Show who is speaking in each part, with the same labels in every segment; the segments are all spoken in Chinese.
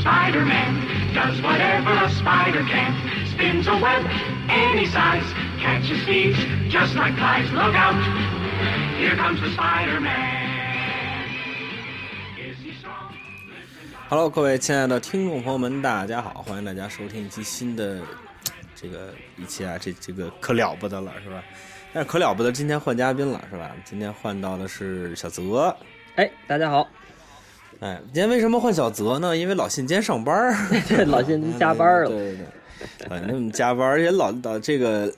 Speaker 1: Spider Man does whatever a spider can. Spins a web any size, catches thieves just like flies. Look out! Here comes the Spider Man. Is he strong?
Speaker 2: Hello，各位亲爱的听众朋友们，大家好，欢迎大家收听一期新的这个一期啊，这这个可了不得了是吧？但是可了不得，今天换嘉宾了是吧？今天换到的是小泽。
Speaker 3: 哎，大家好，
Speaker 2: 哎，今天为什么换小泽呢？因为老信今天上班儿，
Speaker 3: 这老信加班了，
Speaker 2: 对对对，反正加班儿也老老这个，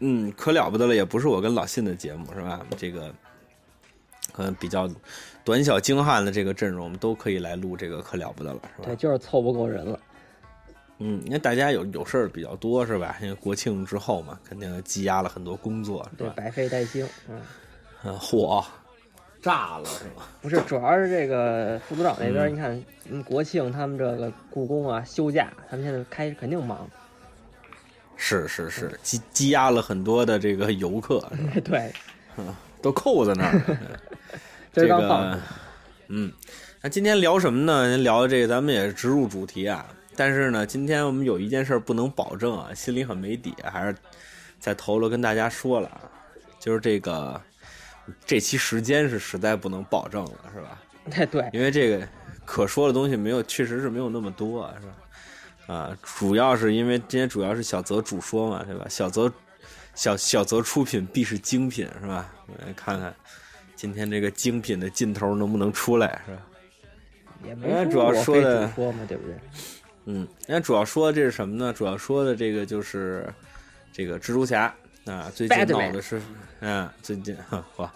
Speaker 2: 嗯，可了不得了，也不是我跟老信的节目是吧？这个可能比较短小精悍的这个阵容，我们都可以来录这个可了不得了是吧？
Speaker 3: 对，就是凑不够人了。
Speaker 2: 嗯，因为大家有有事儿比较多是吧？因为国庆之后嘛，肯定积压了很多工作是
Speaker 3: 对，
Speaker 2: 吧？
Speaker 3: 百废待兴。嗯，
Speaker 2: 嗯，火炸了是吧？
Speaker 3: 不是，主要是这个副组长那边，你看，嗯，国庆他们这个故宫啊休假，他们现在开始肯定忙。
Speaker 2: 是是是，积积压了很多的这个游客是吧
Speaker 3: 对，
Speaker 2: 都扣在那儿了。这
Speaker 3: 今儿刚
Speaker 2: 个
Speaker 3: 放，
Speaker 2: 嗯，那今天聊什么呢？聊这个，咱们也直入主题啊。但是呢，今天我们有一件事儿不能保证啊，心里很没底，还是在头了跟大家说了啊，就是这个这期时间是实在不能保证了，是吧？
Speaker 3: 对对，
Speaker 2: 因为这个可说的东西没有，确实是没有那么多，是吧？啊，主要是因为今天主要是小泽主说嘛，对吧？小泽小小泽出品必是精品，是吧？我们来看看今天这个精品的劲头能不能出来，是吧？
Speaker 3: 也
Speaker 2: 人家
Speaker 3: 没
Speaker 2: 哎主要
Speaker 3: 我
Speaker 2: 说
Speaker 3: 非
Speaker 2: 的
Speaker 3: 主说嘛，对不对？
Speaker 2: 嗯，人家主要说的这是什么呢？主要说的这个就是这个蜘蛛侠啊，最近
Speaker 3: Spider-Man
Speaker 2: 闹的是，嗯，最近哈哇，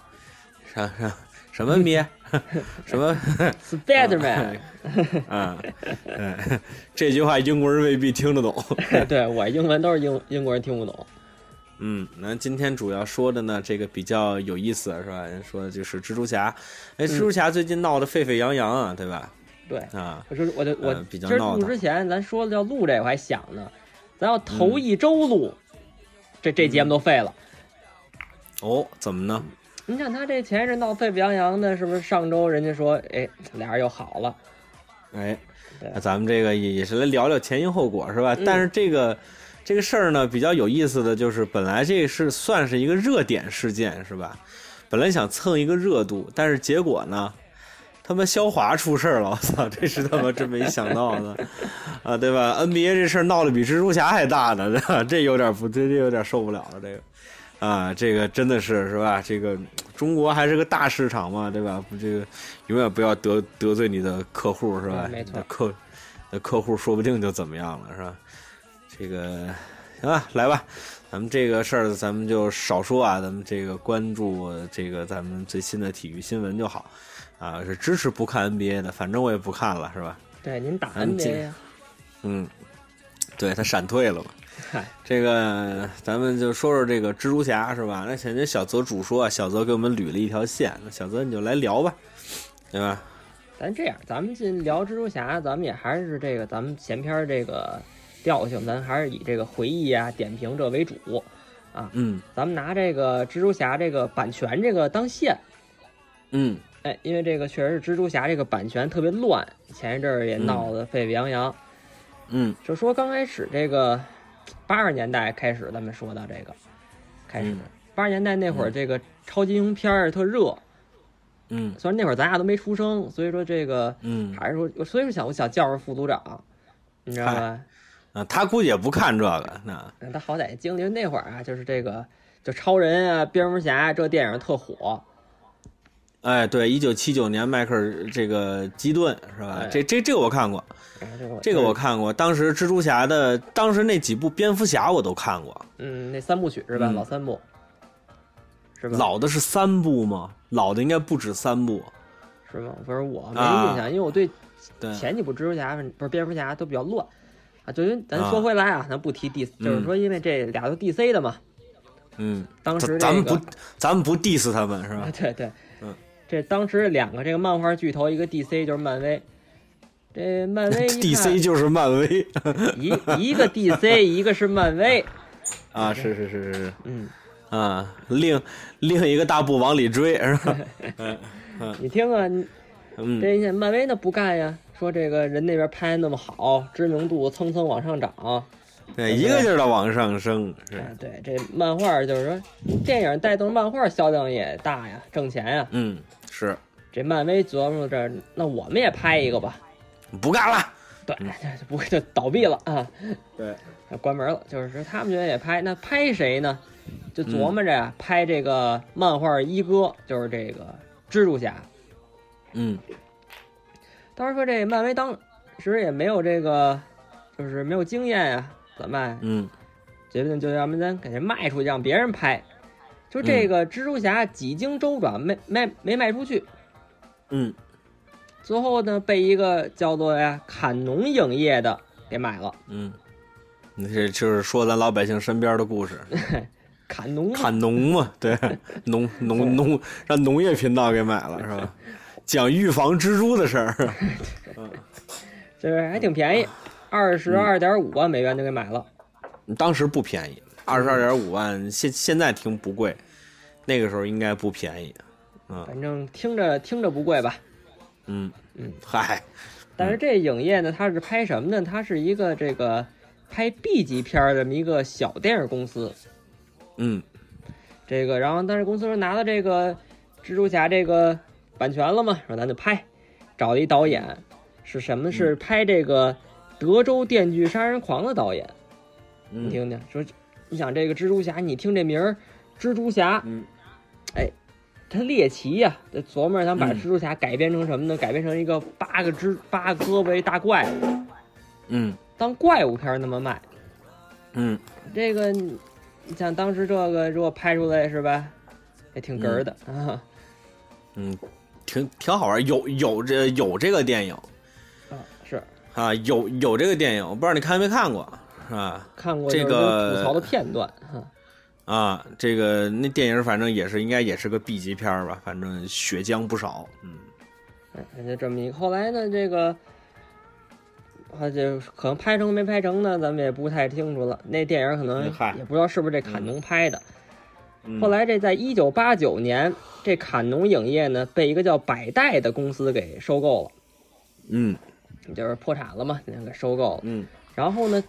Speaker 2: 什什什么咩， 什么
Speaker 3: Spiderman，
Speaker 2: 啊？嗯，这句话英国人未必听得懂。
Speaker 3: 对我英文都是英英国人听不懂。
Speaker 2: 嗯，那今天主要说的呢，这个比较有意思，是吧？人说的就是蜘蛛侠，哎，蜘
Speaker 3: 嗯
Speaker 2: 蛛侠最近闹得沸沸扬扬啊，对吧？
Speaker 3: 对，
Speaker 2: 啊，
Speaker 3: 我说我就我
Speaker 2: 呃比
Speaker 3: 今
Speaker 2: 较
Speaker 3: 儿
Speaker 2: 闹
Speaker 3: 录
Speaker 2: 腾
Speaker 3: 之前，咱说的要录这，我还想呢，咱要
Speaker 2: 嗯
Speaker 3: 头一周录，这这节目都废了。
Speaker 2: 哦，怎么呢？
Speaker 3: 你看他这前一阵闹沸沸扬扬的，是不是上周人家说，哎，俩人又好了？
Speaker 2: 哎，
Speaker 3: 对嗯
Speaker 2: 那咱们这个也也是来聊聊前因后果是吧？但是这个这个事儿呢，比较有意思的就是，本来这是算是一个热点事件是吧？本来想蹭一个热度，但是结果呢，他妈肖华出事儿了，我操， 这是他妈真没想到的啊，对吧？NBA 这事儿闹得比蜘蛛侠还大呢， 对吧这有点不，这这有点受不了了，这个。啊，这个真的是是吧？这个中国还是个大市场嘛，对吧？不，这个永远不要得得罪你的客户是吧？
Speaker 3: 嗯没
Speaker 2: 你
Speaker 3: 错
Speaker 2: 的客那客户说不定就怎么样了是吧？这个行吧，来吧，咱们这个事儿咱们就少说啊，咱们这个关注这个咱们最新的体育新闻就好啊。是支持不看 NBA 的，反正我也不看了是吧？
Speaker 3: 对，您打
Speaker 2: 咱们进
Speaker 3: NBA 呀？
Speaker 2: 嗯，对他闪退了嘛。
Speaker 3: 嗨，
Speaker 2: 这个咱们就说说这个蜘蛛侠是吧？那前天小泽主说啊，小泽给我们捋了一条线，那小泽你就来聊吧，对吧？
Speaker 3: 咱这样，咱们进聊蜘蛛侠，咱们也还是这个咱们前篇儿这个调性，咱还是以这个回忆啊、点评这为主。
Speaker 2: 嗯
Speaker 3: 咱们拿这个蜘蛛侠这个版权这个当线，
Speaker 2: 嗯
Speaker 3: 哎，因为这个确实是蜘蛛侠这个版权特别乱，前一阵儿也闹得沸沸扬扬。
Speaker 2: 嗯
Speaker 3: 就说刚开始这个八十年代开始，咱们说到这个开始
Speaker 2: 嗯，
Speaker 3: 八十、年代那会儿，这个超级英雄片儿特热，
Speaker 2: 嗯
Speaker 3: 虽然那会儿咱俩都没出生，所以说这个
Speaker 2: 嗯
Speaker 3: 还是说，所以说想我想叫上副组长，你知道吧？
Speaker 2: 啊，他估计也不看这个，那
Speaker 3: 嗯他好歹也经历那会儿啊，就是这个就超人啊、蝙蝠侠啊这电影特火，
Speaker 2: 哎，对，一九七九年迈克尔这个基顿是吧
Speaker 3: 哎？
Speaker 2: 这这这个我看过，
Speaker 3: 然后这个
Speaker 2: 这个我看过，当时蜘蛛侠的，当时那几部蝙蝠侠我都看过，
Speaker 3: 嗯那三部曲是吧？
Speaker 2: 嗯
Speaker 3: 老三部是吧？
Speaker 2: 老的是三部吗？老的应该不止三部，
Speaker 3: 是吗？反正我没
Speaker 2: 啊
Speaker 3: 印象，因为我对
Speaker 2: 对，
Speaker 3: 前几部蜘蛛侠不是蝙蝠侠都比较乱啊。就因咱
Speaker 2: 啊
Speaker 3: 说回来啊，咱不提 D，就是说因为这俩都 DC 的嘛，
Speaker 2: 嗯，
Speaker 3: 当时
Speaker 2: 咱咱们
Speaker 3: 这个
Speaker 2: 不咱们不 diss 他们是吧
Speaker 3: 啊，？ 对对，
Speaker 2: 嗯，
Speaker 3: 这当时两个这个漫画巨头，一个 DC 就是漫威，这漫 威一看
Speaker 2: DC 就是漫 威
Speaker 3: 一一个 DC，一个是漫威，
Speaker 2: 啊，是是是是是
Speaker 3: 嗯，
Speaker 2: 啊，另另一个大 步往里追是吧？
Speaker 3: 你听啊，你
Speaker 2: 嗯
Speaker 3: 这漫威那不干呀，说这个人那边拍那么好，知名度蹭蹭往上涨。
Speaker 2: 对，一个劲儿的往上升，是
Speaker 3: 哎，对，这漫画就是说，电影带动漫画销量也大呀，挣钱呀。
Speaker 2: 嗯，是
Speaker 3: 这漫威琢磨着，那我们也拍一个吧。
Speaker 2: 不干了，
Speaker 3: 对，就 不会就倒闭了啊，
Speaker 2: 对，
Speaker 3: 关门了。就是说他们觉得也拍，那拍谁呢？就琢磨着呀、拍这个漫画一哥，就是这个蜘蛛侠。
Speaker 2: 嗯
Speaker 3: 当时说这漫威当时也没有这个，就是没有经验呀、怎么办？
Speaker 2: 嗯
Speaker 3: 决定就要不咱给它卖出去，让别人拍。就这个蜘蛛侠几经周转，没卖没卖出去，
Speaker 2: 嗯，
Speaker 3: 最后呢被一个叫做呀坎农影业的给买了。
Speaker 2: 嗯，那这就是说咱老百姓身边的故事，
Speaker 3: 坎农嘛
Speaker 2: 砍农嘛，对，农农农让农业频道给买了是吧？讲预防蜘蛛的事儿，
Speaker 3: 就是还挺便
Speaker 2: 啊
Speaker 3: 宜，二十二点五万美元就给买
Speaker 2: 嗯
Speaker 3: 了。
Speaker 2: 当时不便宜，二十二点五万，现现在听不贵，那个时候应该不便宜，
Speaker 3: 反正听着听着不贵吧。
Speaker 2: 嗯嗯，嗨，
Speaker 3: 但是这影业呢，它是拍什么呢？它是一个这个拍 B 级片儿的这么一个小电影公司。
Speaker 2: 嗯
Speaker 3: 这个，然后但是公司说拿到这个蜘蛛侠这个版权了嘛，说咱就拍，找了一导演是什么？
Speaker 2: 嗯
Speaker 3: 是拍这个德州电锯杀人狂的导演。你
Speaker 2: 嗯
Speaker 3: 听听，说你想这个蜘蛛侠，你听这名儿，蜘蛛侠，
Speaker 2: 嗯，
Speaker 3: 哎，他猎奇呀、得琢磨想把
Speaker 2: 嗯
Speaker 3: 蜘蛛侠改编成什么呢？改编成一个八个肢八个胳膊一大怪，
Speaker 2: 嗯
Speaker 3: 当怪物片儿那么卖。
Speaker 2: 嗯
Speaker 3: 这个，你你像当时这个如果拍出来是吧，也挺哏儿的、啊。
Speaker 2: 嗯，挺挺好玩，有有这有这个电影
Speaker 3: 啊，是
Speaker 2: 啊，有有这个电影，我不知道你看没看过是吧？
Speaker 3: 看过
Speaker 2: 这
Speaker 3: 就是有
Speaker 2: 个
Speaker 3: 吐槽的片段哈。
Speaker 2: 啊，这个那电影反正也是应该也是个 B 级片儿吧，反正血浆不少，嗯
Speaker 3: 哎就这么一个。后来呢，这个，啊，就可能拍成没拍成呢，咱们也不太清楚了。那电影可能
Speaker 2: 嗯嗨
Speaker 3: 也不知道是不是这坎农拍的。
Speaker 2: 嗯
Speaker 3: 后来这在一九八九年，这坎农影业呢被一个叫百代的公司给收购了，
Speaker 2: 嗯
Speaker 3: 就是破产了嘛，那给收购了。
Speaker 2: 嗯
Speaker 3: 然后呢，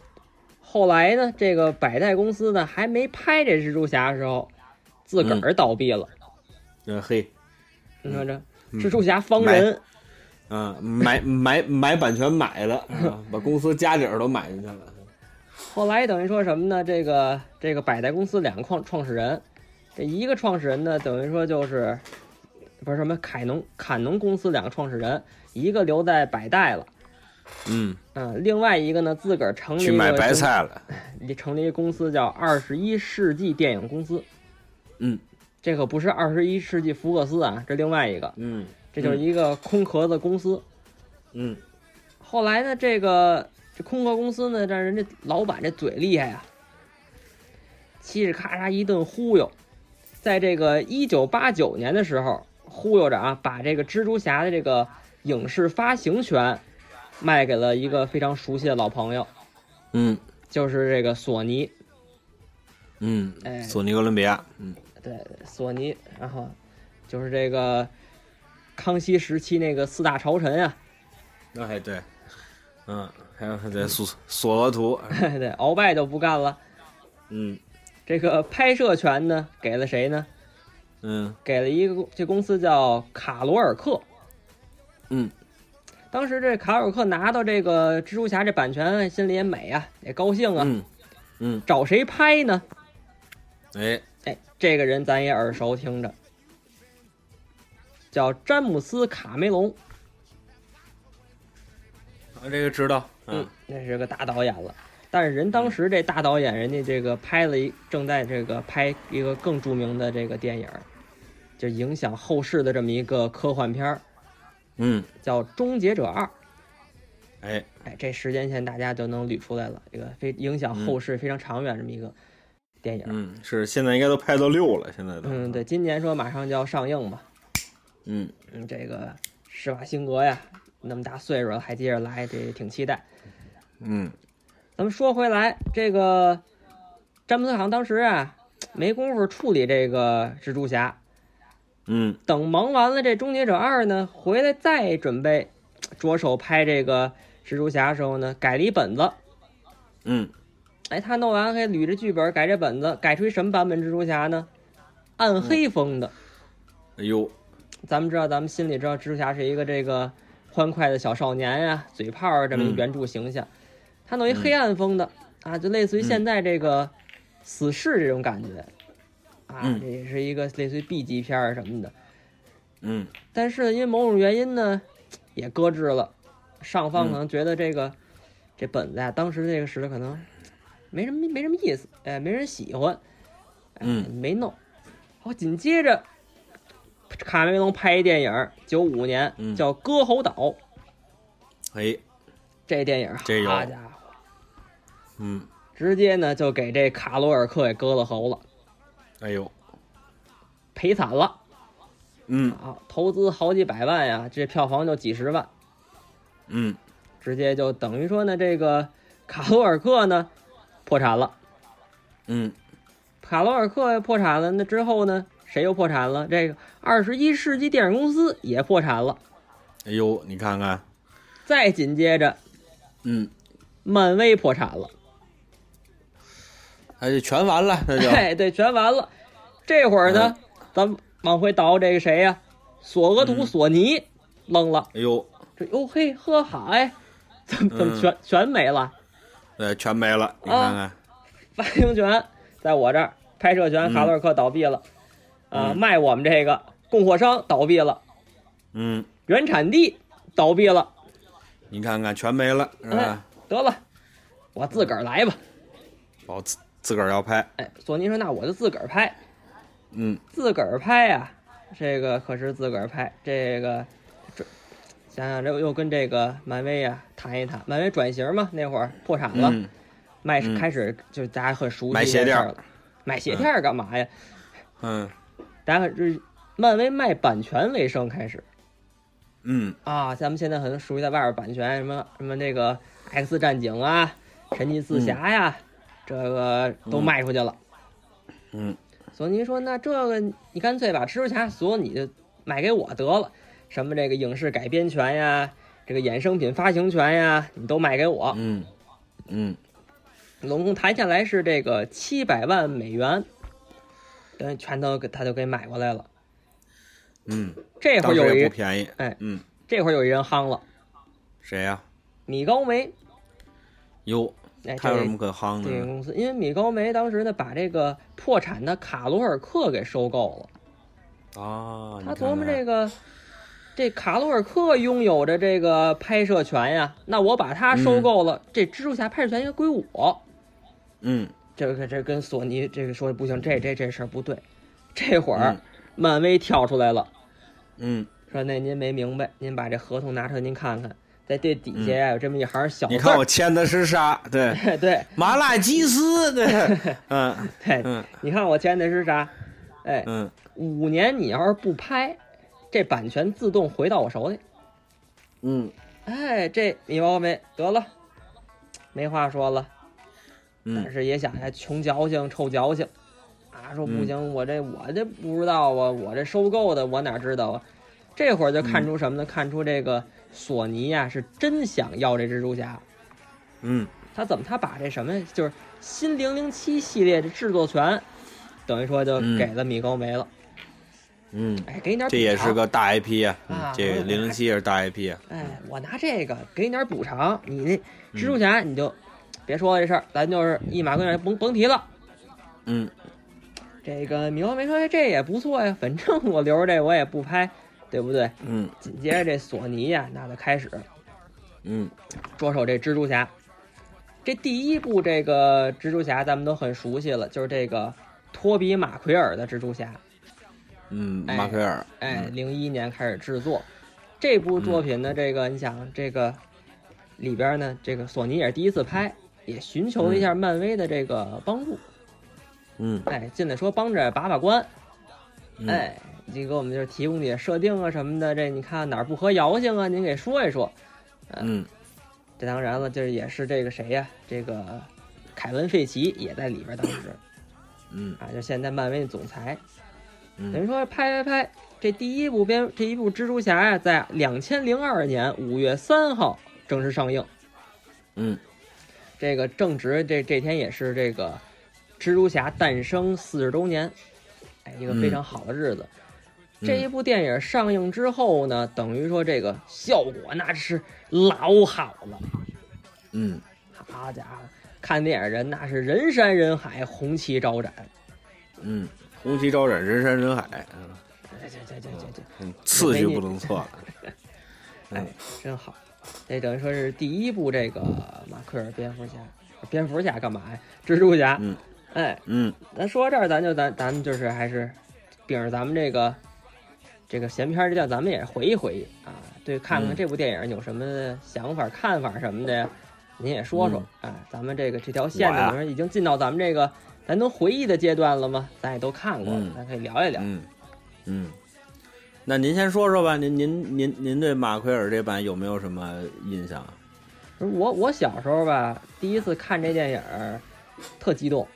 Speaker 3: 后来呢，这个百代公司呢还没拍这蜘蛛侠的时候，自个儿倒闭了。
Speaker 2: 嗯，嘿，
Speaker 3: 你说这
Speaker 2: 嗯
Speaker 3: 蜘蛛侠方人，
Speaker 2: 啊，买买买版权买的，是吧把公司家底儿都买进去了，
Speaker 3: 后来等于说什么呢？这个这个百代公司两个创创始人，这一个创始人呢，等于说就是不是什么凯农坎农公司两个创始人，一个留在百代了，
Speaker 2: 嗯，
Speaker 3: 嗯，另外一个呢自个儿成立
Speaker 2: 去
Speaker 3: 一
Speaker 2: 买
Speaker 3: 个
Speaker 2: 白
Speaker 3: 公，
Speaker 2: 菜了，
Speaker 3: 也成立一个公司叫二十一世纪电影公司。
Speaker 2: 嗯，
Speaker 3: 这可不是二十一世纪福克斯啊，这另外一个，
Speaker 2: 嗯
Speaker 3: 这就是一个空壳子公司。
Speaker 2: 嗯
Speaker 3: 后来呢，这个这空壳公司呢，让人家老板这嘴厉害呀、嘁哩咔嚓一顿忽悠，在这个一九八九年的时候，忽悠着啊，把这个蜘蛛侠的这个影视发行权卖给了一个非常熟悉的老朋友，
Speaker 2: 嗯
Speaker 3: 就是这个索尼。哎
Speaker 2: 嗯，索尼哥伦比亚，嗯
Speaker 3: 对，索尼，然后就是这个康熙时期那个四大朝臣啊，
Speaker 2: 哎对，嗯，还有对索索罗图，
Speaker 3: 对，鳌拜就不干了。
Speaker 2: 嗯
Speaker 3: 这个拍摄权呢，给了谁呢？
Speaker 2: 嗯
Speaker 3: 给了一个公这公司叫卡罗尔克。
Speaker 2: 嗯
Speaker 3: 当时这卡罗尔克拿到这个蜘蛛侠这版权，心里也美啊，也高兴啊。
Speaker 2: 嗯嗯，
Speaker 3: 找谁拍呢？
Speaker 2: 哎，
Speaker 3: 哎，这个人咱也耳熟听着，叫詹姆斯·卡梅隆。
Speaker 2: 啊这个知道，
Speaker 3: 嗯
Speaker 2: 嗯，
Speaker 3: 那是个大导演了。但是人当时这大导演，人家这个拍了一正在这个拍一个更著名的这个电影，就影响后世的这么一个科幻片儿，
Speaker 2: 嗯，
Speaker 3: 叫《终结者二》。
Speaker 2: 哎，
Speaker 3: 哎，这时间线大家就能捋出来了，这个非影响后世非常长远这么一个电影。嗯
Speaker 2: 嗯，是现在应该都拍到六了，现在都，
Speaker 3: 对，今年说马上就要上映嘛，
Speaker 2: 嗯
Speaker 3: 嗯，这个施瓦辛格呀，那么大岁数了还接着来，这也挺期待。
Speaker 2: 嗯
Speaker 3: 咱们说回来，这个詹姆斯卡当时啊没工夫处理这个蜘蛛侠，
Speaker 2: 嗯
Speaker 3: 等忙完了这《终结者二》呢，回来再准备，着手拍这个蜘蛛侠的时候呢，改了一本子。
Speaker 2: 嗯，
Speaker 3: 哎，他弄完还捋着剧本改这本子，改出一什么版本蜘蛛侠呢？
Speaker 2: 嗯
Speaker 3: 暗黑风的。
Speaker 2: 哎呦，
Speaker 3: 咱们知道，咱们心里知道蜘蛛侠是一个这个欢快的小少年呀、嘴炮啊这么一
Speaker 2: 嗯
Speaker 3: 原著形象。他弄一黑暗风的、啊，就类似于现在这个死侍这种感觉、啊
Speaker 2: 嗯，
Speaker 3: 这也是一个类似于 B 级片儿什么的。
Speaker 2: 嗯
Speaker 3: 但是呢，因为某种原因呢，也搁置了。上
Speaker 2: 嗯
Speaker 3: 方可能觉得这个、这本子呀、啊当时这个时代可能没什么没什么意思，哎，没人喜欢，哎
Speaker 2: 嗯，
Speaker 3: 没弄。好，紧接着卡梅隆拍一电影，九五年
Speaker 2: 嗯
Speaker 3: 叫《割喉岛》，
Speaker 2: 哎，
Speaker 3: 这电影啊
Speaker 2: 这有
Speaker 3: 好家伙，
Speaker 2: 嗯，
Speaker 3: 直接呢就给这卡罗尔克给割了喉了，
Speaker 2: 哎呦，
Speaker 3: 赔惨了
Speaker 2: 嗯
Speaker 3: 啊！投资好几百万呀，这票房就几十万。
Speaker 2: 嗯，
Speaker 3: 直接就等于说呢，这个卡罗尔克呢破产了。
Speaker 2: 嗯
Speaker 3: 卡罗尔克破产了，那之后呢，谁又破产了？这个二十一世纪电影公司也破产了。
Speaker 2: 哎呦，你看看，
Speaker 3: 再紧接着，
Speaker 2: 嗯，
Speaker 3: 漫威破产了。
Speaker 2: 那就哎全完了，那就，
Speaker 3: 哎，对，全完了。这会儿呢，
Speaker 2: 嗯
Speaker 3: 咱们往回倒，这个谁呀、索额图
Speaker 2: 嗯
Speaker 3: 索尼愣了，
Speaker 2: 哎呦，
Speaker 3: 这哟嘿呵好哎，怎么怎么
Speaker 2: 嗯
Speaker 3: 全、全没了？
Speaker 2: 呃，全没了，
Speaker 3: 嗯
Speaker 2: 你看看，
Speaker 3: 发行权在我这儿，拍摄权哈洛尔克倒闭了，啊，
Speaker 2: 嗯
Speaker 3: 卖我们这个供货商倒闭了，
Speaker 2: 嗯，
Speaker 3: 原产地倒闭了，
Speaker 2: 你看看，全没了，啊是
Speaker 3: 哎
Speaker 2: 吧？，
Speaker 3: 得了，我自个儿来吧。
Speaker 2: 我自自个儿要拍，
Speaker 3: 哎，索尼说那我就自个儿拍，
Speaker 2: 嗯
Speaker 3: 自个儿拍呀、这个可是自个儿拍，这个这想想这又跟这个漫威呀、谈一谈，漫威转型嘛，那会儿破产了，
Speaker 2: 嗯
Speaker 3: 卖
Speaker 2: 嗯
Speaker 3: 开始就是大家很熟悉
Speaker 2: 买鞋
Speaker 3: 这事
Speaker 2: 垫
Speaker 3: 儿
Speaker 2: 儿
Speaker 3: 了，买鞋垫儿干嘛呀？
Speaker 2: 嗯
Speaker 3: 大家就是漫威卖版权为生开始
Speaker 2: 嗯，
Speaker 3: 啊，咱们现在很熟悉在外边版权，什么什么那个 X 战警啊、神奇四侠呀、这个都卖出去了。
Speaker 2: 嗯，
Speaker 3: 索尼说：“那这个你干脆把蜘蛛侠所有你就卖给我得了，什么这个影视改编权呀、这个衍生品发行权呀，你都卖给我。
Speaker 2: 嗯嗯，
Speaker 3: 总共谈下来是这个七百万美元，嗯，全都给他就给买过来了。
Speaker 2: 嗯，
Speaker 3: 这会
Speaker 2: 当
Speaker 3: 儿有
Speaker 2: 时
Speaker 3: 一
Speaker 2: 也不
Speaker 3: 人，
Speaker 2: 便宜，
Speaker 3: 哎，
Speaker 2: 嗯，
Speaker 3: 这会儿有一人夯了，
Speaker 2: 谁呀？
Speaker 3: 米高梅。”
Speaker 2: 哟，
Speaker 3: 哎，
Speaker 2: 他有
Speaker 3: 这
Speaker 2: 什么可夯的
Speaker 3: 电影
Speaker 2: 呢？
Speaker 3: 公司，因为米高梅当时呢把这个破产的卡罗尔克给收购了。
Speaker 2: 啊，
Speaker 3: 他琢磨这
Speaker 2: 个，
Speaker 3: 个，这卡罗尔克拥有着这个拍摄权呀，那我把他收购了，这蜘蛛侠拍摄权应该归我。
Speaker 2: 嗯
Speaker 3: 这个这跟索尼这个说不行，这这这事儿不对。这会儿、
Speaker 2: 嗯
Speaker 3: 漫威跳出来了，
Speaker 2: 嗯，
Speaker 3: 说那您没明白，您把这合同拿出来您看看，在这底下呀有这么一行小
Speaker 2: 嗯
Speaker 3: 字
Speaker 2: 你看
Speaker 3: 儿
Speaker 2: 我。签的是啥？对，
Speaker 3: 对对
Speaker 2: 麻辣鸡丝，对， 嗯
Speaker 3: 对
Speaker 2: 嗯，
Speaker 3: 你看我签的是啥？哎，
Speaker 2: 嗯，
Speaker 3: 五年你要是不拍，这版权自动回到我手里。
Speaker 2: 嗯
Speaker 3: 哎，这米高梅得了，没话说了。但
Speaker 2: 嗯
Speaker 3: 是也想哎，穷矫情，臭矫情，啊，说不
Speaker 2: 嗯
Speaker 3: 行，我这我这不知道啊，我这收购的我哪知道啊？这会儿就
Speaker 2: 嗯
Speaker 3: 看出什么呢？看出这个索尼呀、是真想要这蜘蛛侠。
Speaker 2: 嗯
Speaker 3: 他怎么他把这什么就是新零零七系列的制作权，等于说就
Speaker 2: 嗯
Speaker 3: 给了米高梅了。
Speaker 2: 嗯，
Speaker 3: 哎，给你点
Speaker 2: 这也
Speaker 3: 补偿
Speaker 2: 是个大 IP 呀，嗯
Speaker 3: 啊
Speaker 2: 这零零七也是大啊 IP 呀，
Speaker 3: 哎，我拿这个给你点补偿，你那蜘蛛侠你就别说了这事儿，咱就是一马归原，甭甭提了。
Speaker 2: 嗯
Speaker 3: 这个米高梅说哎这也不错呀，反正我留着这我也不拍，对不对？
Speaker 2: 嗯
Speaker 3: 紧接着这索尼呀、那就开始
Speaker 2: 嗯
Speaker 3: 着手这蜘蛛侠。这第一部这个蜘蛛侠咱们都很熟悉了，就是这个托比马奎尔的蜘蛛侠，
Speaker 2: 嗯，
Speaker 3: 哎
Speaker 2: 马奎尔，嗯
Speaker 3: 哎，零一年开始制作。这部作品呢，这个你想，这个里边呢，这个索尼也是第一次拍，也寻求了一下漫威的这个帮助，
Speaker 2: 嗯
Speaker 3: 哎，进来说帮着把把关，
Speaker 2: 嗯
Speaker 3: 哎，你给我们就是提供点设定啊什么的，这你看哪儿不合谣性啊，您给说一说。
Speaker 2: 嗯
Speaker 3: 这当然了，这也是这个谁呀、这个凯文·费奇也在里边，当时
Speaker 2: 嗯
Speaker 3: 啊，就现在漫威的总裁，
Speaker 2: 嗯
Speaker 3: 等于说拍拍拍，这第一部蝙这一部蜘蛛侠呀，在两千零二年五月三号正式上映。
Speaker 2: 嗯，
Speaker 3: 这个正值这这天也是这个蜘蛛侠诞生四十周年，哎，一个非常好的日子。这一部电影上映之后呢，等于说这个效果那是老好了，
Speaker 2: 嗯，
Speaker 3: 好家伙，看电影人那是人山人海，红旗招展。
Speaker 2: 嗯，红旗招展，人山人海，嗯
Speaker 3: 这这这这这这
Speaker 2: 嗯，次序不能 错了。
Speaker 3: 哎，真好。这等于说是第一部这个马克尔蝙蝠侠，蝙蝠侠干嘛呀？蜘蛛侠。
Speaker 2: 嗯。
Speaker 3: 哎，
Speaker 2: 嗯
Speaker 3: 咱说到这儿，咱就咱咱们就是还是秉着咱们这个这个闲篇儿，就叫咱们也回忆回忆啊，对，看看
Speaker 2: 嗯
Speaker 3: 这部电影有什么想法、看法什么的呀，您也说说。
Speaker 2: 嗯
Speaker 3: 哎，咱们这个这条线
Speaker 2: 我
Speaker 3: 呢，
Speaker 2: 呀
Speaker 3: 你说已经进到咱们这个咱能回忆的阶段了吗？咱也都看过了，
Speaker 2: 嗯
Speaker 3: 咱可以聊一聊。
Speaker 2: 嗯嗯，那您先说说吧，您您您您对马奎尔这版有没有什么印象啊？
Speaker 3: 我我小时候吧，第一次看这电影儿，特激动。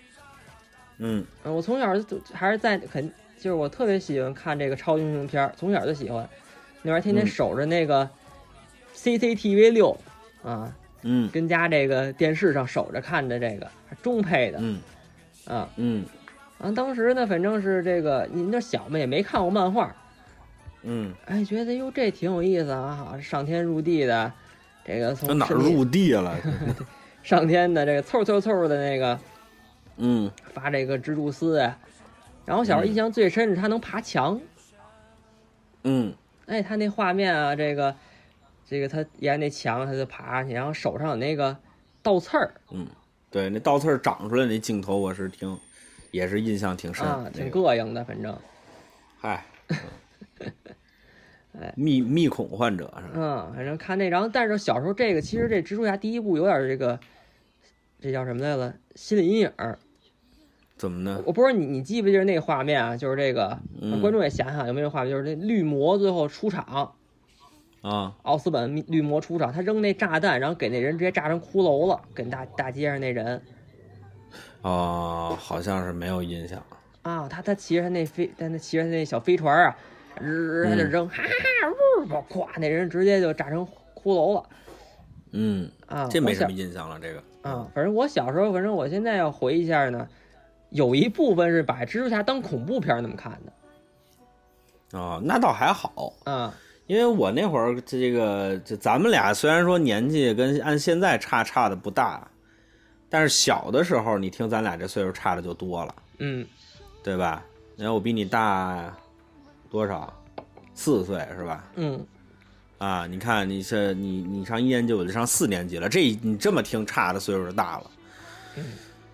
Speaker 2: 嗯
Speaker 3: 嗯，我从小就还是在肯，就是我特别喜欢看这个超级英雄片儿，从小就喜欢。那玩意儿天天
Speaker 2: 嗯
Speaker 3: 守着那个 CCTV 六、啊，
Speaker 2: 嗯
Speaker 3: 跟家这个电视上守着看着这个还中配的
Speaker 2: 嗯
Speaker 3: 啊。
Speaker 2: 嗯
Speaker 3: 啊，当时呢，反正是这个您那小嘛，也没看过漫画，
Speaker 2: 嗯，
Speaker 3: 哎，觉得哟这挺有意思啊，好上天入地的，这个
Speaker 2: 这
Speaker 3: 从
Speaker 2: 哪儿
Speaker 3: 身体
Speaker 2: 入地了？
Speaker 3: 上天的这个凑凑凑的那个
Speaker 2: 嗯
Speaker 3: 发这个蜘蛛丝啊。然后小时候印象最深是他能爬墙。
Speaker 2: 嗯
Speaker 3: 哎，他那画面啊，这个，这个他沿那墙他就爬上去，然后手上有那个倒刺儿
Speaker 2: 嗯，对，那倒刺儿长出来那镜头，我是挺也是印象挺深
Speaker 3: 啊，，
Speaker 2: 那
Speaker 3: 挺
Speaker 2: 个
Speaker 3: 膈应的，反正，
Speaker 2: 嗨
Speaker 3: 哎，
Speaker 2: 密密恐患者是吧？
Speaker 3: 嗯，反正看那，然后但是小时候这个，其实这蜘蛛侠第一部有点这个，这叫什么来了？心理阴影儿。
Speaker 2: 怎么呢？
Speaker 3: 我不知道你你记不记得那个画面啊？就是这个，
Speaker 2: 嗯
Speaker 3: 观众也想想有没有画面，就是那绿魔最后出场，
Speaker 2: 啊，
Speaker 3: 奥斯本绿魔出场，他扔那炸弹，然后给那人直接炸成骷髅了，给大大街上那人。
Speaker 2: 哦，好像是没有印象。
Speaker 3: 啊，他他骑着他那飞，他那骑着他那小飞船啊，日
Speaker 2: 嗯
Speaker 3: 他就扔，哈哈，呜，咵，那人直接就炸成骷髅了
Speaker 2: 嗯，
Speaker 3: 啊！
Speaker 2: 这没什么
Speaker 3: 我
Speaker 2: 印象了。这个，
Speaker 3: 小啊，反正我小时候，反正我现在要回忆一下呢，有一部分是把蜘蛛侠当恐怖片儿那么看的
Speaker 2: 哦，那倒还好，
Speaker 3: 啊，
Speaker 2: 因为我那会儿这个，就咱们俩虽然说年纪跟按现在差差的不大，但是小的时候，你听咱俩这岁数差的就多了，
Speaker 3: 嗯，
Speaker 2: 对吧？然后我比你大多少？四岁是吧？
Speaker 3: 嗯，
Speaker 2: 啊，你看你这你你上一年级，我就上四年级了，这你这么听差的岁数就大了。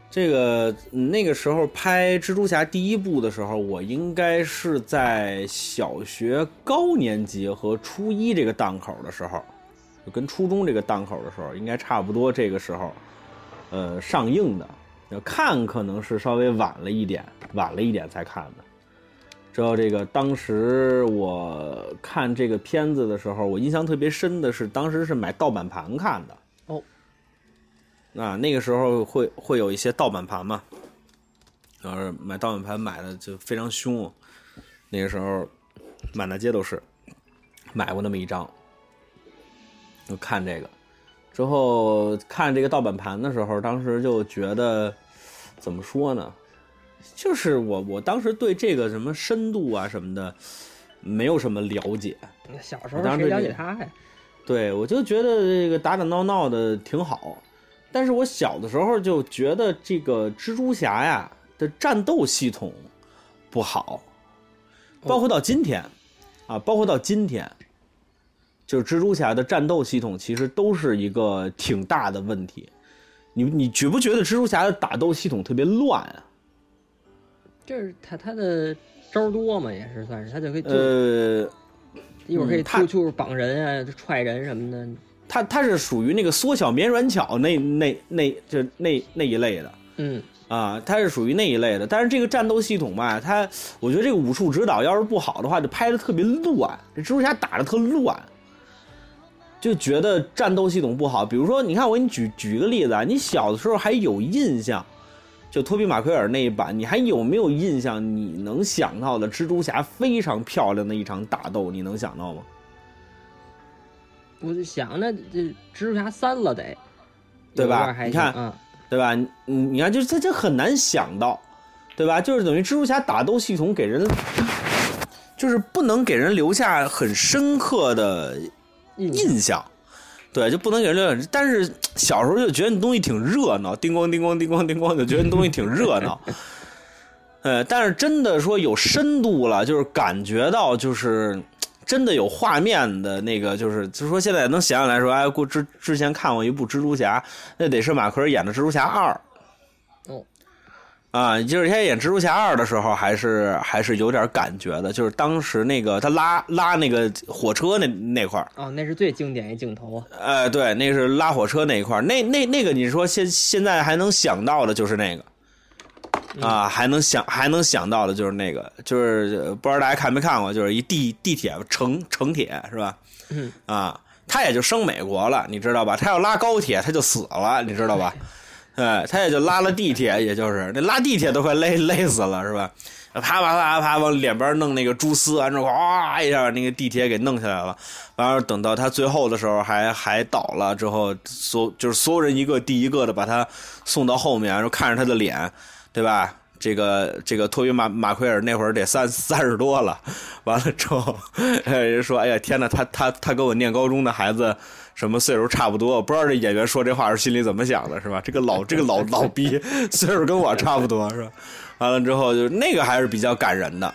Speaker 2: 这个嗯那个时候拍蜘蛛侠第一部的时候，我应该是在小学高年级和初一这个档口的时候，就跟初中这个档口的时候，应该差不多这个时候，呃，上映的。要看可能是稍微晚了一点，晚了一点才看的。知道这个，当时我看这个片子的时候，我印象特别深的是，当时是买盗版盘看的。
Speaker 3: 哦，
Speaker 2: 啊，那个时候会会有一些盗版盘嘛，然后买盗版盘买的就非常凶，哦那个时候满大街都是，买过那么一张，就看这个，之后看这个盗版盘的时候，当时就觉得怎么说呢，就是我我当时对这个什么深度啊什么的没有什么了解，
Speaker 3: 小时
Speaker 2: 我
Speaker 3: 候
Speaker 2: 当时
Speaker 3: 谁了
Speaker 2: 就
Speaker 3: 解他呀？
Speaker 2: 对，我就觉得这个打打闹闹的挺好，但是我小的时候就觉得这个蜘蛛侠呀的战斗系统不好，包括到今天、啊，包括到今天，就是蜘蛛侠的战斗系统其实都是一个挺大的问题。你你觉不觉得蜘蛛侠的打斗系统特别乱啊？
Speaker 3: 这是他他的招儿多嘛，也是算是他就可以就、
Speaker 2: 呃，
Speaker 3: 一会儿可以
Speaker 2: 嗯他
Speaker 3: 就就是绑人啊，就踹人什么的，
Speaker 2: 它它是属于那个缩小绵软巧那那那就那那一类的。
Speaker 3: 嗯
Speaker 2: 啊，它是属于那一类的。但是这个战斗系统吧，它我觉得这个武术指导要是不好的话，就拍的特别乱，这蜘蛛侠打的特乱，就觉得战斗系统不好。比如说，你看我给你举举一个例子啊，你小的时候还有印象，就托比马奎尔那一版，你还有没有印象？你能想到的蜘蛛侠非常漂亮的一场打斗，你能想到吗？
Speaker 3: 我就想着这蜘蛛侠三了得，
Speaker 2: 对吧
Speaker 3: 有点还
Speaker 2: 你看
Speaker 3: 行嗯，
Speaker 2: 对吧？你你你看，就是这这很难想到，对吧？就是等于蜘蛛侠打斗系统给人，就是不能给人留下很深刻的
Speaker 3: 印象
Speaker 2: 印象，对，就不能给人留下。但是小时候就觉得那东西挺热闹，叮咣叮咣叮咣叮咣，就觉得那东西挺热闹。呃，但是真的说有深度了，就是感觉到就是真的有画面的那个，就是就是说现在能想起来说，哎，过之之前看过一部蜘蛛侠，那得是马奎尔演的蜘蛛侠二。
Speaker 3: 哦
Speaker 2: 啊，就是他演蜘蛛侠二的时候，还是还是有点感觉的，就是当时那个他拉拉那个火车那那块儿，
Speaker 3: 哦，那是最经典一镜头啊，
Speaker 2: 呃，对，那是拉火车那一块儿，那那那个你说现现在还能想到的就是那个，啊，还能想还能想到的就是那个，就是呃不知道大家看没看过，就是一地地铁城城铁是吧？
Speaker 3: 嗯
Speaker 2: 啊，他也就升美国了，你知道吧？他要拉高铁他就死了，你知道吧？哎，他也就拉了地铁，也就是那拉地铁都快勒勒死了是吧？啪啪啪啪往脸边弄那个蛛丝，完之后哗一下那个地铁给弄下来了。完了，等到他最后的时候还还倒了之后，所就是所有人一个第一个的把他送到后面，然后看着他的脸，对吧？这个这个托比马马奎尔那会儿得三三十多了，完了之后，哎人说哎呀天哪，他他他跟我念高中的孩子什么岁数差不多，不知道这演员说这话是心里怎么想的，是吧？这个老这个老老逼 岁数跟我差不多，是吧？完了之后就那个还是比较感人的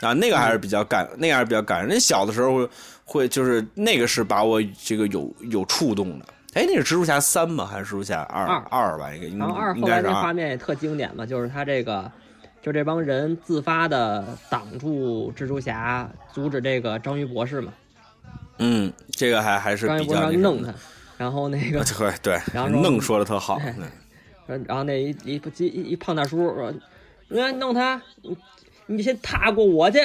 Speaker 2: 啊，那个还是比较
Speaker 3: 嗯
Speaker 2: 感，那个还是比较感人。那小的时候会会就是那个是把我这个有有触动的。哎，那是蜘蛛侠三吗？还是蜘蛛侠二
Speaker 3: 二
Speaker 2: 二吧？应该应
Speaker 3: 然后二
Speaker 2: 应
Speaker 3: 后
Speaker 2: 该
Speaker 3: 来
Speaker 2: 是啊
Speaker 3: 那
Speaker 2: 二
Speaker 3: 画。面也特经典嘛，就是他这个，就这帮人自发的挡住蜘蛛侠，阻止这个章鱼博士嘛，
Speaker 2: 嗯，这个还还是
Speaker 3: 章鱼
Speaker 2: 比
Speaker 3: 博士
Speaker 2: 较
Speaker 3: 要
Speaker 2: 那什么
Speaker 3: 弄
Speaker 2: 的
Speaker 3: 他，然后那个，
Speaker 2: 对对，
Speaker 3: 然后
Speaker 2: 弄说的特 好，
Speaker 3: 哎
Speaker 2: 嗯
Speaker 3: 然后那一一一一一胖大叔说，你来弄他，你你先踏过我去，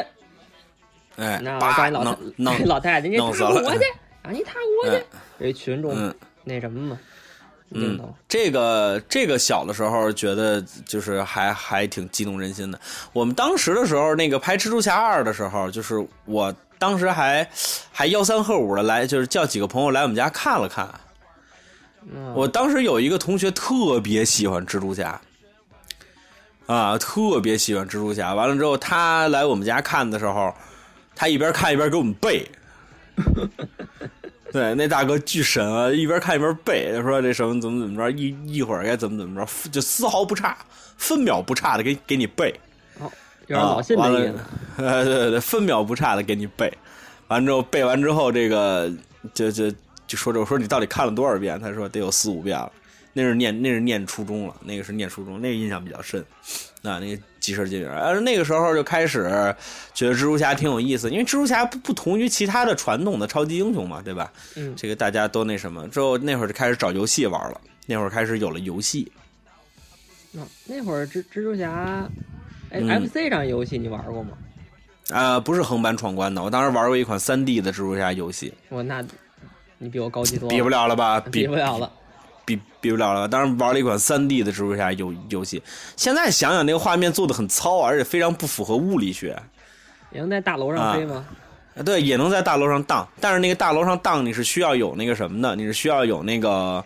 Speaker 2: 哎，
Speaker 3: 那
Speaker 2: 叭
Speaker 3: 张老
Speaker 2: 弄
Speaker 3: 太
Speaker 2: 弄
Speaker 3: 老太太，你
Speaker 2: 弄
Speaker 3: 踏
Speaker 2: 死
Speaker 3: 过
Speaker 2: 了
Speaker 3: 我去，啊，你踏过我去，有一群众
Speaker 2: 嗯
Speaker 3: 那什么嘛，镜
Speaker 2: 嗯
Speaker 3: 头，，
Speaker 2: 这个这个小的时候觉得就是还还挺激动人心的。我们当时的时候，那个拍《蜘蛛侠二》的时候，就是我当时还还吆三喝五的来，就是叫几个朋友来我们家看了看。
Speaker 3: 嗯
Speaker 2: 我当时有一个同学特别喜欢蜘蛛侠，啊，特别喜欢蜘蛛侠。完了之后，他来我们家看的时候，他一边看一边给我们背。对，那大哥巨神啊，一边看一边背，说这什么怎么怎么着，一一会儿该怎么怎么着，就丝毫不差，分秒不差的给给你背。
Speaker 3: 好，有点老信
Speaker 2: 啊完
Speaker 3: 的
Speaker 2: 了
Speaker 3: 意思，
Speaker 2: 呃， 对对对，分秒不差的给你背，完之后背完之后，这个就就就说这，我说你到底看了多少遍？他说得有四五遍了。那是念那是念初中了，那个是念初中，那个印象比较深。啊，那个及时进人，而呃那个时候就开始觉得蜘蛛侠挺有意思，因为蜘蛛侠不不同于其他的传统的超级英雄嘛，对吧？
Speaker 3: 嗯
Speaker 2: 这个大家都那什么，之后那会儿就开始找游戏玩了，那会儿开始有了游戏，
Speaker 3: 嗯那会儿蜘蜘蛛侠，哎
Speaker 2: 嗯
Speaker 3: ，FC 上游戏你玩过吗？
Speaker 2: 啊、不是横版闯关的，我当时玩过一款3 D 的蜘蛛侠游戏，
Speaker 3: 我那，你比我高级多了，
Speaker 2: 比不了了 吧？
Speaker 3: 比不了了。
Speaker 2: 比比不了了。当时玩了一款3 D 的蜘蛛侠游游戏，现在想想那个画面做的很糙，啊而且非常不符合物理学。
Speaker 3: 你能在大楼上飞吗？
Speaker 2: 呃对，也能在大楼上荡，但是那个大楼上荡你是需要有那个什么的，你是需要有那个，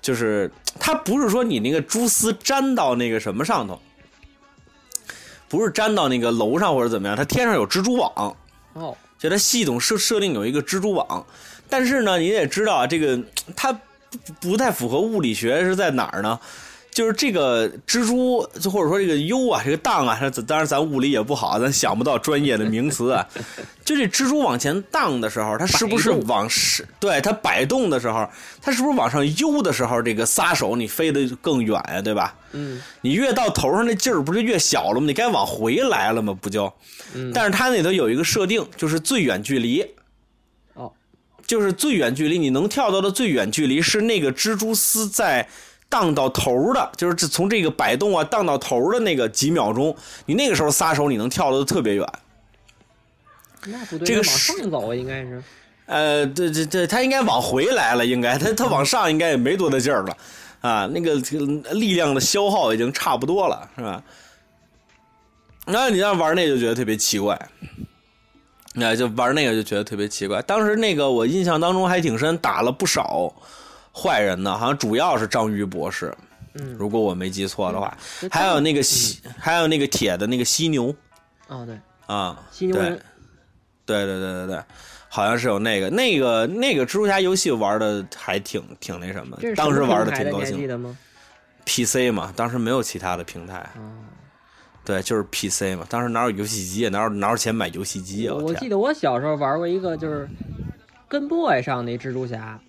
Speaker 2: 就是它不是说你那个蛛丝粘到那个什么上头，不是粘到那个楼上或者怎么样，它天上有蜘蛛网，
Speaker 3: 哦，
Speaker 2: 就它系统设设定有一个蜘蛛网，但是呢，你也知道啊，这个它不不太符合物理学是在哪儿呢？就是这个蜘蛛，就或者说这个幽啊，这个荡啊，咱当然咱物理也不好，咱想不到专业的名词啊。 就这蜘蛛往前荡的时候，它是不是
Speaker 3: 摆动
Speaker 2: 往是？对，它摆动的时候，它是不是往上悠的时候，这个撒手你飞得更远呀、对吧？
Speaker 3: 嗯，
Speaker 2: 你越到头上那劲儿不是越小了吗？你该往回来了吗？不就？
Speaker 3: 嗯
Speaker 2: 但是它那头有一个设定，就是最远距离，
Speaker 3: 哦，
Speaker 2: 就是最远距离，你能跳到的最远距离是那个蜘蛛丝在荡到头的，就是这从这个摆动啊荡到头的那个几秒钟，你那个时候撒手，你能跳得特别远。
Speaker 3: 那不对，
Speaker 2: 这个
Speaker 3: 往
Speaker 2: 是
Speaker 3: 上走啊，应该是。
Speaker 2: 呃，对对对，他应该往回来了，应该他他往上应该也没多大劲儿了，啊，那个这个力量的消耗已经差不多了，是吧？那你要玩那就觉得特别奇怪，那就玩那个就觉得特别奇怪。当时那个我印象当中还挺深，打了不少坏人呢，好像主要是章鱼博士，
Speaker 3: 嗯
Speaker 2: 如果我没记错的话，
Speaker 3: 这
Speaker 2: 还有
Speaker 3: 嗯
Speaker 2: 那个犀，还有那个铁的那个犀牛
Speaker 3: 哦，对，
Speaker 2: 啊，
Speaker 3: 犀牛
Speaker 2: 对
Speaker 3: 人，
Speaker 2: 对对对对对，好像是有那个那个那个蜘蛛侠游戏玩的还挺挺那什么
Speaker 3: 这，是
Speaker 2: 当时
Speaker 3: 什么
Speaker 2: 玩
Speaker 3: 平台
Speaker 2: 挺
Speaker 3: 的
Speaker 2: 高
Speaker 3: 你还记
Speaker 2: 兴。
Speaker 3: 得吗？
Speaker 2: PC 嘛，当时没有其他的平台，
Speaker 3: 啊，
Speaker 2: 对，就是 PC 嘛，当时哪有游戏机啊，哪有哪有钱买游戏机啊？
Speaker 3: 我
Speaker 2: 我
Speaker 3: 我
Speaker 2: 天
Speaker 3: 记得我小时候玩过一个，就是跟 boy 上那蜘蛛侠
Speaker 2: 啊，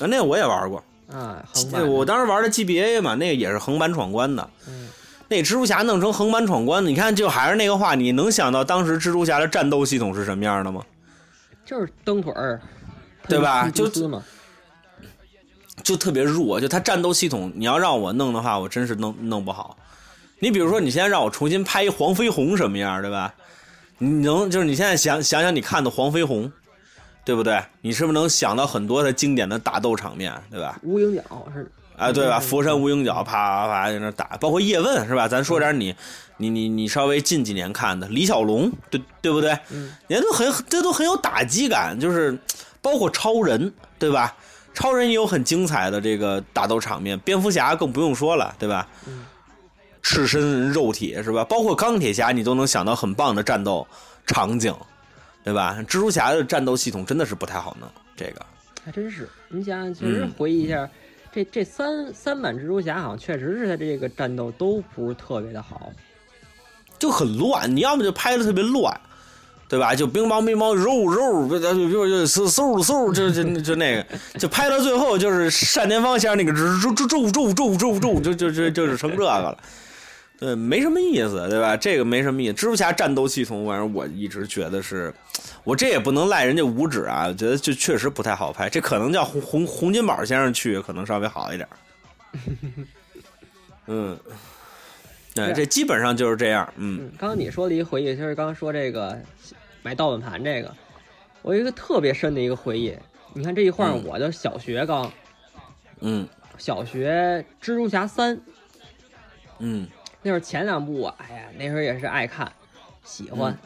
Speaker 2: 那我也玩过，
Speaker 3: 啊，横
Speaker 2: 那
Speaker 3: 版的，
Speaker 2: 我当时玩的 GBA 嘛，那个也是横版闯关的。
Speaker 3: 嗯
Speaker 2: 那蜘蛛侠弄成横版闯关，你看就还是那个话，你能想到当时蜘蛛侠的战斗系统是什么样的吗？
Speaker 3: 就是蹬腿儿，
Speaker 2: 对吧
Speaker 3: 喷
Speaker 2: 就
Speaker 3: 蜘蛛丝嘛，
Speaker 2: 就特别弱，就它战斗系统，你要让我弄的话，我真是弄弄不好。你比如说，你现在让我重新拍一黄飞鸿什么样，对吧？你能就是你现在想想想你看的黄飞鸿，对不对？你是不是能想到很多的经典的打斗场面，对吧？
Speaker 3: 无影脚是
Speaker 2: 啊，对吧？
Speaker 3: 嗯
Speaker 2: 佛山无影脚，啪啪啪在那打，包括叶问是吧？咱说点你，你你你稍微近几年看的李小龙，对对不对？
Speaker 3: 嗯，
Speaker 2: 人都很这都很有打击感，就是包括超人，对吧？超人也有很精彩的这个打斗场面，蝙蝠侠更不用说了，对吧？
Speaker 3: 嗯
Speaker 2: 赤身肉体是吧？包括钢铁侠，你都能想到很棒的战斗场景，对吧？蜘蛛侠的战斗系统真的是不太好弄，这个
Speaker 3: 还真是。你想想，其实
Speaker 2: 嗯
Speaker 3: 回忆一下，这这三三版蜘蛛侠好像确实是他这个战斗都不是特别的好。
Speaker 2: 就很乱，你要么就拍的特别乱，对吧？就乒乓乒乓肉肉，不就就就嗖嗖嗖，就就就那个，就拍到最后就是单田芳先生那个咒咒咒咒咒咒咒，就就就就是成这个了。对，没什么意思，对吧？这个没什么意思。蜘蛛侠战斗系统，反正我一直觉得是，我这也不能赖人家五指啊，我觉得就确实不太好拍。这可能叫洪洪洪金宝先生去，可能稍微好一点。嗯，对，
Speaker 3: 对
Speaker 2: 这基本上就是这样。嗯，
Speaker 3: 嗯，刚刚你说了一个回忆，就是刚刚说这个买盗版盘这个，我有一个特别深的一个回忆。你看这一晃，
Speaker 2: 嗯
Speaker 3: 我就小学刚、
Speaker 2: 嗯
Speaker 3: 小学蜘蛛侠三
Speaker 2: 嗯
Speaker 3: 那会儿前两部啊，哎呀，那会儿也是爱看，喜欢。
Speaker 2: 嗯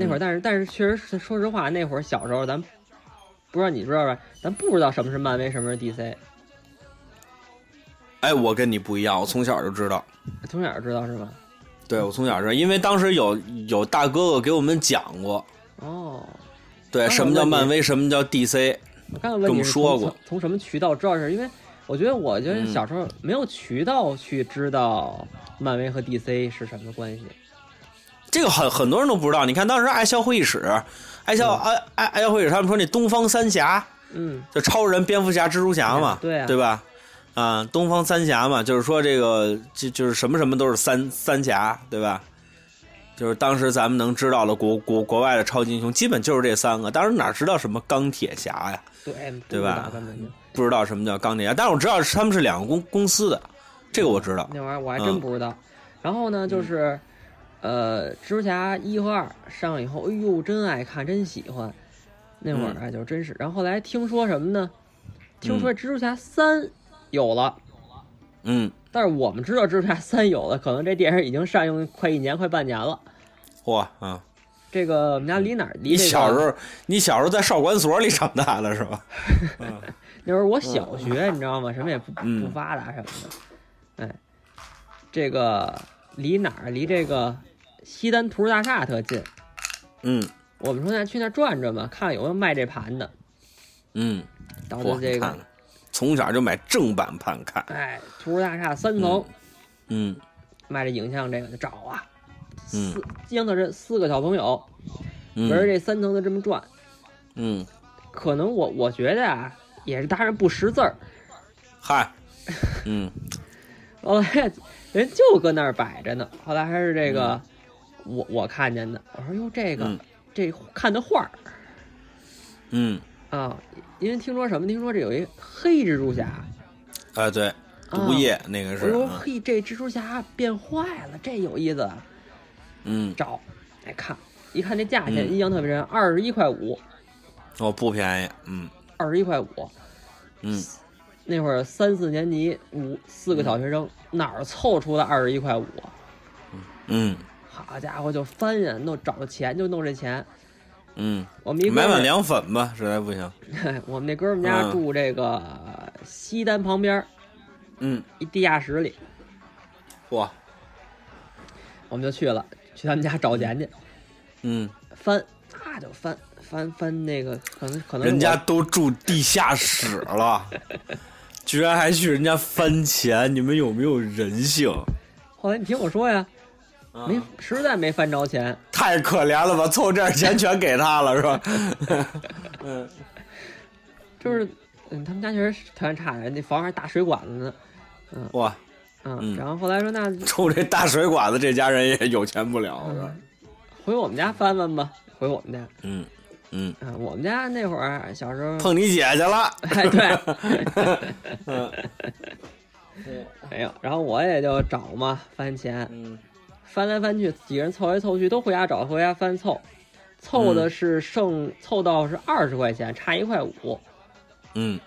Speaker 3: 那会儿，但是但是确实是，说实话，那会儿小时候咱不知道你知道吧？咱不知道什么是漫威，什么是 DC，
Speaker 2: 哎，我跟你不一样，我从小就知道。
Speaker 3: 从小就知道是吧？
Speaker 2: 对，我从小知道，因为当时有有大哥哥给我们讲过，
Speaker 3: 哦，
Speaker 2: 对，
Speaker 3: 当然
Speaker 2: 什么叫漫威，什么叫 DC。
Speaker 3: 我刚才
Speaker 2: 跟
Speaker 3: 问
Speaker 2: 我
Speaker 3: 你
Speaker 2: 们
Speaker 3: 是
Speaker 2: 说
Speaker 3: 从
Speaker 2: 过
Speaker 3: 从从什么渠道知道是？因为我觉得，我觉得
Speaker 2: 嗯
Speaker 3: 小时候没有渠道去知道漫威和 DC 是什么关系。
Speaker 2: 这个很很多人都不知道。你看当时爱笑会议室，爱笑爱爱爱笑会议室，他们说那东方三侠
Speaker 3: 嗯，
Speaker 2: 就超人、蝙蝠侠、蜘蛛侠嘛，
Speaker 3: 对啊
Speaker 2: 吧？啊，东方三侠嘛，就是说这个就就是什么什么都是三三侠，对吧？就是当时咱们能知道的国国国外的超级英雄，基本就是这三个。当时哪知道什么钢铁侠呀？
Speaker 3: 对，哎不
Speaker 2: 对
Speaker 3: 知
Speaker 2: 吧
Speaker 3: 道根本就
Speaker 2: 不知道什么叫钢铁侠，但是我知道是他们是两个公公司的，这个我知道。
Speaker 3: 那玩意儿我还
Speaker 2: 嗯
Speaker 3: 真不知道。然后呢，就是，呃，蜘蛛侠一和二上了以后，哎呦，真爱看，真喜欢。那
Speaker 2: 嗯
Speaker 3: 会儿啊，就真是。然后后来听说什么呢？听说蜘蛛侠三有了，
Speaker 2: 嗯，
Speaker 3: 但是我们知道蜘蛛侠三有了，可能这电影已经上映快一年、快半年了。
Speaker 2: 嚯啊！
Speaker 3: 这个我们家离哪儿？离、
Speaker 2: 你
Speaker 3: 这个、
Speaker 2: 嗯小时候，你小时候在少管所里长大的是吧？
Speaker 3: 那会儿我小学，你知道吗？什么也不
Speaker 2: 嗯
Speaker 3: 不发达什么的。哎，这个离哪儿？离这个西单图书大厦特近。
Speaker 2: 嗯
Speaker 3: 我们说那去那儿转转吧，看看有没有卖这盘的。
Speaker 2: 嗯，
Speaker 3: 到
Speaker 2: 嚯，
Speaker 3: 了
Speaker 2: 你
Speaker 3: 哦这
Speaker 2: 看
Speaker 3: 个，
Speaker 2: 看，从小就买正版盘看。
Speaker 3: 哎，图书大厦三层、
Speaker 2: 嗯
Speaker 3: 卖这影像这个就找啊，
Speaker 2: 嗯
Speaker 3: 四江的这四个小朋友围着
Speaker 2: 嗯
Speaker 3: 这三层的这么转，
Speaker 2: 嗯，
Speaker 3: 可能我我觉得啊，也是当然不识字儿，
Speaker 2: 嗨，嗯
Speaker 3: 后来 人就搁那儿摆着呢。后来还是这个、我我看见的，我说哟这个、
Speaker 2: 嗯
Speaker 3: 这看的画儿
Speaker 2: 嗯，
Speaker 3: 啊，因为听说什么？听说这有一黑蜘蛛侠，
Speaker 2: 哎 对，
Speaker 3: 哦
Speaker 2: 毒液那个
Speaker 3: 我
Speaker 2: 是，啊
Speaker 3: 说嘿这蜘蛛侠变坏了，这有意思啊。
Speaker 2: 嗯，
Speaker 3: 找，哎看，一看这价
Speaker 2: 嗯
Speaker 3: 钱，印象特别深，二十一块五，
Speaker 2: 哦不便宜，嗯
Speaker 3: 二十一块五，
Speaker 2: 嗯
Speaker 3: 那会儿三四年级，五四个小学生，哪儿凑出来二十一块五啊？
Speaker 2: 嗯
Speaker 3: 好家伙，就翻呀，弄找钱就弄这钱。
Speaker 2: 嗯，
Speaker 3: 我们一哥们
Speaker 2: 买
Speaker 3: 儿
Speaker 2: 碗凉粉吧，实在不行，
Speaker 3: 我们那哥们家
Speaker 2: 嗯
Speaker 3: 住这个西单旁边儿
Speaker 2: 嗯，
Speaker 3: 一地下室里，
Speaker 2: 嚯，
Speaker 3: 我们就去了，去他们家找钱去，
Speaker 2: 嗯，
Speaker 3: 翻，那就翻翻翻那个，可能可能
Speaker 2: 人
Speaker 3: 我
Speaker 2: 家都住地下室 了，居然还去人家翻钱，你们有没有人性？
Speaker 3: 后来你听我说呀，
Speaker 2: 啊
Speaker 3: 没实在没翻着钱，
Speaker 2: 太可怜了吧，凑这点钱全给他了是吧？嗯
Speaker 3: 就是嗯，他们家确实条件差点，那房还是大水管子呢，
Speaker 2: 哇，
Speaker 3: 嗯，
Speaker 2: 嗯
Speaker 3: 然后后来说那
Speaker 2: 冲这大水管子，这家人也有钱不了是吧？
Speaker 3: 回我们家翻翻吧，回我们家，
Speaker 2: 嗯嗯，
Speaker 3: 啊、我们家那会儿小时候，
Speaker 2: 碰你姐去了，
Speaker 3: 哎对。
Speaker 2: 嗯
Speaker 3: 没有，哎然后我也就找嘛，翻钱，
Speaker 2: 嗯
Speaker 3: 翻来翻去，几个人凑来凑去，都回家找，回家翻凑，凑
Speaker 2: 嗯
Speaker 3: 的是剩、凑到是二十块钱，差一块五。
Speaker 2: 嗯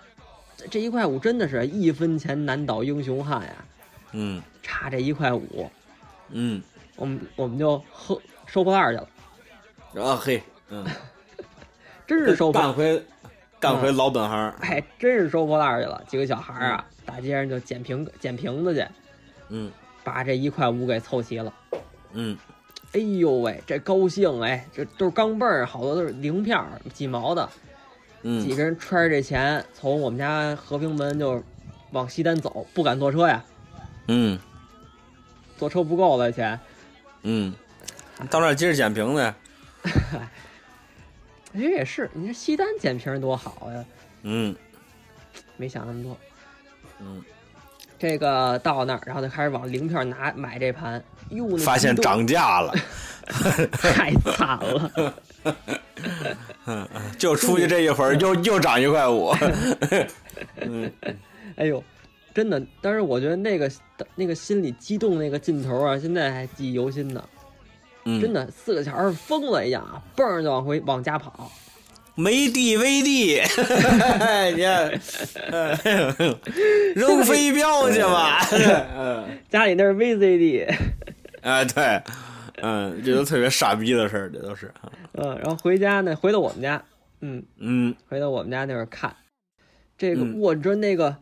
Speaker 3: 这这一块五真的是一分钱难倒英雄汉呀，
Speaker 2: 嗯
Speaker 3: 差这一块五，
Speaker 2: 嗯，
Speaker 3: 我们我们就喝收破烂去了，
Speaker 2: 然后嘿，嗯，
Speaker 3: 真是收破
Speaker 2: 干
Speaker 3: 烂，
Speaker 2: 回干回老本行，
Speaker 3: 哎，真是收破烂去了。几个小孩儿啊，大街上就捡瓶捡瓶子去，
Speaker 2: 嗯
Speaker 3: 把这一块五给凑齐了。
Speaker 2: 嗯
Speaker 3: 哎呦喂，这高兴哎，这都是钢镚儿，好多都是零片儿几毛的。几
Speaker 2: 嗯
Speaker 3: 个人揣着这钱从我们家和平门就往西单走，不敢坐车呀，
Speaker 2: 嗯
Speaker 3: 坐车不够了钱。
Speaker 2: 嗯，到那儿接着捡瓶子，
Speaker 3: 其实哎也是，你说西单捡瓶儿多好呀，
Speaker 2: 嗯
Speaker 3: 没想那么多。
Speaker 2: 嗯，
Speaker 3: 这个到那儿，然后就开始往零票拿买这盘，哟，那
Speaker 2: 发现
Speaker 3: 激动
Speaker 2: 涨价了，
Speaker 3: 太惨了，
Speaker 2: 就出去这一
Speaker 3: 嗯
Speaker 2: 会儿又又涨一块五，嗯
Speaker 3: 哎呦，真的。但是我觉得那个那个心里激动那个劲头啊，现在还记忆犹新呢。
Speaker 2: 嗯，
Speaker 3: 真的，四个小孩儿疯了一样啊，蹦儿就往回往家跑。
Speaker 2: 没地威地，你 看，哎 扔飞镖去 吧，
Speaker 3: 家里那是 VCD，
Speaker 2: 哎对，嗯，这都特别傻逼的事儿，这都是，
Speaker 3: 嗯，然后回家呢，回到我们家，嗯，
Speaker 2: 嗯
Speaker 3: 回到我们家那边看，这个
Speaker 2: 嗯
Speaker 3: 我知道那个，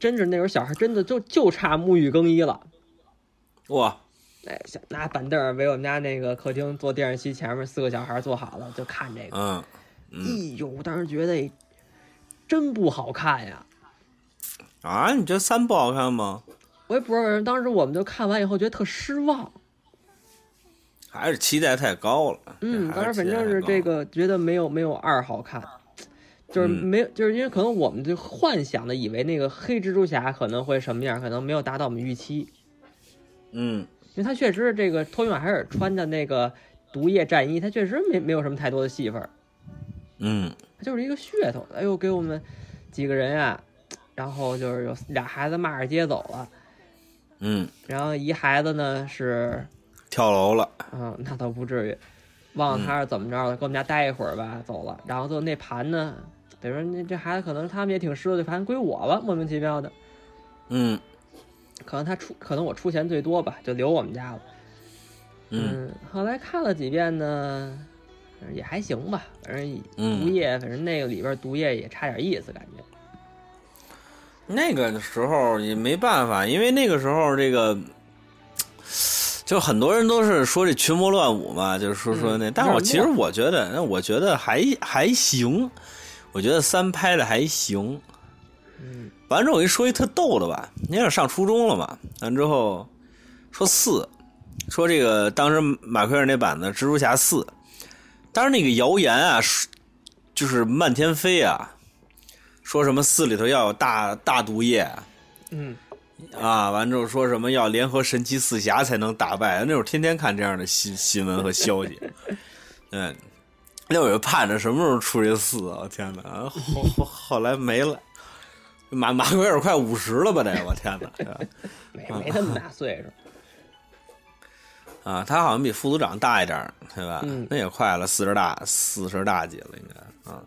Speaker 3: 真是那会儿小孩真的就就差沐浴更衣了。
Speaker 2: 哇，
Speaker 3: 哎，小拿板凳儿围我们家那个客厅坐电视机前面，四个小孩坐好了就看这个。
Speaker 2: 嗯嗯
Speaker 3: 哎呦，我当时觉得真不好看呀！
Speaker 2: 啊，你觉得三不好看吗？
Speaker 3: 我也不知道为什么，当时我们就看完以后觉得特失望。
Speaker 2: 还是期待太高了？
Speaker 3: 嗯，
Speaker 2: 哎还
Speaker 3: 当时反
Speaker 2: 期待
Speaker 3: 正
Speaker 2: 太
Speaker 3: 是
Speaker 2: 高
Speaker 3: 这
Speaker 2: 了，
Speaker 3: 个觉得没有没有二好看，就是
Speaker 2: 嗯
Speaker 3: 没有，就是因为可能我们就幻想的以为那个黑蜘蛛侠可能会什么样，可能没有达到我们预期，
Speaker 2: 嗯
Speaker 3: 因为他确实这个托尼马海尔穿的那个毒液战衣，他确实没没有什么太多的戏份儿，
Speaker 2: 嗯
Speaker 3: 他就是一个噱头。哎呦，给我们几个人啊，然后就是有俩孩子骂着街走了，
Speaker 2: 嗯，
Speaker 3: 然后一孩子呢是
Speaker 2: 跳楼了，
Speaker 3: 嗯，那倒不至于，忘
Speaker 2: 嗯
Speaker 3: 了他是怎么着了，跟我们家待一会儿吧，走了。然后就那盘呢，比如说那这孩子可能他们也挺失落，这盘归我了，莫名其妙的。
Speaker 2: 嗯
Speaker 3: 可能他出，可能我出钱最多吧，就留我们家了。
Speaker 2: 嗯
Speaker 3: 后来看了几遍呢，反正也还行吧。反正
Speaker 2: 嗯
Speaker 3: 毒液，反正那个里边毒液也差点意思，感觉。
Speaker 2: 那个时候也没办法，因为那个时候这个，就很多人都是说这群魔乱舞嘛，就是说说那，
Speaker 3: 嗯
Speaker 2: 但我其实
Speaker 3: 有点
Speaker 2: 我觉得，那我觉得还还行，我觉得三拍的还行。
Speaker 3: 嗯，
Speaker 2: 完之后我跟你说一特逗的吧，那会儿上初中了嘛，完之后说四，说这个当时马奎尔那版的蜘蛛侠四，当时那个谣言啊，是就是漫天飞啊，说什么四里头要有大大毒液。
Speaker 3: 嗯，
Speaker 2: 啊，完之后说什么要联合神奇四侠才能打败，那会儿天天看这样的新新闻和消息， 嗯，那我就盼着什么时候出这四啊！我天哪，啊后后后来没了，马马奎尔快五十了吧得，我天哪！啊是吧
Speaker 3: 没没那么大岁数。
Speaker 2: 啊，他好像比副组长大一点儿，对吧？
Speaker 3: 嗯
Speaker 2: 那也快了，四十大四十大几了，应该啊，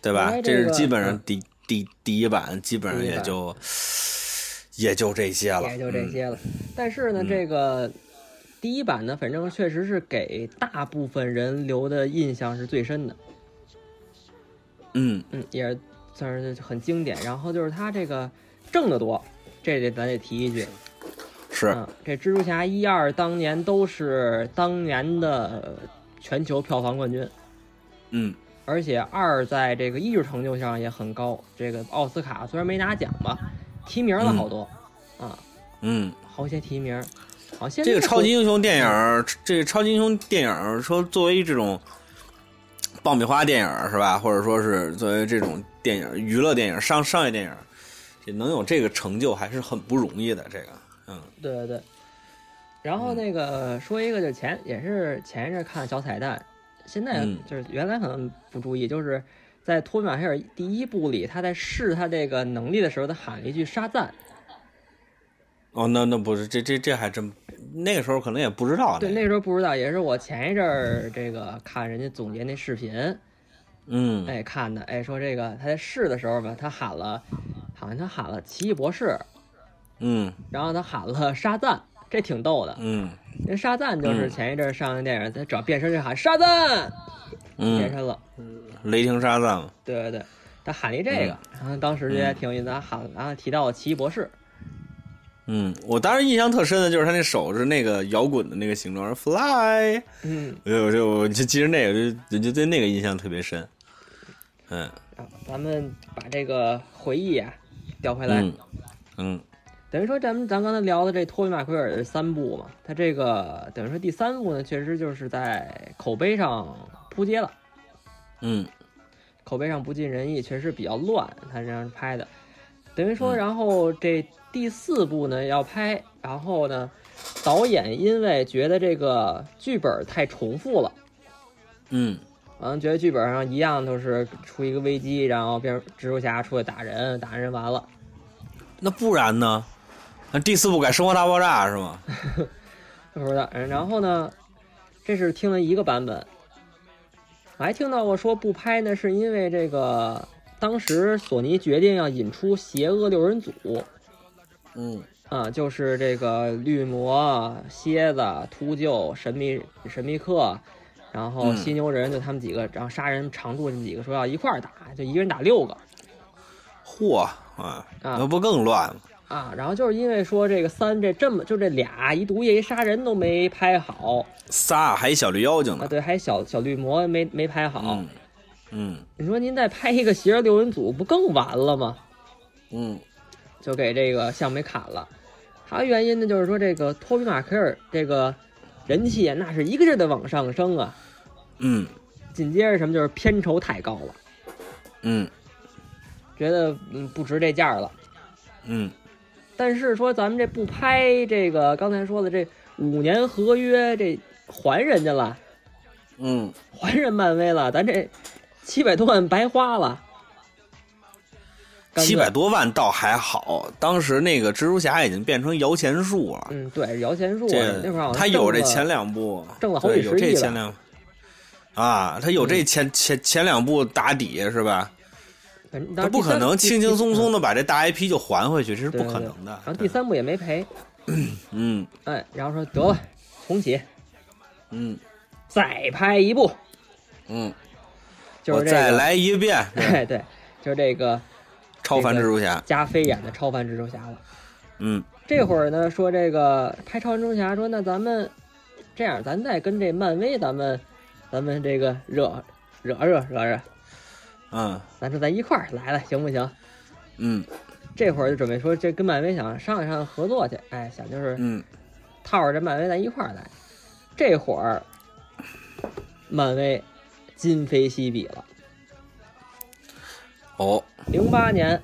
Speaker 2: 对吧？
Speaker 3: 应该
Speaker 2: 这
Speaker 3: 这
Speaker 2: 是
Speaker 3: 个嗯
Speaker 2: 基本上第、第第一版基本上也就也就这些了，
Speaker 3: 也就这些了。但是呢，
Speaker 2: 嗯
Speaker 3: 这个第一版呢，反正确实是给大部分人留的印象是最深的，
Speaker 2: 嗯。嗯
Speaker 3: 嗯，也是算是很经典。然后就是它这个挣得多，这得咱得提一句，
Speaker 2: 是，
Speaker 3: 嗯，这蜘蛛侠一二当年都是当年的全球票房冠军，
Speaker 2: 嗯
Speaker 3: 而且二在这个艺术成就上也很高。这个奥斯卡虽然没拿奖吧，提名了好多，啊，
Speaker 2: 嗯，
Speaker 3: 好些提名。好，现在
Speaker 2: 这个超级英雄
Speaker 3: 嗯
Speaker 2: 电影儿，这个超级英雄电影儿说作为这种爆米花电影儿是吧，或者说是作为这种电影儿娱乐电影儿、商商业电影儿，这能有这个成就还是很不容易的。这个，嗯
Speaker 3: 对对对。然后那个说一个，就前也是前一阵看小彩蛋，现在
Speaker 2: 嗯
Speaker 3: 就是原来可能不注意，就是在托比马黑尔第一部里，他在试他这个能力的时候，他喊了一句“沙赞
Speaker 2: 哦，那那不是这这这还真，那个时候可能也不知”。道
Speaker 3: 对，
Speaker 2: 那
Speaker 3: 那
Speaker 2: 个
Speaker 3: 时候不知道，也是我前一阵儿这个看人家总结那视频，
Speaker 2: 嗯，
Speaker 3: 哎看的，哎说这个他在试的时候吧，他喊了，好像他喊了奇异博士，
Speaker 2: 嗯
Speaker 3: 然后他喊了沙赞，这挺逗的。
Speaker 2: 嗯
Speaker 3: 那沙赞就是
Speaker 2: 嗯
Speaker 3: 前一阵儿上的电影，他只要变身就喊沙赞，变
Speaker 2: 嗯，
Speaker 3: 身了。
Speaker 2: 雷霆沙赞嘛，
Speaker 3: 对对对，他喊了一这个，然后当时觉得挺有意思，他喊然后提到了奇异博士，
Speaker 2: 嗯，我当时印象特深的就是他那手是那个摇滚的那个形状是，fly，
Speaker 3: 嗯，
Speaker 2: 我就我就我就记着那个，就就对那个印象特别深。嗯
Speaker 3: 啊咱们把这个回忆啊调回来，
Speaker 2: 嗯嗯
Speaker 3: 等于说咱们咱刚才聊的这托比马奎尔的三部嘛，他这个等于说第三部呢，确实就是在口碑上扑街了。
Speaker 2: 嗯
Speaker 3: 口碑上不尽人意，确实比较乱，他这样拍的。等于说，然后这第四部呢要拍，然后呢，导演因为觉得这个剧本太重复了，
Speaker 2: 嗯
Speaker 3: 嗯，觉得剧本上一样都是出一个危机，然后变成蜘蛛侠出来打人，打人完了，
Speaker 2: 那不然呢？那第四部改《生活大爆炸》是吗？
Speaker 3: 是不是？嗯然后呢，这是听了一个版本，我还听到过说不拍呢，是因为这个当时索尼决定要引出邪恶六人组，
Speaker 2: 嗯
Speaker 3: 啊，就是这个绿魔、蝎子、秃鹫、神秘神秘客，然后
Speaker 2: 嗯
Speaker 3: 犀牛人，就他们几个，然后杀人常驻这么几个，说要一块儿打，就一个人打六个
Speaker 2: 嚯啊，那不更乱吗？
Speaker 3: 啊。然后就是因为说这个三这这么就这俩一毒液一杀人都没拍好
Speaker 2: 仨还一小绿妖精
Speaker 3: 啊，
Speaker 2: 呢。
Speaker 3: 对，还有小小绿魔没没拍好。
Speaker 2: 嗯嗯
Speaker 3: 你说您再拍一个邪恶六人组，不更完了吗？
Speaker 2: 嗯
Speaker 3: 就给这个项目给砍了。还有原因呢，就是说这个托比马奎尔这个人气啊，那是一个劲儿的往上升啊。
Speaker 2: 嗯
Speaker 3: 紧接着什么就是片酬太高了，
Speaker 2: 嗯
Speaker 3: 觉得嗯不值这价儿了。
Speaker 2: 嗯
Speaker 3: 但是说咱们这不拍这个刚才说的这五年合约，这还人家了，
Speaker 2: 嗯，
Speaker 3: 还人漫威了，咱这七百多万白花了。干脆
Speaker 2: 七百，多万倒还好，当时那个蜘蛛侠已经变成摇钱树了。
Speaker 3: 嗯，对，摇钱树
Speaker 2: 这
Speaker 3: 那会儿好像
Speaker 2: 他有这
Speaker 3: 挣了
Speaker 2: 前两部
Speaker 3: 挣了好
Speaker 2: 对
Speaker 3: 几十亿嗯
Speaker 2: 有这
Speaker 3: 了
Speaker 2: 前两啊，他有这前、前前两部打底是吧？
Speaker 3: 反正
Speaker 2: 他不可能轻轻松松。的把这大 IP 就还回去，这是
Speaker 3: 嗯对
Speaker 2: 不
Speaker 3: 对
Speaker 2: 可
Speaker 3: 对
Speaker 2: 能的
Speaker 3: 然。后第三部也没赔，
Speaker 2: 嗯
Speaker 3: 哎，然后说得了，重启，
Speaker 2: 嗯
Speaker 3: 再拍一部，
Speaker 2: 嗯，
Speaker 3: 就是
Speaker 2: 我
Speaker 3: 这个，
Speaker 2: 再来一遍，对
Speaker 3: 哎 对，就是这个
Speaker 2: 超凡蜘蛛侠。
Speaker 3: 加菲演的超凡蜘蛛侠了。
Speaker 2: 嗯
Speaker 3: 这会儿呢，说这个拍超人蜘蛛侠，说那咱们这样，咱再跟这漫威，咱们咱们这个惹惹惹惹惹，
Speaker 2: 嗯
Speaker 3: 咱说咱一块儿来了，行不行？
Speaker 2: 嗯
Speaker 3: 这会儿就准备说这跟漫威想商量商量合作去，哎，想就是
Speaker 2: 嗯
Speaker 3: 套着这漫威咱一块儿来。这会儿漫威今非昔比了，
Speaker 2: 哦
Speaker 3: 零八年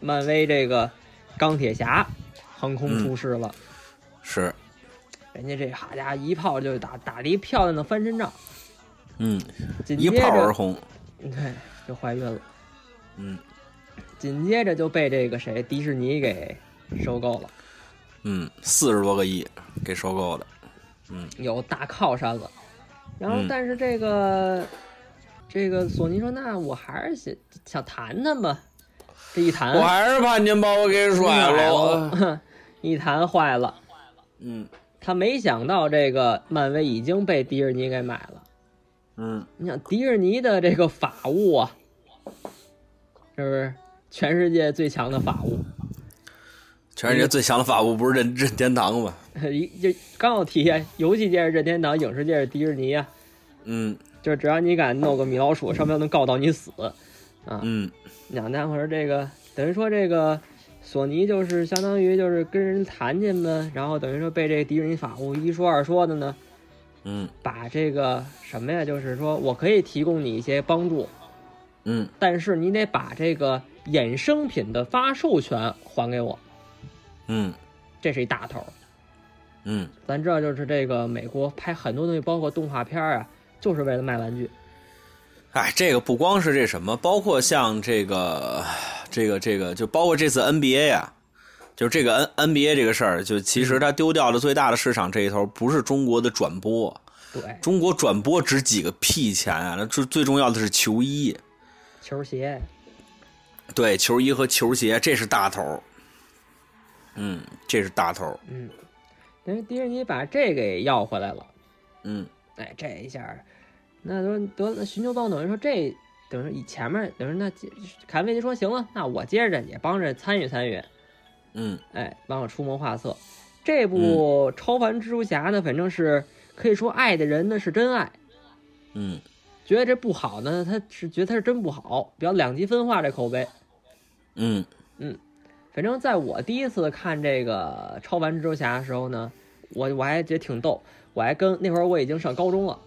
Speaker 3: 漫威这个钢铁侠横空出世了。
Speaker 2: 是
Speaker 3: 人家这好家伙一炮就打打了一漂亮的翻身仗，
Speaker 2: 嗯
Speaker 3: 紧
Speaker 2: 一
Speaker 3: 接
Speaker 2: 炮而
Speaker 3: 着
Speaker 2: 红。
Speaker 3: 对就怀孕了，
Speaker 2: 嗯
Speaker 3: 紧接着就被这个谁迪士尼给收购了，
Speaker 2: 嗯，四十多个亿给收购的。
Speaker 3: 有大靠山了。然后
Speaker 2: 嗯
Speaker 3: 但是这个、这个索尼说：“那我还是想想谈谈吧。”这一谈，
Speaker 2: 我还是怕您把我给甩了。
Speaker 3: 了，一谈坏了。
Speaker 2: 嗯
Speaker 3: 他没想到这个漫威已经被迪士尼给买了。
Speaker 2: 嗯，
Speaker 3: 你想迪士尼的这个法务啊，是不是全世界最强的法务？
Speaker 2: 全世界最强的法务不是任任天堂吗？
Speaker 3: 一就刚要提啊，游戏界是任天堂，影视界是迪士尼啊。
Speaker 2: 嗯
Speaker 3: 就是只要你敢弄个米老鼠，上面能告到你死。
Speaker 2: 嗯，
Speaker 3: 你想那会儿这个等于说这个索尼就是相当于就是跟人谈去嘛，然后等于说被这个迪士尼法务一说二说的呢，
Speaker 2: 嗯
Speaker 3: 把这个什么呀，就是说我可以提供你一些帮助，
Speaker 2: 嗯，
Speaker 3: 但是你得把这个衍生品的发售权还给我，
Speaker 2: 嗯
Speaker 3: 这是一大头儿。
Speaker 2: 嗯，
Speaker 3: 咱知道，就是这个美国拍很多东西，包括动画片儿啊，就是为了卖玩具。
Speaker 2: 哎，这个不光是这什么，包括像这个这个这个，就包括这次 NBA 呀、啊就是这个 N NBA 这个事儿，就其实它丢掉的最大的市场这一头，不是中国的转播，
Speaker 3: 对，
Speaker 2: 中国转播值几个屁钱啊！那最最重要的是球衣，
Speaker 3: 球鞋，
Speaker 2: 对，球衣和球鞋，这是大头儿。嗯，这是大头儿。
Speaker 3: 嗯，等于迪士尼把这给要回来了。
Speaker 2: 嗯
Speaker 3: 哎，这一下儿，那说得了，寻求帮等于说这等于以前面等于那接凯文费奇说行了，那我接着也帮着参与参与，
Speaker 2: 嗯
Speaker 3: 哎，帮我出谋划策。这部《超凡蜘蛛侠》呢，反正是可以说爱的人呢是真爱，
Speaker 2: 嗯
Speaker 3: 觉得这不好呢，他是觉得他是真不好，比较两极分化这口碑。
Speaker 2: 嗯
Speaker 3: 反正在我第一次看这个《超凡蜘蛛侠》的时候呢，我我还觉得挺逗，我还跟那会儿我已经上高中了。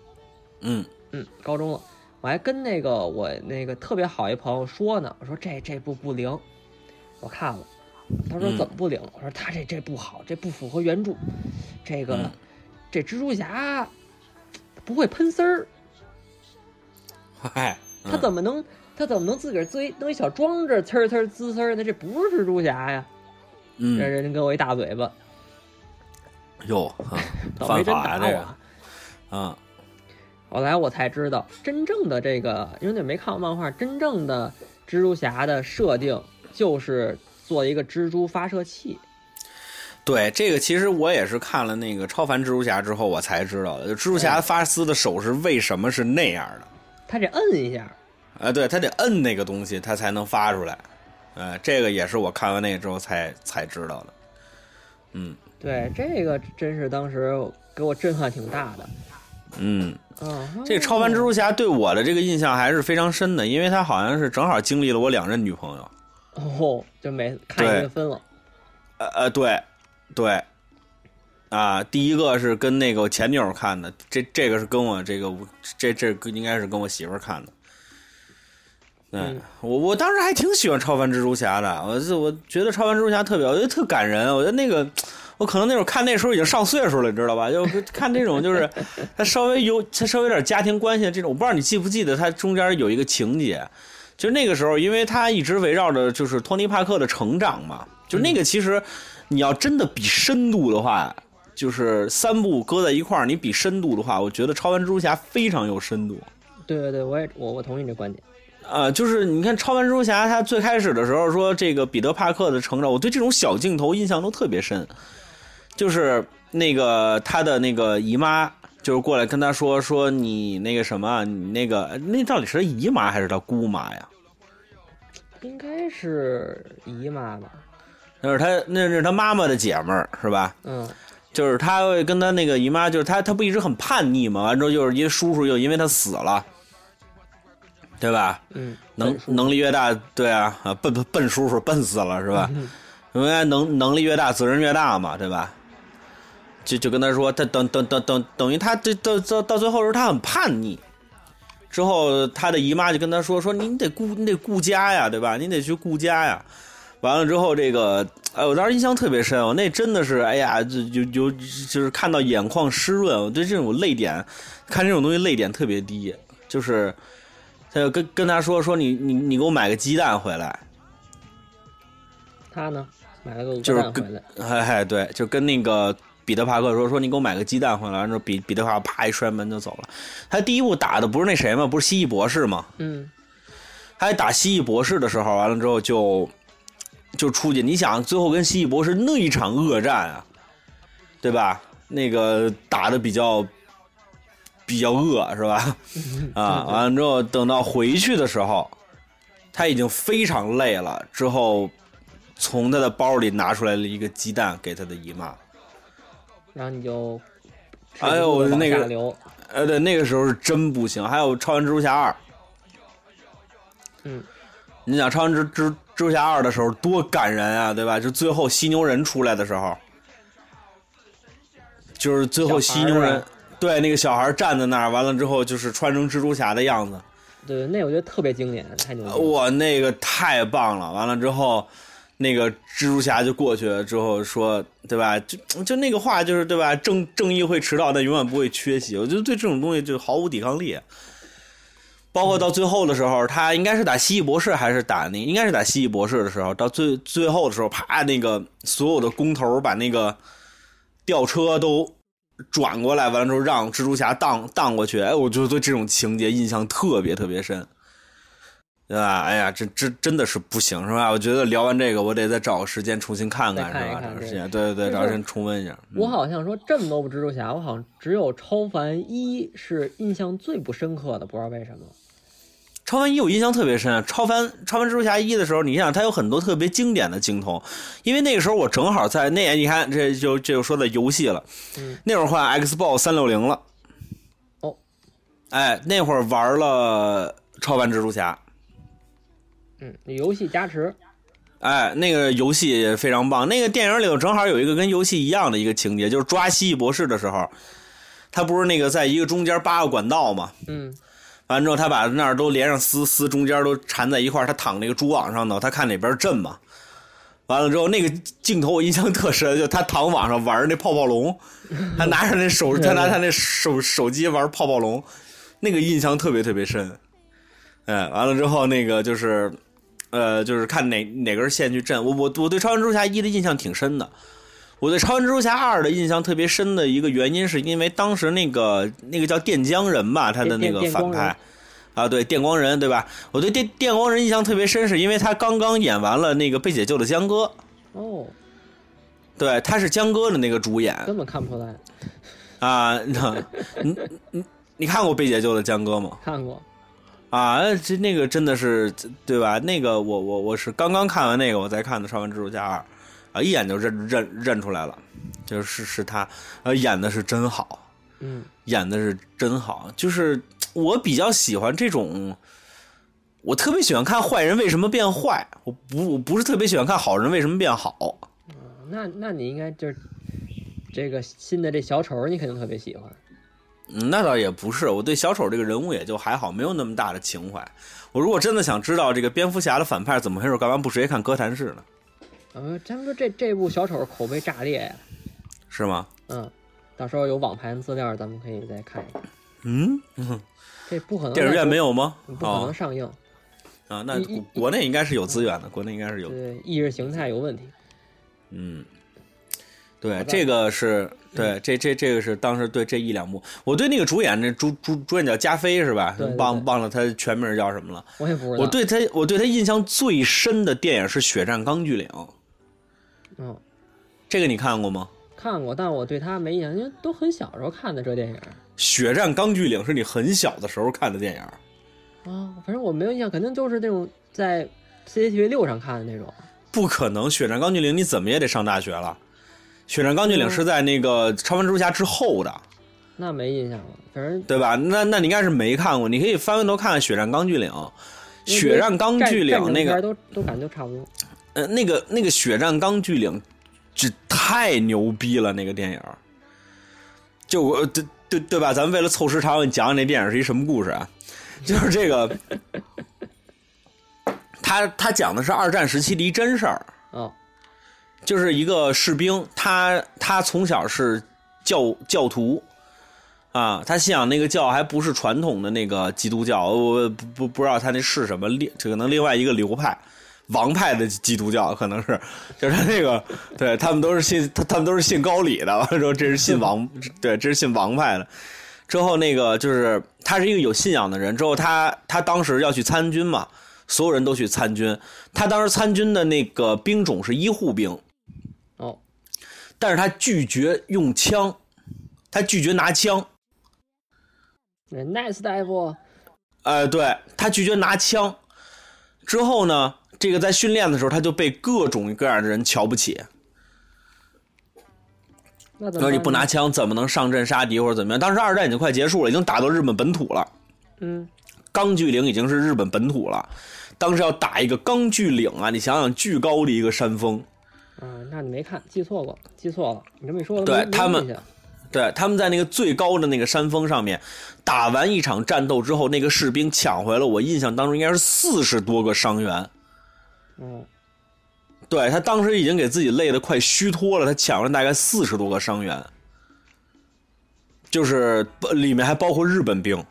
Speaker 2: 嗯
Speaker 3: 嗯，高中了，我还跟那个我那个特别好一朋友说呢，我说这这部不灵，我看了，他说
Speaker 2: 嗯
Speaker 3: 怎么不灵？我说他这这不好，这不符合原著，这个、
Speaker 2: 嗯
Speaker 3: 这蜘蛛侠不会喷丝儿，
Speaker 2: 嗨，嗯
Speaker 3: 他怎么能、他怎么能自个儿做一弄一小装置呲儿呲儿滋呲儿呢？这不是蜘蛛侠呀！
Speaker 2: 嗯
Speaker 3: 让
Speaker 2: 嗯
Speaker 3: 人给我一大嘴巴，
Speaker 2: 哟，啊
Speaker 3: 倒
Speaker 2: 犯
Speaker 3: 霉真
Speaker 2: 法呀
Speaker 3: 打我
Speaker 2: 这
Speaker 3: 啊！
Speaker 2: 个，嗯
Speaker 3: 后来我才知道，真正的这个，因为那没看过漫画，真正的蜘蛛侠的设定就是做一个蜘蛛发射器。
Speaker 2: 对，这个其实我也是看了那个《超凡蜘蛛侠》之后，我才知道的。就蜘蛛侠发丝的手是为什么是那样的？
Speaker 3: 他得摁一下，
Speaker 2: 啊，对他得摁那个东西，他才能发出来。呃，这个也是我看完那个之后才才知道的。嗯
Speaker 3: 对这个真是当时给我震撼挺大的。
Speaker 2: 嗯，
Speaker 3: 嗯，
Speaker 2: 这个超凡蜘蛛侠对我的这个印象还是非常深的，因为他好像是正好经历了我两任女朋友。
Speaker 3: 哦，就没看一个分了。
Speaker 2: 呃呃，对，对，啊，第一个是跟那个我前女友看的，这这个是跟我这个这这个应该是跟我媳妇儿看的。嗯
Speaker 3: 嗯，
Speaker 2: 我我当时还挺喜欢超凡蜘蛛侠的，我就我觉得超凡蜘蛛侠特别好，我觉得特感人，我觉得那个。我可能那会儿看那时候已经上岁数了，你知道吧？就看这种就是 他稍微有他稍微有点家庭关系的这种，我不知道你记不记得他中间有一个情节，就是那个时候，因为他一直围绕着就是托尼·帕克的成长嘛，就那个其实你要真的比深度的话，就是三部搁在一块儿，你比深度的话，我觉得《超凡蜘蛛侠》非常有深度。
Speaker 3: 对对对，我也我我同意你这观点。
Speaker 2: 呃，就是你看《超凡蜘蛛侠》，他最开始的时候说这个彼得·帕克的成长，我对这种小镜头印象都特别深，就是那个他的那个姨妈。就是过来跟他说说你那个什么，你那个那到底是他姨妈还是他姑妈呀？
Speaker 3: 应该是姨妈吧？
Speaker 2: 那是他那是他妈妈的姐们儿是吧？
Speaker 3: 嗯，
Speaker 2: 就是他会跟他那个姨妈，就是他他不一直很叛逆嘛，完之后就是因为叔叔又因为他死了，对吧？
Speaker 3: 嗯，
Speaker 2: 能
Speaker 3: 本书
Speaker 2: 能力越大，对啊，啊笨笨笨叔叔笨死了是吧？
Speaker 3: 嗯
Speaker 2: 应该能能力越大，责任越大嘛，对吧？就就跟他说，他等等等等等于他这到到到最后的时候，他很叛逆。之后他的姨妈就跟他说说你你得顾你得顾家呀，对吧？你得去顾家呀。完了之后，这个哎，我当时印象特别深，我那真的是哎呀，就就就就是看到眼眶湿润，我对这种泪点，看这种东西泪点特别低，就是。他就跟跟他说说你你你给我买个鸡蛋回来，
Speaker 3: 他呢买了个鹅
Speaker 2: 就是
Speaker 3: 蛋回
Speaker 2: 跟
Speaker 3: 来。
Speaker 2: 哎哎对，就跟那个彼得帕克说说你给我买个鸡蛋回来，完之后彼彼得帕克啪一摔门就走了。他第一步打的不是那谁吗？不是蜥蜴博士吗？
Speaker 3: 嗯，
Speaker 2: 他在打蜥蜴博士的时候，完了之后就就出去。你想，最后跟蜥蜴博士那一场恶战啊，对吧？那个打的比较比较恶是吧？啊，完了之后等到回去的时候，他已经非常累了，之后从他的包里拿出来了一个鸡蛋给他的姨妈。
Speaker 3: 然后你就，
Speaker 2: 哎呦
Speaker 3: 往
Speaker 2: 那个
Speaker 3: 下流，
Speaker 2: 呃，对，那个时候是真不行。还有《超人蜘蛛侠二》，
Speaker 3: 嗯，
Speaker 2: 你想《超人蜘蜘蜘蛛侠二》的时候多感人啊，对吧？就最后犀牛人出来的时候，就是最后
Speaker 3: 小孩
Speaker 2: 犀
Speaker 3: 儿啊
Speaker 2: 牛
Speaker 3: 是吧
Speaker 2: 人对那个小孩站在那儿，完了之后就是穿成蜘蛛侠的样子，
Speaker 3: 对，那我觉得特别经典，太牛逼了。
Speaker 2: 哇，那个太棒了！完了之后，那个蜘蛛侠就过去了，之后说，对吧？就就那个话就是对吧？正正义会迟到，但永远不会缺席。我觉得对这种东西就毫无抵抗力。包括到最后的时候，他应该是打蜥蜴博士还是打那？应该是打蜥蜴博士的时候，到最最后的时候，啪，那个所有的工头把那个吊车都转过来，完了之后让蜘蛛侠荡荡过去。哎，我就对这种情节印象特别特别深，对吧？哎呀，这这真的是不行，是吧？我觉得聊完这个，我得再找个时间重新看
Speaker 3: 再看
Speaker 2: 是吧？
Speaker 3: 一看
Speaker 2: 找个
Speaker 3: 对
Speaker 2: 时间，对对对，
Speaker 3: 就是
Speaker 2: 找个时间重温一下。嗯
Speaker 3: 我好像说这么多部蜘蛛侠，我好像只有超凡一是印象最不深刻的，不知道为什么。
Speaker 2: 超凡一我印象特别深，啊超凡超凡蜘蛛侠一的时候，你想它有很多特别经典的镜头，因为那个时候我正好在那年，你看这就这就说到游戏了，
Speaker 3: 嗯
Speaker 2: 那会儿换 Xbox 三六零了，
Speaker 3: 哦，
Speaker 2: 哎，那会儿玩了超凡蜘蛛侠，
Speaker 3: 嗯，游戏加持，
Speaker 2: 哎，那个游戏也非常棒。那个电影里头正好有一个跟游戏一样的一个情节，就是抓蜥蜴博士的时候，他不是那个在一个中间八个管道嘛，
Speaker 3: 嗯
Speaker 2: 完之后，他把那儿都连上丝，丝中间都缠在一块儿。他躺那个蛛网上头，他看哪边震嘛。完了之后，那个镜头我印象特深，就他躺网上玩那泡泡龙，他拿着那手，他拿他那手手机玩泡泡龙，那个印象特别特别深。哎，完了之后，那个就是，呃，就是看哪哪根线去震。我我我对《超人蜘蛛侠一》的印象挺深的，我对《超人蜘蛛侠二》的印象特别深的一个原因，是因为当时那个那个叫电浆人吧，他的那
Speaker 3: 电
Speaker 2: 个
Speaker 3: 电
Speaker 2: 反
Speaker 3: 光人
Speaker 2: 派。啊，对电光人，对吧？我对电电光人印象特别深，是因为他刚刚演完了那个被解救的江哥，
Speaker 3: 哦，
Speaker 2: 对，他是江哥的那个主演
Speaker 3: 根本看不出来。
Speaker 2: 啊。那你你你看过被解救的江哥吗？
Speaker 3: 看过，
Speaker 2: 啊，这那个真的是对吧？那个我我我是刚刚看完那个，我才看的《超凡蜘蛛侠二》，啊，一眼就认认认出来了，就是是他，呃，演的是真好，
Speaker 3: 嗯，
Speaker 2: 演的是真好。就是我比较喜欢这种，我特别喜欢看坏人为什么变坏，我不我不是特别喜欢看好人为什么变好。
Speaker 3: 那那你应该就是这个新的这小丑儿，你肯定特别喜欢。
Speaker 2: 嗯，那倒也不是，我对小丑这个人物也就还好，没有那么大的情怀。我如果真的想知道这个蝙蝠侠的反派怎么回事，干嘛不直接看哥谭市呢？
Speaker 3: 嗯，咱们说这这部小丑儿口碑炸裂呀、
Speaker 2: 是吗？
Speaker 3: 嗯，到时候有网盘资料，咱们可以再看一看。
Speaker 2: 嗯，
Speaker 3: 这不可能，
Speaker 2: 电影院没
Speaker 3: 有，
Speaker 2: 有吗？
Speaker 3: 不可能
Speaker 2: 哦
Speaker 3: 上映，
Speaker 2: 啊，那
Speaker 3: 一
Speaker 2: 国
Speaker 3: 一
Speaker 2: 国内应该是有资源的，国内应该是有。
Speaker 3: 对，意识形态有问题。
Speaker 2: 嗯，对，
Speaker 3: 吧嗯
Speaker 2: 这个是对，这这这个是当时对这一两部，我对那个主演那主主主演叫加菲是吧
Speaker 3: 对对？对
Speaker 2: 忘忘了他全名叫什么了。
Speaker 3: 我也不知道。
Speaker 2: 我对他我对他印象最深的电影是《血战钢锯岭》，
Speaker 3: 嗯
Speaker 2: 这个你看过吗？
Speaker 3: 看过，但我对他没印象，因为都很小时候看的这电影儿。
Speaker 2: 《血战钢锯岭》是你很小的时候看的电影。
Speaker 3: 啊，反正我没有印象，肯定就是那种在 CCTV 六上看的那种。
Speaker 2: 不可能，《血战钢锯岭》你怎么也得上大学了，《血战钢锯岭》
Speaker 3: 嗯
Speaker 2: 是在那个《超凡蜘蛛侠》之后的，
Speaker 3: 那没印象了，反正
Speaker 2: 对吧？那那你应该是没看过，你可以翻回头看看《血战钢锯岭》。《血战钢锯岭
Speaker 3: 战战》争
Speaker 2: 那
Speaker 3: 片
Speaker 2: 个，
Speaker 3: 儿都都感觉都差不多。
Speaker 2: 呃，那个那个《血战钢锯岭》，这太牛逼了，那个电影儿。就我对对对吧？咱们为了凑时长，我给你讲讲那电影是一什么故事啊？就是这个，他他讲的是二战时期的一真事儿。
Speaker 3: 哦，
Speaker 2: 就是一个士兵，他他从小是教教徒啊，他信仰那个教还不是传统的那个基督教，我不不不知道他那是什么，另这可能另外一个流派，王派的基督教，可能是就是他那个，对他们都是信他他们都是信高里的，完了之后这是信王，对，这是信王派的。之后那个就是他是一个有信仰的人，之后他他当时要去参军嘛，所有人都去参军，他当时参军的那个兵种是医护兵，
Speaker 3: 哦，
Speaker 2: 但是他拒绝用枪，他拒绝拿枪。
Speaker 3: 人 nice 哦大夫，
Speaker 2: 呃，对他拒绝拿枪。之后呢，这个在训练的时候，他就被各种各样的人瞧不起，
Speaker 3: 那怎么
Speaker 2: 说
Speaker 3: 办
Speaker 2: 你
Speaker 3: 呢
Speaker 2: 不拿，枪怎么能上阵杀敌或者怎么样？当时二战已经快结束了，已经打到日本本土了，
Speaker 3: 嗯，
Speaker 2: 钢锯岭已经是日本本土了。当时要打一个钢锯岭啊，你想想，巨高的一个山峰，
Speaker 3: 啊，那你没看，记错过，记错了。你这么一说，我都
Speaker 2: 对
Speaker 3: 没
Speaker 2: 他们
Speaker 3: 没印象
Speaker 2: 对，他们在那个最高的那个山峰上面打完一场战斗之后，那个士兵抢回了我印象当中应该是四十多个伤员。
Speaker 3: 嗯，
Speaker 2: 对他当时已经给自己累得快虚脱了，他抢了大概四十多个伤员，就是呃里面还包括日本兵。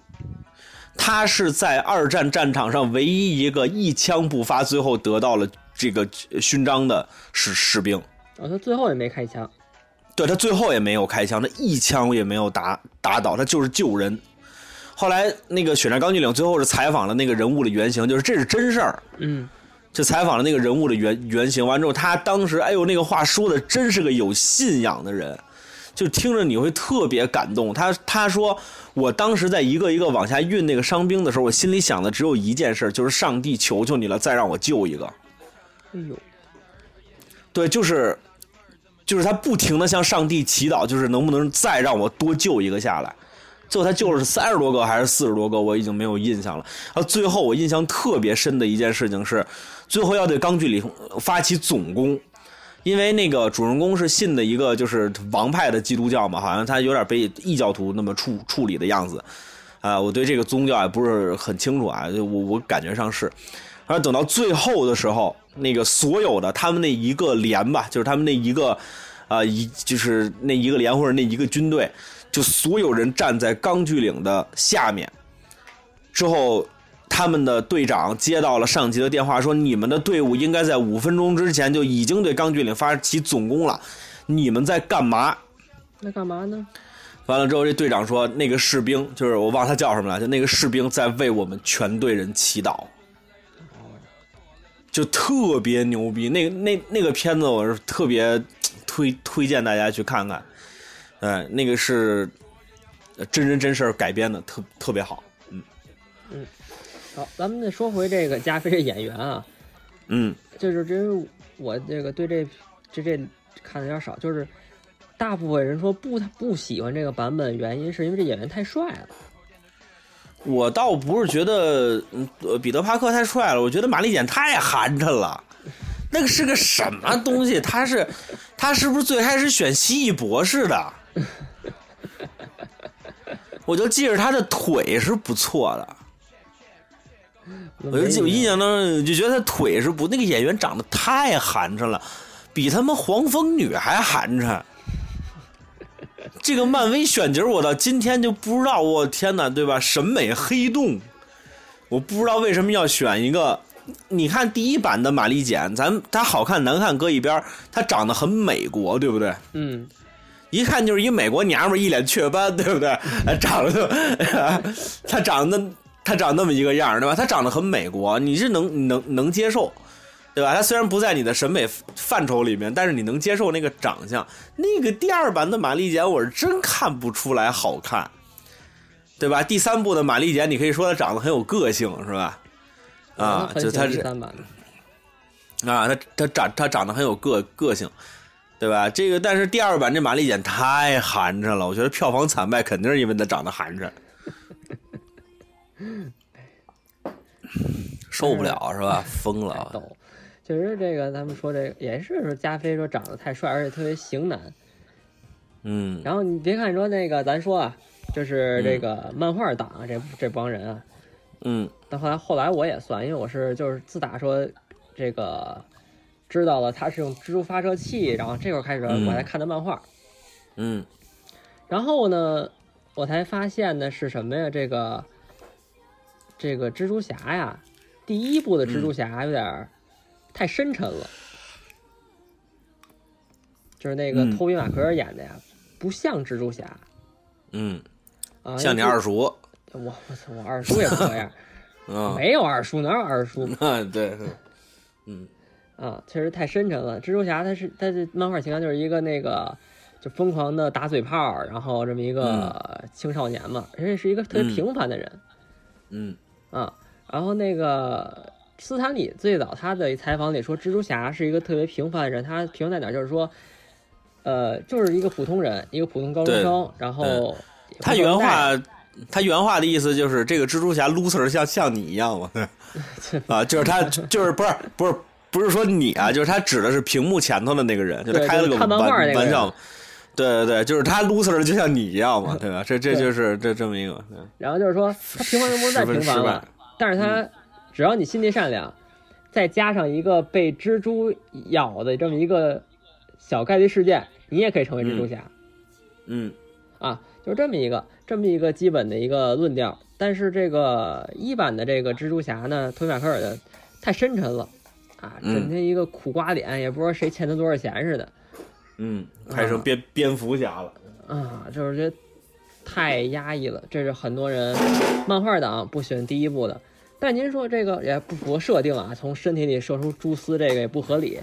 Speaker 2: 他是在二战战场上唯一一个一枪不发，最后得到了这个勋章的士士兵。
Speaker 3: 我说哦最后也没开枪，
Speaker 2: 对他最后也没有开枪，他一枪也没有打打倒，他就是救人。后来那个《血战钢锯岭》最后是采访了那个人物的原型，就是这是真事儿，
Speaker 3: 嗯，
Speaker 2: 就采访了那个人物的原原型。完之后，他当时哎呦那个话说的真是个有信仰的人，就听着你会特别感动。他他说我当时在一个一个往下运那个伤兵的时候，我心里想的只有一件事，就是上帝求求你了，再让我救一个。
Speaker 3: 哎呦，
Speaker 2: 对，就是就是他不停的向上帝祈祷，就是能不能再让我多救一个下来。最后他救了三十多个还是四十多个，我已经没有印象了。然后最后我印象特别深的一件事情是，最后要对钢锯岭发起总攻，因为那个主人公是信的一个就是王派的基督教嘛，好像他有点被异教徒那么处处理的样子。啊，我对这个宗教也不是很清楚啊，就我我感觉上是。而等到最后的时候，那个所有的他们那一个连吧，就是他们那一个，呃，一就是那一个连或者那一个军队，就所有人站在钢锯岭的下面。之后，他们的队长接到了上级的电话，说你们的队伍应该在五分钟之前就已经对钢锯岭发起总攻了，你们在干嘛？
Speaker 3: 那干嘛呢？
Speaker 2: 完了之后，这队长说，那个士兵就是我忘了他叫什么了，就那个士兵在为我们全队人祈祷，就特别牛逼。那个那那个片子我是特别推推荐大家去看看，嗯，那个是呃真人真事儿改编的，特特别好。
Speaker 3: 好，咱们再说回这个加菲这演员啊，
Speaker 2: 嗯，
Speaker 3: 就是真是我这个对这这这看的有点少，就是大部分人说不他不喜欢这个版本，原因是因为这演员太帅了。
Speaker 2: 我倒不是觉得嗯呃彼得帕克太帅了，我觉得玛丽简太寒碜了。那个是个什么东西？他是，他是不是最开始选蜥蜴博士的？我就记着他的腿是不错的，我就记我印象当中就觉得他腿是不，那个演员长得太寒碜了，比他妈黄蜂女还寒碜。这个漫威选角我到今天就不知道，我天哪，对吧？审美黑洞，我不知道为什么要选一个。你看第一版的玛丽简，咱她好看难看搁一边儿，她长得很美国，对不对？
Speaker 3: 嗯，
Speaker 2: 一看就是一美国娘们儿，一脸雀斑，对不对？呃长得就，她长得她长那么一个样儿，对吧？她长得很美国，你是能你能能接受，对吧？她虽然不在你的审美范畴里面，但是你能接受那个长相。那个第二版的玛丽简，我是真看不出来好看，对吧？第三部的玛丽简，你可以说她长得很有个性，是吧？啊，
Speaker 3: 嗯我很
Speaker 2: 就
Speaker 3: 喜欢
Speaker 2: 她
Speaker 3: 第
Speaker 2: 是
Speaker 3: 三版的，
Speaker 2: 啊，他他长他长得很有个个性，对吧？这个但是第二版这玛丽简太寒碜了，我觉得票房惨败肯定是因为他长得寒 碜，受不了啊是吧？疯
Speaker 3: 太
Speaker 2: 了，
Speaker 3: 逗。确实，这个咱们说这个也是说加菲说长得太帅，而且特别型男。
Speaker 2: 嗯
Speaker 3: 然后你别看说那个，咱说啊，就是这个漫画党啊，这这帮人啊，
Speaker 2: 嗯
Speaker 3: 但后来后来我也算，因为我是就是自打说这个知道了他是用蜘蛛发射器，然后这会儿开始
Speaker 2: 嗯
Speaker 3: 我才看的漫画。
Speaker 2: 嗯
Speaker 3: 然后呢，我才发现的是什么呀？这个
Speaker 2: 嗯
Speaker 3: 这个蜘蛛侠呀，第一部的蜘蛛侠有点儿太深沉了。就是那个
Speaker 2: 嗯
Speaker 3: 托比马奎尔演的呀，不像蜘蛛侠
Speaker 2: 嗯，
Speaker 3: 啊，
Speaker 2: 像你二叔，
Speaker 3: 我我操，我二叔也不这样，
Speaker 2: 啊，
Speaker 3: 没有二叔，哪有二叔
Speaker 2: 啊，对，嗯，
Speaker 3: 啊？确实太深沉了。蜘蛛侠他是他的漫画形象就是一个那个就疯狂的打嘴炮，然后这么一个青少年嘛，而且是一个特别
Speaker 2: 嗯
Speaker 3: 平凡的人。
Speaker 2: 嗯，
Speaker 3: 啊，然后那个斯坦李最早他的采访里说，蜘蛛侠是一个特别平凡的人，他平凡在哪儿？就是说，呃，就是一个普通人，一个普通高中
Speaker 2: 对嗯
Speaker 3: 生，然后
Speaker 2: 他
Speaker 3: 也不
Speaker 2: 原
Speaker 3: 是
Speaker 2: 话
Speaker 3: 带，
Speaker 2: 他原话的意思就是这个蜘蛛侠 loser 像像你一样 嘛，啊，就是他就是不是不是不是说你啊，就是他指的是屏幕前头的那个人，就
Speaker 3: 对
Speaker 2: 他开了
Speaker 3: 就是
Speaker 2: 个
Speaker 3: 看漫画那个
Speaker 2: 玩
Speaker 3: 人
Speaker 2: 玩笑嘛，对对对，就是他 loser 就像你一样嘛，对吧？这这就是这这么一个，对
Speaker 3: 然后就是说他平凡就不再
Speaker 2: 十分
Speaker 3: 平凡
Speaker 2: 失败
Speaker 3: 了，但是
Speaker 2: 嗯
Speaker 3: 他只要你心地善良，再加上一个被蜘蛛咬的这么一个小概率事件，你也可以成为蜘蛛
Speaker 2: 嗯
Speaker 3: 侠。
Speaker 2: 嗯
Speaker 3: 啊，就是这么一个这么一个基本的一个论调。但是这个一版的这个蜘蛛侠呢，托比马科尔的太深沉了啊，
Speaker 2: 嗯
Speaker 3: 整天一个苦瓜脸，也不知道谁欠他多少钱似的
Speaker 2: 嗯，拍成蝙蝙蝠侠了，
Speaker 3: 啊，就是觉得太压抑了。这是很多人漫画党不喜欢第一部的。但您说这个也不符合设定啊，从身体里射出蛛丝这个也不合理。啊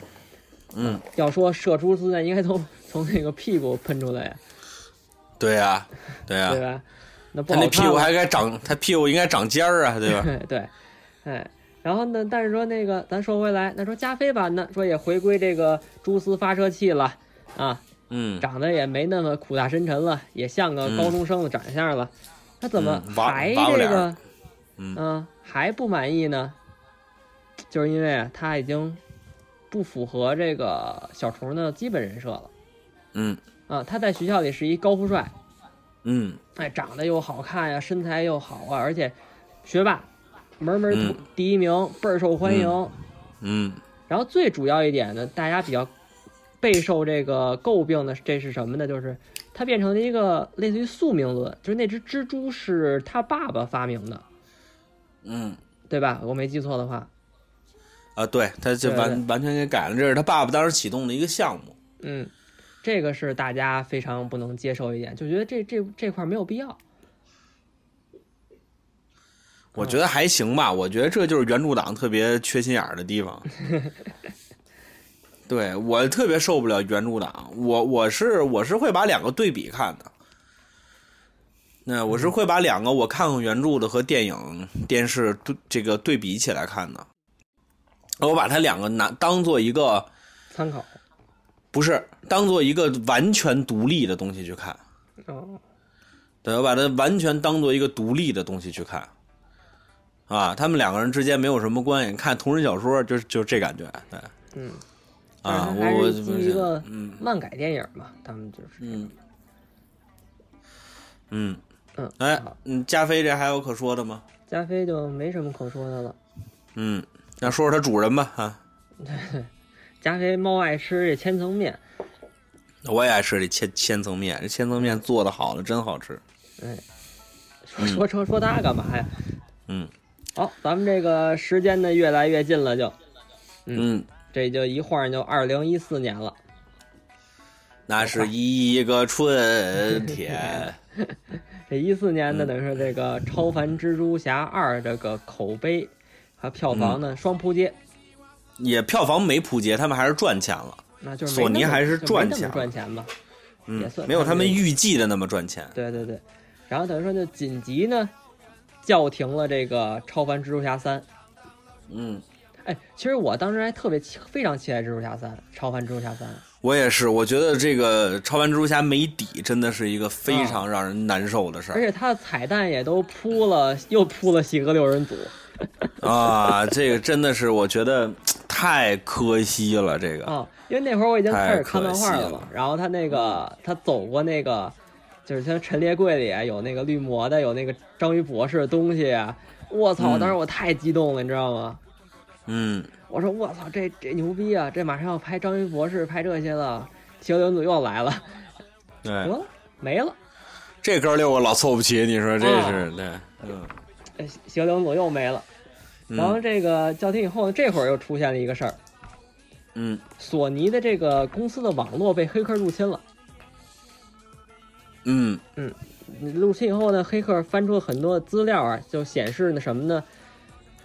Speaker 2: 嗯，
Speaker 3: 要说射蛛丝，那应该从从那个屁股喷出来呀，
Speaker 2: 对呀对呀
Speaker 3: 对，吧？那不
Speaker 2: 他啊那
Speaker 3: 好看
Speaker 2: 屁股
Speaker 3: 了
Speaker 2: 还该长，他屁股应该长尖儿啊，对吧？
Speaker 3: 对 对，哎，然后呢？但是说那个，咱说回来，那说加菲版呢，说也回归这个蛛丝发射器了啊，
Speaker 2: 嗯，
Speaker 3: 长得也没那么苦大深沉了，也像个高中生的长相了。他怎么
Speaker 2: 嗯娃
Speaker 3: 还
Speaker 2: 娃娃
Speaker 3: 这
Speaker 2: 脸儿
Speaker 3: 个，
Speaker 2: 嗯
Speaker 3: 啊还不满意呢？就是因为啊他已经不符合这个小虫的基本人设了
Speaker 2: 嗯
Speaker 3: 啊！他在学校里是一高富帅，
Speaker 2: 嗯
Speaker 3: 哎，长得又好看呀，身材又好啊，而且学霸，门门
Speaker 2: 嗯
Speaker 3: 第一名，倍儿受欢迎。
Speaker 2: 嗯
Speaker 3: 然后最主要一点呢，大家比较备受这个诟病的，这是什么呢？就是它变成了一个类似于宿命论，就是那只蜘蛛是他爸爸发明的，
Speaker 2: 嗯，
Speaker 3: 对吧？我没记错的话，
Speaker 2: 啊，对，他就
Speaker 3: 对对
Speaker 2: 完完全给改了，这是他爸爸当时启动的一个项目。
Speaker 3: 嗯，这个是大家非常不能接受一点，就觉得这这这块儿没有必要。
Speaker 2: 我觉得还行吧，我觉得这就是原著党特别缺心眼儿的地方。对我特别受不了原著党，我我是我是会把两个对比看的。那我是会把两个我看过原著的和电影、电视对这个对比起来看的，我把它两个拿当做一个
Speaker 3: 参考，
Speaker 2: 不是当做一个完全独立的东西去看。
Speaker 3: 哦，
Speaker 2: 对，我把它完全当做一个独立的东西去看，啊，他们两个人之间没有什么关系，看同人小说就是就是这感觉，对，
Speaker 3: 嗯，
Speaker 2: 啊，
Speaker 3: 但是
Speaker 2: 我
Speaker 3: 还
Speaker 2: 我
Speaker 3: 是基于一个
Speaker 2: 嗯
Speaker 3: 漫改电影嘛，他们就是
Speaker 2: 嗯嗯，
Speaker 3: 嗯，
Speaker 2: 哎
Speaker 3: 好，
Speaker 2: 嗯，加菲这还有可说的吗？
Speaker 3: 加菲就没什么可说的了。
Speaker 2: 嗯，那说说他主人吧，啊，
Speaker 3: 加菲猫爱吃这千层面，
Speaker 2: 我也爱吃这千千层面，这千层面做的好了，真好吃，
Speaker 3: 说说说说他干嘛呀？
Speaker 2: 嗯
Speaker 3: 好，咱们这个时间呢越来越近了就，
Speaker 2: 嗯，
Speaker 3: 这就一晃就二零一四年了。
Speaker 2: 那是一个 春天，
Speaker 3: 这一四年
Speaker 2: 嗯
Speaker 3: 呢，等于是这个《超凡蜘蛛侠二》这个口碑和票房
Speaker 2: 嗯
Speaker 3: 呢、双扑街，
Speaker 2: 也票房没扑街，他们还是赚钱了，
Speaker 3: 那就是
Speaker 2: 索
Speaker 3: 没那
Speaker 2: 尼
Speaker 3: 么
Speaker 2: 还是
Speaker 3: 就没
Speaker 2: 赚
Speaker 3: 那么
Speaker 2: 钱了
Speaker 3: 赚钱吧？也
Speaker 2: 嗯
Speaker 3: 算，
Speaker 2: 没有他
Speaker 3: 他们
Speaker 2: 们预计的那么赚钱，
Speaker 3: 对对对，然后等于说就紧急呢叫停了这个《超凡蜘蛛侠三》。
Speaker 2: 嗯。
Speaker 3: 哎，其实我当时还特别期非常期待《蜘蛛侠三》《超凡蜘蛛侠三》。
Speaker 2: 我也是，我觉得这个超凡蜘蛛侠没底，真的是一个非常让人难受的事
Speaker 3: 而
Speaker 2: 儿
Speaker 3: 且它的彩蛋也都铺了，又铺了几个六人组。
Speaker 2: 啊！这个真的是我觉得太可惜了，这个
Speaker 3: 啊，因为那会儿我已经开始
Speaker 2: 太可
Speaker 3: 看漫画
Speaker 2: 惜
Speaker 3: 了嘛
Speaker 2: 了，嗯
Speaker 3: 然后他那个他走过那个，就是像陈列柜里啊有那个绿魔的，有那个章鱼博士的东西啊，我操！
Speaker 2: 嗯
Speaker 3: 当时我太激动了，你知道吗？
Speaker 2: 嗯
Speaker 3: 我说我操，这这牛逼啊！这马上要拍章鱼博士，拍这些了，七六人组又来了，
Speaker 2: 对，
Speaker 3: 得了，没了。
Speaker 2: 这哥六个老凑不齐，你说这是、对，嗯
Speaker 3: 呃，七六人组又没了，然后
Speaker 2: 嗯
Speaker 3: 这个叫停以后，这会儿又出现了一个事儿，
Speaker 2: 嗯，
Speaker 3: 索尼的这个公司的网络被黑客入侵了。
Speaker 2: 嗯
Speaker 3: 入侵以后呢，黑客翻出很多资料啊，就显示呢什么呢？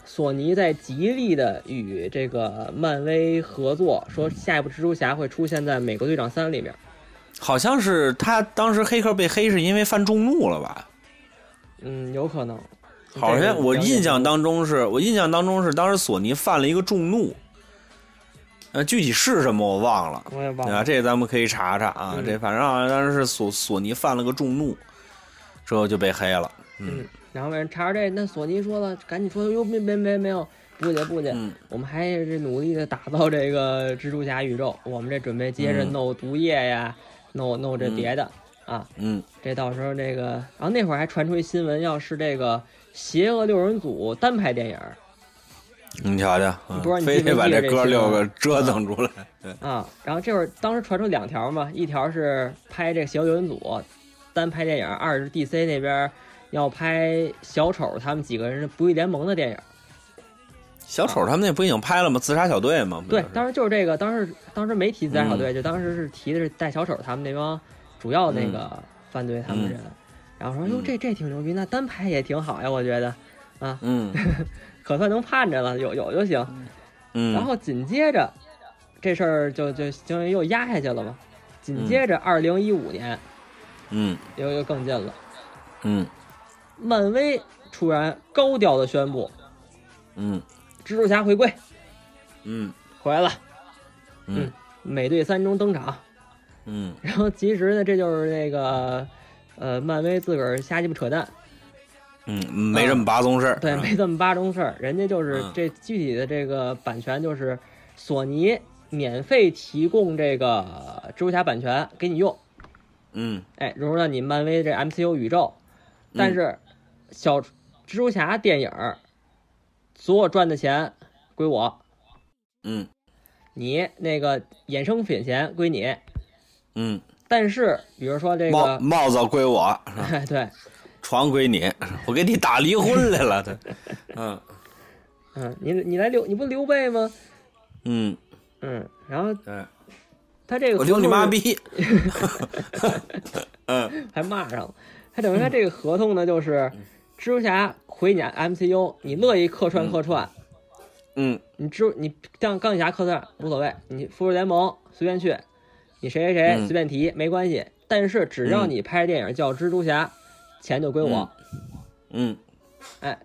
Speaker 3: 索尼在极力的与这个漫威合作，说下一部蜘蛛侠会出现在《美国队长三》里面。
Speaker 2: 好像是他当时黑客被黑是因为犯众怒了吧？
Speaker 3: 嗯，有可能。
Speaker 2: 好
Speaker 3: 这
Speaker 2: 像
Speaker 3: 个
Speaker 2: 我
Speaker 3: 了解
Speaker 2: 印象
Speaker 3: 不
Speaker 2: 当中是我印象当中是当时索尼犯了一个众怒，呃，具体是什么我忘了。
Speaker 3: 我也忘
Speaker 2: 啊，
Speaker 3: 了。
Speaker 2: 这咱们可以查查啊，
Speaker 3: 嗯
Speaker 2: 这反正好像当时是索索尼犯了个众怒，之后就被黑了。嗯
Speaker 3: 嗯，然后人查查这，那索尼说了，赶紧说哟，没没没没有，不去不去，
Speaker 2: 嗯
Speaker 3: 我们还是努力的打造这个蜘蛛侠宇宙，我们这准备接着
Speaker 2: 嗯
Speaker 3: 弄毒液呀，弄弄这别的、啊，
Speaker 2: 嗯
Speaker 3: 这到时候这个，然后那会儿还传出一新闻，要是这个邪恶六人组单拍电影儿
Speaker 2: 你瞧瞧，
Speaker 3: 你
Speaker 2: 啊
Speaker 3: 不知道，你
Speaker 2: 非
Speaker 3: 记不
Speaker 2: 得把
Speaker 3: 记得这
Speaker 2: 哥
Speaker 3: 新
Speaker 2: 六
Speaker 3: 闻
Speaker 2: 个折腾出来。
Speaker 3: 啊，然后这会儿当时传出两条嘛，一条是拍这个邪恶六人组单拍电影儿，二是 DC 那边儿要拍小丑他们几个人的不义联盟的电影儿。
Speaker 2: 小丑他们那不已经拍了吗？自杀小队吗？不
Speaker 3: 对
Speaker 2: 就，是
Speaker 3: 当时就是这个，当时当时没提自杀小队，就当时是提的是带小丑他们那帮主要那个犯罪他们人，然后说哟
Speaker 2: 嗯
Speaker 3: 这这挺牛逼，那单拍也挺好呀，我觉得啊，
Speaker 2: 嗯
Speaker 3: 可算能盼着了，有有就行。
Speaker 2: 嗯，
Speaker 3: 然后紧接着这事儿就就相当于又压下去了嘛，紧接着二零一五年
Speaker 2: 嗯
Speaker 3: 又又更近了，
Speaker 2: 嗯
Speaker 3: 漫威突然高调的宣布
Speaker 2: 嗯
Speaker 3: 蜘蛛侠回归
Speaker 2: 嗯
Speaker 3: 回来了，
Speaker 2: 嗯
Speaker 3: 美队三中登场。
Speaker 2: 嗯
Speaker 3: 然后其实呢，这就是那个呃，漫威自个儿瞎鸡巴扯淡，
Speaker 2: 嗯，没这么八宗事儿。
Speaker 3: 对，
Speaker 2: 是吧
Speaker 3: 没这么八种事儿，人家就是
Speaker 2: 嗯
Speaker 3: 这具体的这个版权就是索尼免费提供这个蜘蛛侠版权给你用，
Speaker 2: 嗯
Speaker 3: 哎，融入到你漫威这 MCU 宇宙，
Speaker 2: 嗯
Speaker 3: 但是小蜘蛛侠电影儿所有赚的钱归我，
Speaker 2: 嗯
Speaker 3: 你那个衍生品钱归你，
Speaker 2: 嗯，
Speaker 3: 但是比如说这
Speaker 2: 帽
Speaker 3: 个，
Speaker 2: 帽子归我，
Speaker 3: 对，
Speaker 2: 床归你，我给你打离婚来了。 对，嗯
Speaker 3: 嗯，你你来刘，你不是刘备吗？
Speaker 2: 嗯，
Speaker 3: 嗯，然后
Speaker 2: 对，
Speaker 3: 他这个
Speaker 2: 我留你
Speaker 3: 合同
Speaker 2: 妈
Speaker 3: 是
Speaker 2: 逼。嗯
Speaker 3: 还骂上了。他等于他这个合同呢，就是蜘蛛侠回你 MCU，你乐意客串
Speaker 2: 嗯
Speaker 3: 客串，
Speaker 2: 嗯
Speaker 3: 你蜘蛛你像钢铁侠客串无所谓，你复仇联盟随便去，你谁谁谁
Speaker 2: 嗯
Speaker 3: 随便提、没关系。但是只要你拍电影叫蜘蛛侠，钱就归我。
Speaker 2: 嗯
Speaker 3: 哎，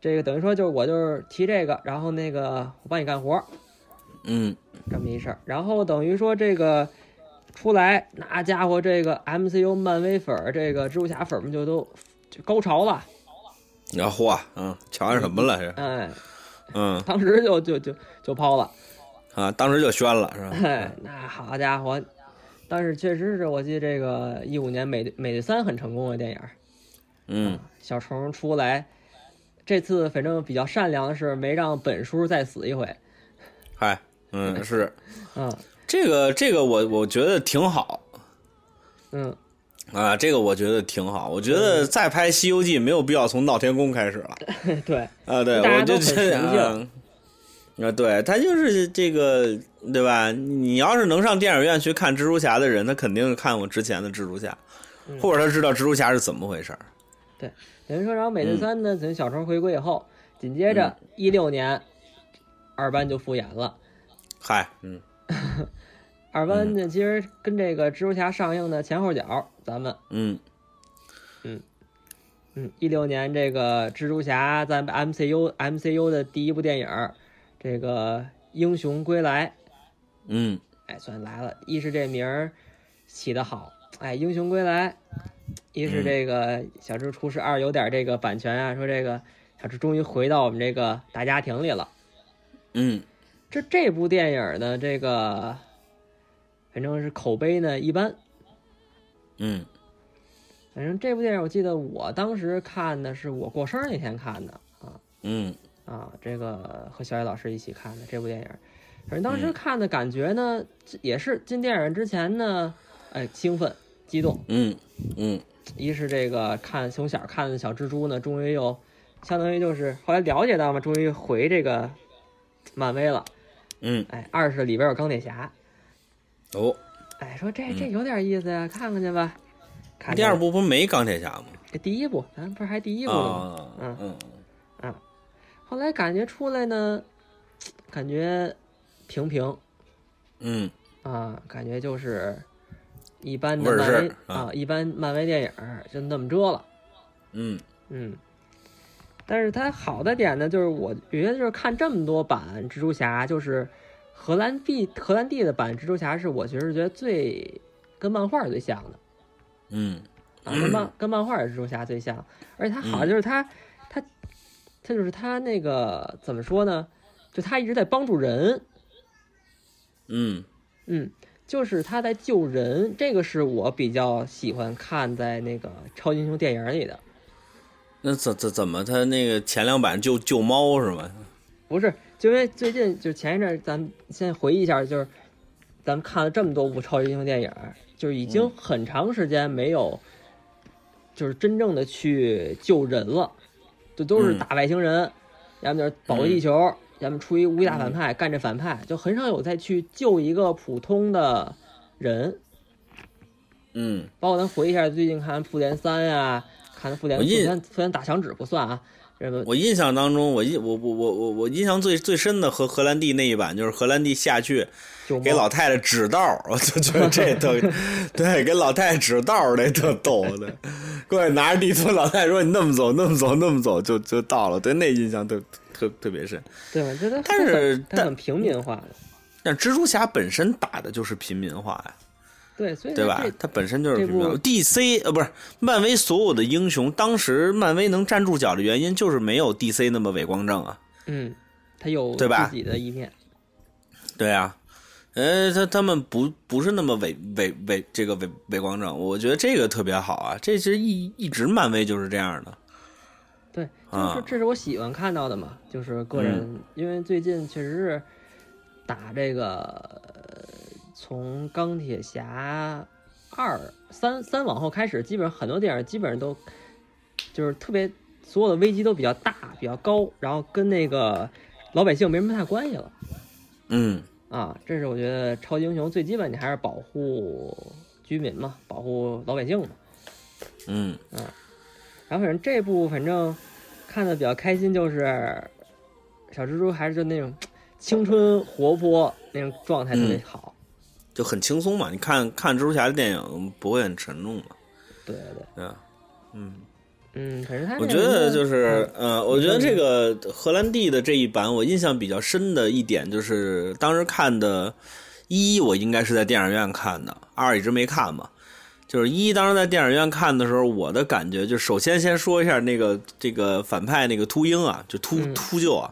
Speaker 3: 这个等于说就是我就是提这个，然后那个我帮你干活，
Speaker 2: 嗯
Speaker 3: 这么一事儿。然后等于说这个出来，那家伙这个 MCU 漫威粉儿，这个蜘蛛侠粉儿们就都就高潮了，
Speaker 2: 然后嚯，嗯，瞧见什么了是？
Speaker 3: 哎，
Speaker 2: 嗯
Speaker 3: 当时就就就就抛了，
Speaker 2: 啊，当时就宣了是吧？
Speaker 3: 哎， 那好家伙！但是确实是我记得这个一五年美《美队三》很成功的电影儿，
Speaker 2: 嗯
Speaker 3: 小虫出来，这次反正比较善良的是没让本叔再死一回，
Speaker 2: 嗨，嗯是
Speaker 3: 嗯
Speaker 2: 这个这个我我觉得挺好
Speaker 3: 嗯，
Speaker 2: 啊，这个我觉得挺好。我觉得再拍《西游记》没有必要从闹天宫开始了。
Speaker 3: 对，
Speaker 2: 啊，对，
Speaker 3: 大家
Speaker 2: 我
Speaker 3: 都
Speaker 2: 就
Speaker 3: 很
Speaker 2: 觉得
Speaker 3: 熟悉了
Speaker 2: 啊，啊，对他就是这个，对吧？你要是能上电影院去看蜘蛛侠的人，他肯定是看过之前的蜘蛛侠，
Speaker 3: 嗯
Speaker 2: 或者他知道蜘蛛侠是怎么回事儿。
Speaker 3: 等于说，然后美队
Speaker 2: 嗯
Speaker 3: 三呢，等于小虫回归以后，紧接着一六年，二班就复演了。
Speaker 2: 嗨，嗯
Speaker 3: 二班呢，其实跟这个蜘蛛侠上映的前后脚，咱们
Speaker 2: 嗯
Speaker 3: 嗯，一六年这个蜘蛛侠在 MCU MCU 的第一部电影儿，这个《英雄归来》，
Speaker 2: 嗯
Speaker 3: 哎，算来了。一是这名儿起得好，哎，《英雄归来》；一是这个小蜘蛛出世二有点这个版权啊，说这个小蜘蛛终于回到我们这个大家庭里了。
Speaker 2: 嗯
Speaker 3: 这这部电影呢，这个反正是口碑呢一般。
Speaker 2: 嗯
Speaker 3: 反正这部电影，我记得我当时看的是我过生日那天看的
Speaker 2: 嗯
Speaker 3: 啊，这个和小野老师一起看的这部电影。反正当
Speaker 2: 嗯
Speaker 3: 时看的感觉呢，也是进电影之前呢，哎，兴奋激动。
Speaker 2: 嗯嗯
Speaker 3: 一是这个看从小看的小蜘蛛呢，终于又相当于就是后来了解到嘛，终于回这个漫威了。
Speaker 2: 嗯，
Speaker 3: 哎，二是里边有钢铁侠，
Speaker 2: 哦，
Speaker 3: 哎，说这这有点意思呀，看看去吧。看
Speaker 2: 嗯第二
Speaker 3: 看
Speaker 2: 部不是没钢铁侠吗？
Speaker 3: 这第一部，咱不是还第一部呢吗？
Speaker 2: 啊，
Speaker 3: 嗯
Speaker 2: 嗯，
Speaker 3: 后来感觉出来呢，感觉平平
Speaker 2: 嗯，
Speaker 3: 啊，感觉就是一般
Speaker 2: 味
Speaker 3: 的
Speaker 2: 儿
Speaker 3: 漫
Speaker 2: 事
Speaker 3: 威
Speaker 2: 儿啊
Speaker 3: 一般漫威电影儿就那么着了。
Speaker 2: 嗯，
Speaker 3: 嗯，但是它好的点呢，就是我觉得就是看这么多版蜘蛛侠，就是荷兰地荷兰弟的版蜘蛛侠是我觉得是觉得最跟漫画最像的
Speaker 2: 嗯，
Speaker 3: 啊，跟漫跟漫画的蜘蛛侠最像，而且它好的就是它它它就是它那个怎么说呢？就它一直在帮助人，
Speaker 2: 嗯，
Speaker 3: 嗯，就是他在救人，这个是我比较喜欢看在那个超级英雄电影里的。
Speaker 2: 那怎怎怎么他那个前两版救救猫是吗？
Speaker 3: 不是，就因为最近就前一阵儿，咱们先回忆一下，就是咱们看了这么多部超级英雄电影儿，就是已经很长时间没有，就是真正的去救人了，就都是
Speaker 2: 嗯
Speaker 3: 打外星人，要么就是保卫地球，要么出于无大反派、干这反派，就很少有再去救一个普通的人。
Speaker 2: 嗯，
Speaker 3: 包括咱回忆一下最近看《复联三》呀，看《复联》
Speaker 2: 我
Speaker 3: 《
Speaker 2: 印
Speaker 3: 复联》《复联》打响指不算啊，什么
Speaker 2: 我印象当中，我印我我我我我印象最最深的和荷兰弟那一版，就是荷兰弟下去
Speaker 3: 九
Speaker 2: 给老太太指道儿，我就觉得 这特对，给老太太指道儿这特逗的。过来拿着地图，老太太说：“你那么走，那么走，那么走，就就到了。”对，那印象特特特别深。
Speaker 3: 对吧？就它
Speaker 2: 但是
Speaker 3: 它
Speaker 2: 但嗯
Speaker 3: 很平民化的，
Speaker 2: 但蜘蛛侠本身打的就是平民化呀，
Speaker 3: 对，所以
Speaker 2: 对吧
Speaker 3: 这？
Speaker 2: 它本身就是
Speaker 3: 这
Speaker 2: 平民化。
Speaker 3: 部
Speaker 2: DC 呃，不是漫威所有的英雄，当时漫威能站住脚的原因就是没有 DC 那么伟光正啊。
Speaker 3: 嗯，它有
Speaker 2: 对吧
Speaker 3: 自己的一面，
Speaker 2: 对啊，呃，他他们不不是那么伪伪伪这个伪伪光正，我觉得这个特别好啊，这是一一直漫威就是这样的，
Speaker 3: 对，就是
Speaker 2: 啊
Speaker 3: 这是我喜欢看到的嘛，就是个人，因为最近确实是打这个呃从钢铁侠二三三往后开始，基本上很多电影基本上都就是特别所有的危机都比较大、比较高，然后跟那个老百姓没什么太关系了。
Speaker 2: 嗯
Speaker 3: 啊，这是我觉得超级英雄最基本，你还是保护居民嘛，保护老百姓嘛。
Speaker 2: 嗯
Speaker 3: 然后反正这部反正看的比较开心，就是小蜘蛛还是就那种青春活泼那种状态特别
Speaker 2: 嗯
Speaker 3: 好。
Speaker 2: 就很轻松嘛。你看看蜘蛛侠的电影不会很沉重嘛，
Speaker 3: 对对对，
Speaker 2: 对吧？嗯，
Speaker 3: 嗯，反正他
Speaker 2: 我觉得就是，
Speaker 3: 嗯
Speaker 2: 呃，我觉得
Speaker 3: 你说
Speaker 2: 这个荷兰弟的这一版，我印象比较深的一点就是，当时看的一，我应该是在电影院看的，二一直没看嘛。就是一，当时在电影院看的时候，我的感觉就首先先说一下那个这个反派那个秃鹰啊，就秃
Speaker 3: 嗯
Speaker 2: 秃鹫啊，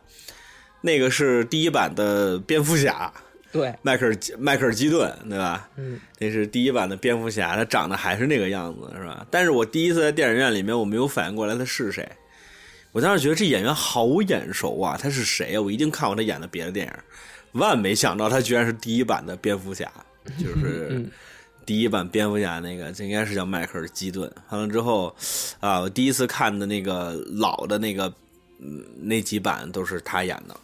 Speaker 2: 那个是第一版的蝙蝠侠
Speaker 3: 嗯对，
Speaker 2: 迈克尔基迈克尔基顿，对吧？
Speaker 3: 嗯，
Speaker 2: 那是第一版的蝙蝠侠，他长得还是那个样子，是吧？但是我第一次在电影院里面，我没有反应过来他是谁。我当时觉得这演员好眼熟啊，他是谁啊？我一定看过他演的别的电影，万没想到他居然是第一版的蝙蝠侠，就是
Speaker 3: 嗯
Speaker 2: 第一版蝙蝠侠那个，这应该是叫迈克尔基顿。完了之后，啊，我第一次看的那个老的那个，嗯，那几版都是他演的。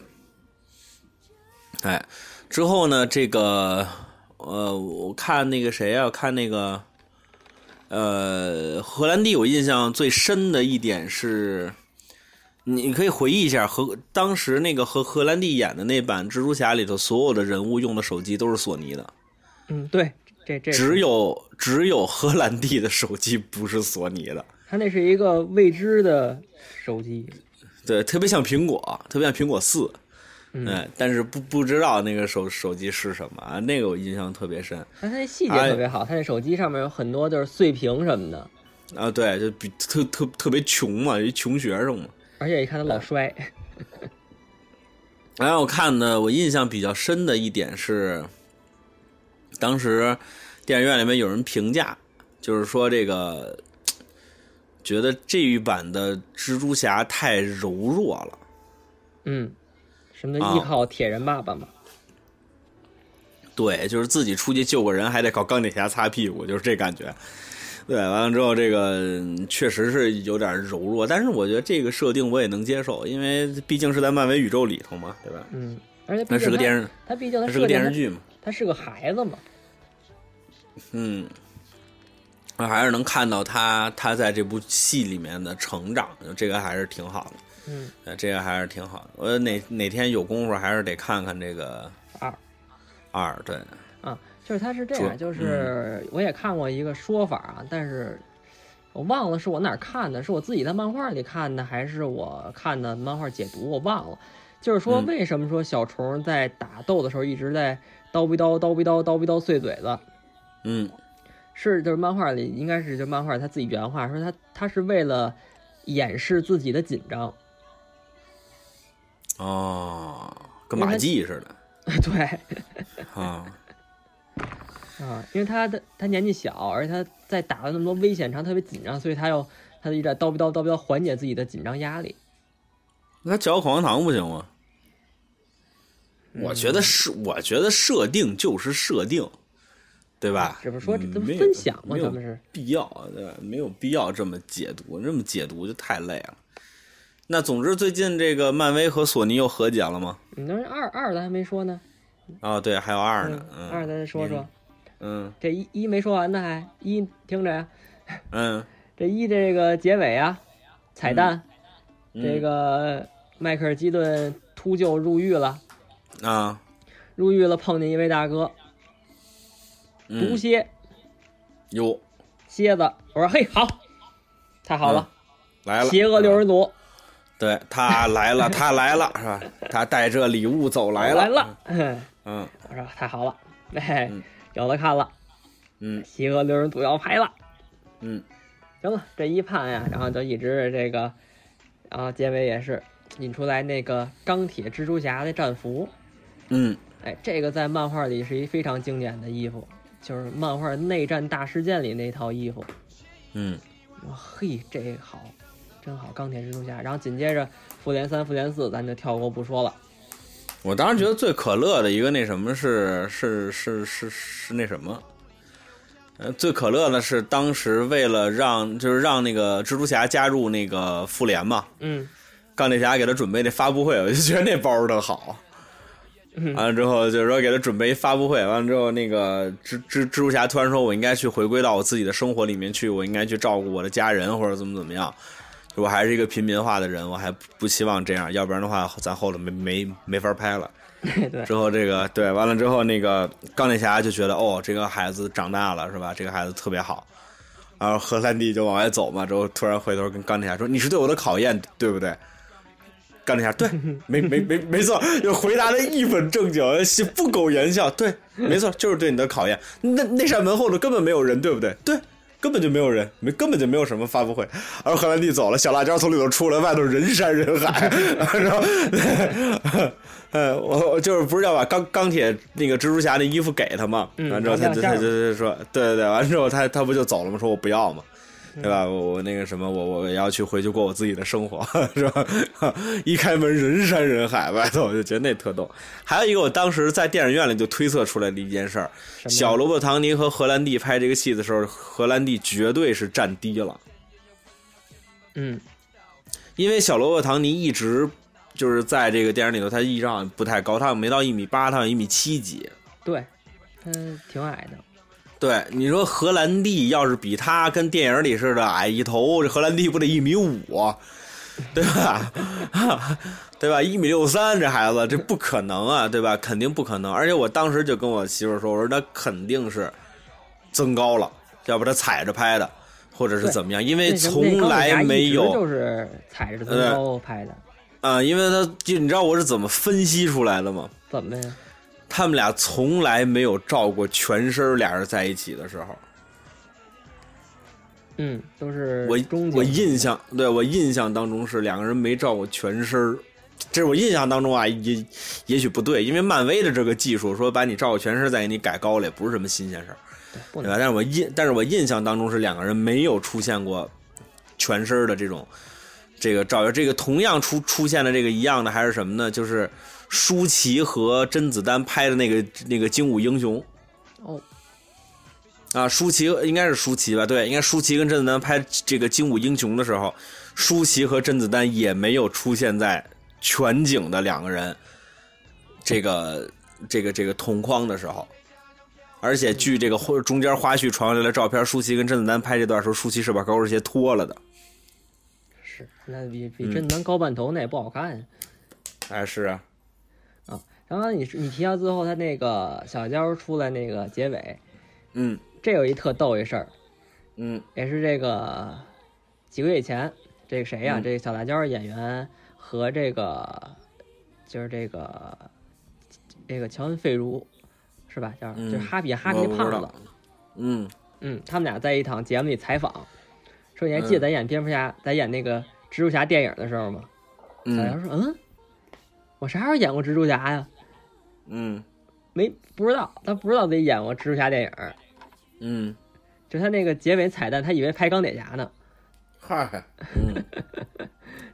Speaker 2: 哎，之后呢，这个呃，我看那个谁啊，看那个呃，荷兰弟，我印象最深的一点是，你可以回忆一下和当时那个和荷兰弟演的那版蜘蛛侠里头，所有的人物用的手机都是索尼的，
Speaker 3: 嗯，对，这这
Speaker 2: 只有只有荷兰弟的手机不是索尼的。
Speaker 3: 他那是一个未知的手机，
Speaker 2: 对，特别像苹果，特别像苹果四，
Speaker 3: 嗯
Speaker 2: 哎但是不不知道那个手手机是什么啊，那个我印象特别深
Speaker 3: 但他那细节
Speaker 2: 哎
Speaker 3: 特别好，他那手机上面有很多就是碎屏什么的，
Speaker 2: 啊，对，就比特特特别穷嘛，一穷学生嘛。
Speaker 3: 而且一看他
Speaker 2: 哎
Speaker 3: 老摔，
Speaker 2: 然后我看的我印象比较深的一点是，当时电影院里面有人评价，就是说这个觉得这一版的蜘蛛侠太柔弱了。
Speaker 3: 嗯，什么
Speaker 2: 啊
Speaker 3: 依靠铁人爸爸嘛。
Speaker 2: 对，就是自己出去救个人，还得靠钢铁侠擦屁股，就是这感觉。对，完了之后，这个嗯确实是有点柔弱，但是我觉得这个设定我也能接受，因为毕竟是在漫威宇宙里头嘛，对吧？
Speaker 3: 嗯，而且毕
Speaker 2: 那
Speaker 3: 竟
Speaker 2: 是个
Speaker 3: 他
Speaker 2: 电视，
Speaker 3: 他毕竟他
Speaker 2: 它是个电视，剧嘛，
Speaker 3: 他是个孩子嘛，
Speaker 2: 嗯，那还是能看到他他在这部戏里面的成长，这个还是挺好的。
Speaker 3: 嗯，
Speaker 2: 呃，这个还是挺好的。我哪哪天有功夫还是得看看这个
Speaker 3: 二
Speaker 2: 二，对，
Speaker 3: 啊，就是他是这
Speaker 2: 主嗯
Speaker 3: 样，就是我也看过一个说法啊，但是我忘了是我哪儿看的，是我自己在漫画里看的，还是我看的漫画解读，我忘了。就是说，
Speaker 2: 嗯
Speaker 3: 为什么说小虫在打斗的时候一直在叨逼叨叨逼叨叨逼叨碎嘴子？
Speaker 2: 嗯
Speaker 3: 是就是漫画里应该是就漫画他自己原话说他他是为了掩饰自己的紧张，
Speaker 2: 哦，跟马季似的
Speaker 3: 对，
Speaker 2: 啊，
Speaker 3: 啊，因为他的他年纪小，而且他在打了那么多危险场，特别紧张，所以他要他就一直在叨逼叨叨逼叨缓解自己的紧张压力。
Speaker 2: 那嚼口香糖不行吗？
Speaker 3: 嗯
Speaker 2: 我觉得是，我觉得设定就是设定，对吧？
Speaker 3: 只不过说这
Speaker 2: 嗯
Speaker 3: 咱
Speaker 2: 没
Speaker 3: 们
Speaker 2: 有
Speaker 3: 分享嘛，
Speaker 2: 没有
Speaker 3: 咱们是
Speaker 2: 必要，对吧？没有必要这么解读，这么解读就太累了。那总之，最近这个漫威和索尼又和解了吗？
Speaker 3: 你嗯那二二咱还没说呢，
Speaker 2: 哦，对，还有二呢，嗯，
Speaker 3: 嗯二咱说说，
Speaker 2: 嗯
Speaker 3: 这一一没说完呢还一听着呀，
Speaker 2: 嗯，
Speaker 3: 这一这个结尾啊，彩蛋，
Speaker 2: 嗯
Speaker 3: 这个迈克尔基顿秃鹫入狱了，
Speaker 2: 啊，
Speaker 3: 入狱了碰见一位大哥，
Speaker 2: 嗯
Speaker 3: 毒蝎、
Speaker 2: 有
Speaker 3: 蝎子，我说嘿好，太好了，
Speaker 2: 嗯来了，啊嗯
Speaker 3: 邪恶六人组
Speaker 2: 对他来了，他来了，是吧？他带着礼物走来了，
Speaker 3: 来了。
Speaker 2: 嗯
Speaker 3: 我说太好了，哎
Speaker 2: 嗯，
Speaker 3: 有的看了，
Speaker 2: 嗯
Speaker 3: 邪恶六人组要拍了。
Speaker 2: 嗯
Speaker 3: 行了，这一判呀，然后就一直这个，然后结尾也是引出来那个钢铁蜘蛛侠的战服，
Speaker 2: 嗯
Speaker 3: 哎，这个在漫画里是一非常经典的衣服，就是漫画内战大事件里那套衣服。
Speaker 2: 嗯
Speaker 3: 我说嘿，这好，真好，钢铁蜘蛛侠。然后紧接着复联三、复联四，咱就跳过不说了。
Speaker 2: 我当时觉得最可乐的一个那什么是是是是是那什么，呃，最可乐的是当时为了让就是让那个蜘蛛侠加入那个复联嘛，
Speaker 3: 嗯，
Speaker 2: 钢铁侠给他准备那发布会，我就觉得那包儿特好。完了之后，就是说给他准备一发布会。完了之后，那个蜘蜘蜘蛛侠突然说：“我应该去回归到我自己的生活里面去，我应该去照顾我的家人，或者怎么怎么样。就我还是一个平民化的人，我还不不希望这样，要不然的话，咱后头没没没法拍了。”
Speaker 3: 对，
Speaker 2: 之后这个对，完了之后那个钢铁侠就觉得哦，这个孩子长大了是吧？这个孩子特别好。然后荷兰弟就往外走嘛，之后突然回头跟钢铁侠说：“你是对我的考验，对不对？”钢铁侠对，没没没没错，就回答的一本正经，是不苟言笑。对，没错，就是对你的考验。那那扇门后头根本没有人，对不对？对，根本就没有人，没根本就没有什么发布会。而荷兰弟走了，小辣椒从里头出来，外头人山人海。 然后， 呃，我我就是不是要把钢钢铁那个蜘蛛侠那衣服给他嘛？
Speaker 3: 嗯
Speaker 2: 完之后他就
Speaker 3: 要
Speaker 2: 他
Speaker 3: 要
Speaker 2: 就他就说，对对对，完之后他他不就走了吗？说我不要嘛。对
Speaker 3: 嗯
Speaker 2: 吧？我我那个什么，我我要去回去过我自己的生活， 是吧？一开门人山人海，外 头我就觉得那特逗。还有一个，我当时在电影院里就推测出来的一件事儿：
Speaker 3: 么呀
Speaker 2: 小罗伯·唐尼和荷兰弟拍这个戏的时候，荷兰弟绝对是站低了，
Speaker 3: 嗯，
Speaker 2: 因为小罗伯·唐尼一直就是在这个电影里头，他一直好像不太高，他好像没到一米八，他好像一米七几。
Speaker 3: 对，嗯，挺矮的。
Speaker 2: 对，你说荷兰弟要是比他跟电影里似的矮一头，这荷兰弟不得一米五，对吧？ 对吧？一米六三，这孩子这不可能啊，对吧？肯定不可能。而且我当时就跟我媳妇儿说，我说他肯定是增高了，要不他踩着拍的，或者是怎么样，因为
Speaker 3: 那什么那
Speaker 2: 从
Speaker 3: 钢铁侠
Speaker 2: 来
Speaker 3: 一
Speaker 2: 没
Speaker 3: 直
Speaker 2: 有
Speaker 3: 就是踩着增
Speaker 2: 呃
Speaker 3: 高拍的，
Speaker 2: 啊、因为他就你知道我是怎么分析出来的吗？
Speaker 3: 怎么呀？
Speaker 2: 他们俩从来没有照过全身儿，俩人在一起的时候。
Speaker 3: 嗯，都是
Speaker 2: 我
Speaker 3: 中间
Speaker 2: 我印象，对我印象当中是两个人没照过全身儿，这是我印象当中啊，也也许不对，因为漫威的这个技术说把你照顾全身儿再给你改高了，也不是什么新鲜事儿，
Speaker 3: 不
Speaker 2: 对
Speaker 3: 能
Speaker 2: 吧？但是我印，但是我印象当中是两个人没有出现过全身儿的这种这个照耀，这个同样出出现的这个一样的还是什么呢？就是舒淇和甄子丹拍的那个那个《精武英雄》。
Speaker 3: 哦，
Speaker 2: 啊，舒淇应该是舒淇吧？对，应该舒淇跟甄子丹拍这个《精武英雄》的时候，舒淇和甄子丹也没有出现在全景的两个人，这个这个这个同框的时候，而且据这个花中间花絮传回来的照片，舒淇跟甄子丹拍这段时候，舒淇是把高跟鞋脱了的。
Speaker 3: 是，那比
Speaker 2: 嗯
Speaker 3: 比真南高半头那也不好看呀。
Speaker 2: 哎，是啊，
Speaker 3: 然后你你提到最后他那个小娇出来那个结尾，
Speaker 2: 嗯
Speaker 3: 这有一特逗一事儿，
Speaker 2: 嗯
Speaker 3: 也是这个几个月以前，这个谁呀、
Speaker 2: 嗯
Speaker 3: 这个小辣椒演员和这个就是这个这个乔恩·费如是吧？叫、
Speaker 2: 嗯
Speaker 3: 就是哈比哈比
Speaker 2: 我
Speaker 3: 那
Speaker 2: 不
Speaker 3: 胖
Speaker 2: 知
Speaker 3: 子
Speaker 2: 道，嗯
Speaker 3: 嗯，他们俩在一场节目里采访，说你还记得咱演蝙蝠侠，咱演那个蜘蛛侠电影的时候吗？小
Speaker 2: 嗯
Speaker 3: 姚说：“嗯，我啥时候演过蜘蛛侠呀？
Speaker 2: 嗯
Speaker 3: 没不知道，他不知道自己演过蜘蛛侠电影儿，
Speaker 2: 嗯，
Speaker 3: 就他那个结尾彩蛋，他以为拍钢铁侠呢。
Speaker 4: 嗨，
Speaker 2: 嗯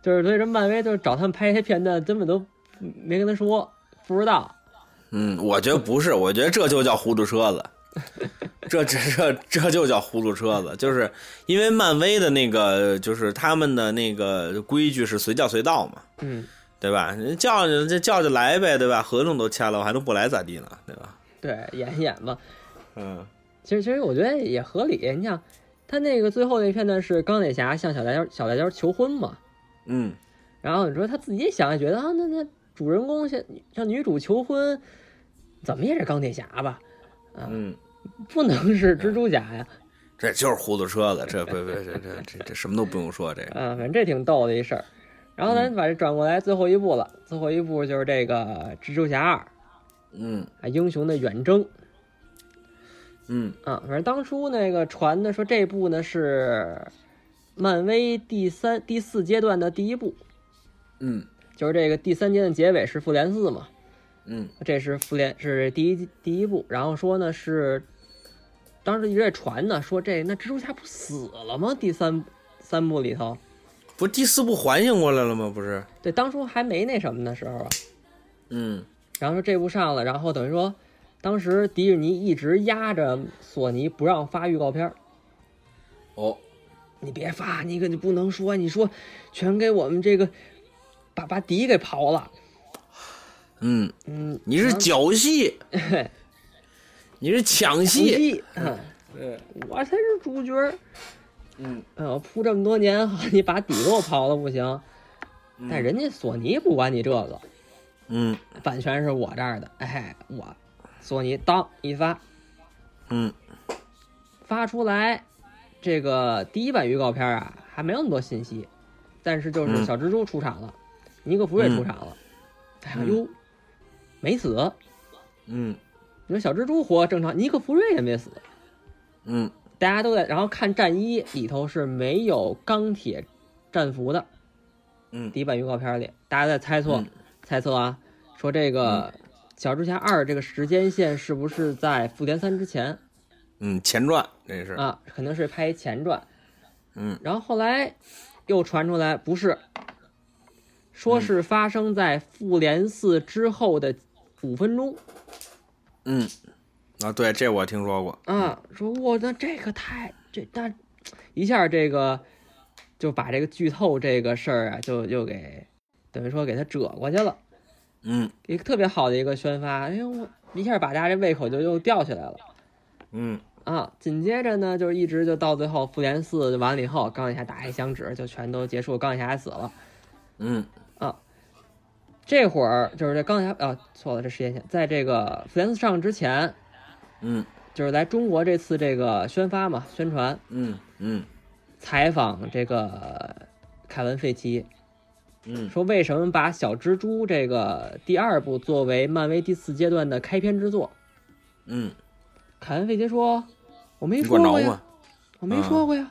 Speaker 3: 就是所以说，漫威就是找他们拍一些片段，根本都没跟他说，不知道。
Speaker 2: 嗯，我觉得不是，我觉得这就叫糊涂车子，这这这这就叫糊涂车子，就是因为漫威的那个就是他们的那个规矩是随叫随到嘛，
Speaker 3: 嗯，
Speaker 2: 对吧？人叫就就叫就来呗，对吧？合同都签了，我还能不来咋地呢？对吧？
Speaker 3: 对，演一演吧。
Speaker 2: 嗯
Speaker 3: 其实其实我觉得也合理。你想，他那个最后那片段是钢铁侠向小辣椒小辣椒求婚嘛，
Speaker 2: 嗯
Speaker 3: 然后你说他自己想也觉得啊，那那主人公向向女主求婚，怎么也是钢铁侠吧？
Speaker 2: 嗯，
Speaker 3: 不能是蜘蛛侠呀。
Speaker 2: 这就是糊涂车子，这不不这这这这什么都不用说，这个
Speaker 3: 啊，反正这挺逗的一事儿。然后咱把这转过来，最后一步了。最后一步就是这个蜘蛛侠二
Speaker 2: 嗯
Speaker 3: 啊，英雄的远征
Speaker 2: 嗯
Speaker 3: 啊。反正当初那个传的说这部呢是漫威第三第四阶段的第一部，
Speaker 2: 嗯
Speaker 3: 就是这个第三阶段结尾是复联四嘛，
Speaker 2: 嗯
Speaker 3: 这是复联是第一第一部。然后说呢是当时一直在传呢，说这那蜘蛛侠不死了吗？第三三部里头，
Speaker 2: 不是第四部还醒过来了吗？不是，
Speaker 3: 对，当初还没那什么的时候啊。
Speaker 2: 嗯
Speaker 3: 然后说这部上了，然后等于说，当时迪士尼一直压着索尼不让发预告片儿，
Speaker 2: 哦，
Speaker 3: 你别发，你可你不能说，你说全给我们这个把把迪给刨了，
Speaker 2: 嗯，
Speaker 3: 嗯，
Speaker 2: 你是
Speaker 3: 然后
Speaker 2: 绞戏，你是抢
Speaker 3: 抢
Speaker 2: 戏，
Speaker 3: 戏，嗯，我才是主角儿，
Speaker 2: 嗯
Speaker 3: 哎呦，我铺这么多年， 你把底给我刨了不行，但人家索尼不管你这个，
Speaker 2: 嗯
Speaker 3: 版权是我这儿的，哎，我索尼当一发
Speaker 2: 嗯
Speaker 3: 发出来，这个第一版预告片啊，还没有那么多信息，但是就是
Speaker 2: 嗯
Speaker 3: 小蜘蛛出场了，尼克弗瑞出场了，哎呀哟，没死。
Speaker 2: 嗯
Speaker 3: 你说小蜘蛛活正常，尼克弗瑞也没死，
Speaker 2: 嗯
Speaker 3: 大家都在。然后看战衣里头是没有钢铁战服的，
Speaker 2: 嗯
Speaker 3: 第一版预告片里，大家在猜测，
Speaker 2: 嗯
Speaker 3: 猜测啊，说这个小蜘蛛侠二这个时间线是不是在复联三之前？
Speaker 2: 嗯，前传这是，
Speaker 3: 啊，肯定是拍前传。
Speaker 2: 嗯，
Speaker 3: 然后后来又传出来不是，说
Speaker 2: 嗯
Speaker 3: 是发生在复联四之后的五分钟
Speaker 2: 嗯啊，对，这我听说过，
Speaker 3: 啊，说我那这个太这那一下这个就把这个剧透这个事儿啊，就又给等于说给他折过去了，
Speaker 2: 嗯
Speaker 3: 一个特别好的一个宣发，哎呦，我一下把大家这胃口就又吊起来了。
Speaker 2: 嗯
Speaker 3: 啊，紧接着呢，就是一直就到最后复联四完了以后，钢铁侠打一响指就全都结束，钢铁侠也死了。啊
Speaker 2: 嗯
Speaker 3: 这会儿就是这钢铁侠啊，错了，这时间线，在这个复联四上之前，
Speaker 2: 嗯
Speaker 3: 就是来中国这次这个宣发嘛，宣传
Speaker 2: 嗯嗯
Speaker 3: 采访这个凯文·费奇，
Speaker 2: 嗯
Speaker 3: 说为什么把小蜘蛛这个第二部作为漫威第四阶段的开篇之作？
Speaker 2: 嗯，
Speaker 3: 凯文·费奇说：“我没
Speaker 2: 你
Speaker 3: 说
Speaker 2: 管
Speaker 3: 过
Speaker 2: 着
Speaker 3: 呀。”
Speaker 2: 吗？啊嗯
Speaker 3: 我没说过呀，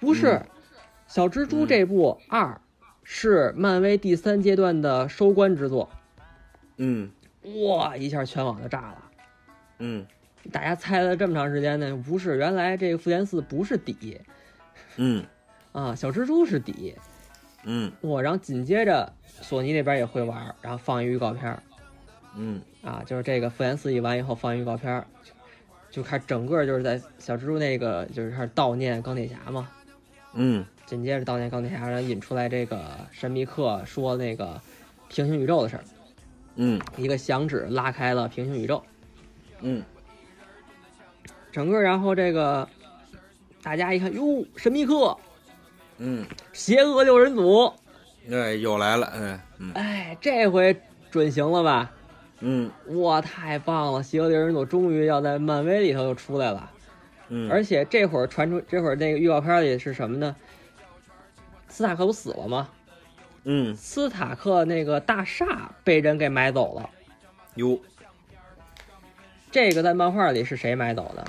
Speaker 3: 不是，小蜘蛛》这部二是漫威第三阶段的收官之作，
Speaker 2: 嗯
Speaker 3: 哇，一下全网就炸了。
Speaker 2: 嗯
Speaker 3: 大家猜了这么长时间呢，不是，原来这个复联四不是底
Speaker 2: 嗯
Speaker 3: 啊，小蜘蛛是底。
Speaker 2: 嗯
Speaker 3: 哇，然后紧接着索尼那边也会玩，然后放一预告片儿
Speaker 2: 嗯
Speaker 3: 啊，就是这个复联四一完以后放一预告片儿，就开始整个就是在小蜘蛛那个就是开始悼念钢铁侠嘛，
Speaker 2: 嗯
Speaker 3: 紧接着悼念钢铁侠，然后引出来这个神秘客说那个平行宇宙的事儿
Speaker 2: 嗯
Speaker 3: 一个响指拉开了平行宇宙。
Speaker 2: 嗯
Speaker 3: 整个然后这个大家一看，哟，神秘客，
Speaker 2: 嗯，
Speaker 3: 邪恶六人组，
Speaker 2: 哎，又来了，哎，嗯
Speaker 3: 哎，这回准行了吧？
Speaker 2: 嗯
Speaker 3: 哇，太棒了！邪恶六人组终于要在漫威里头又出来了，
Speaker 2: 嗯，
Speaker 3: 而且这会儿传出，这会儿那个预告片里是什么呢？斯塔克不死了吗？
Speaker 2: 嗯
Speaker 3: 斯塔克那个大厦被人给买走了，
Speaker 2: 哟，
Speaker 3: 这个在漫画里是谁买走的？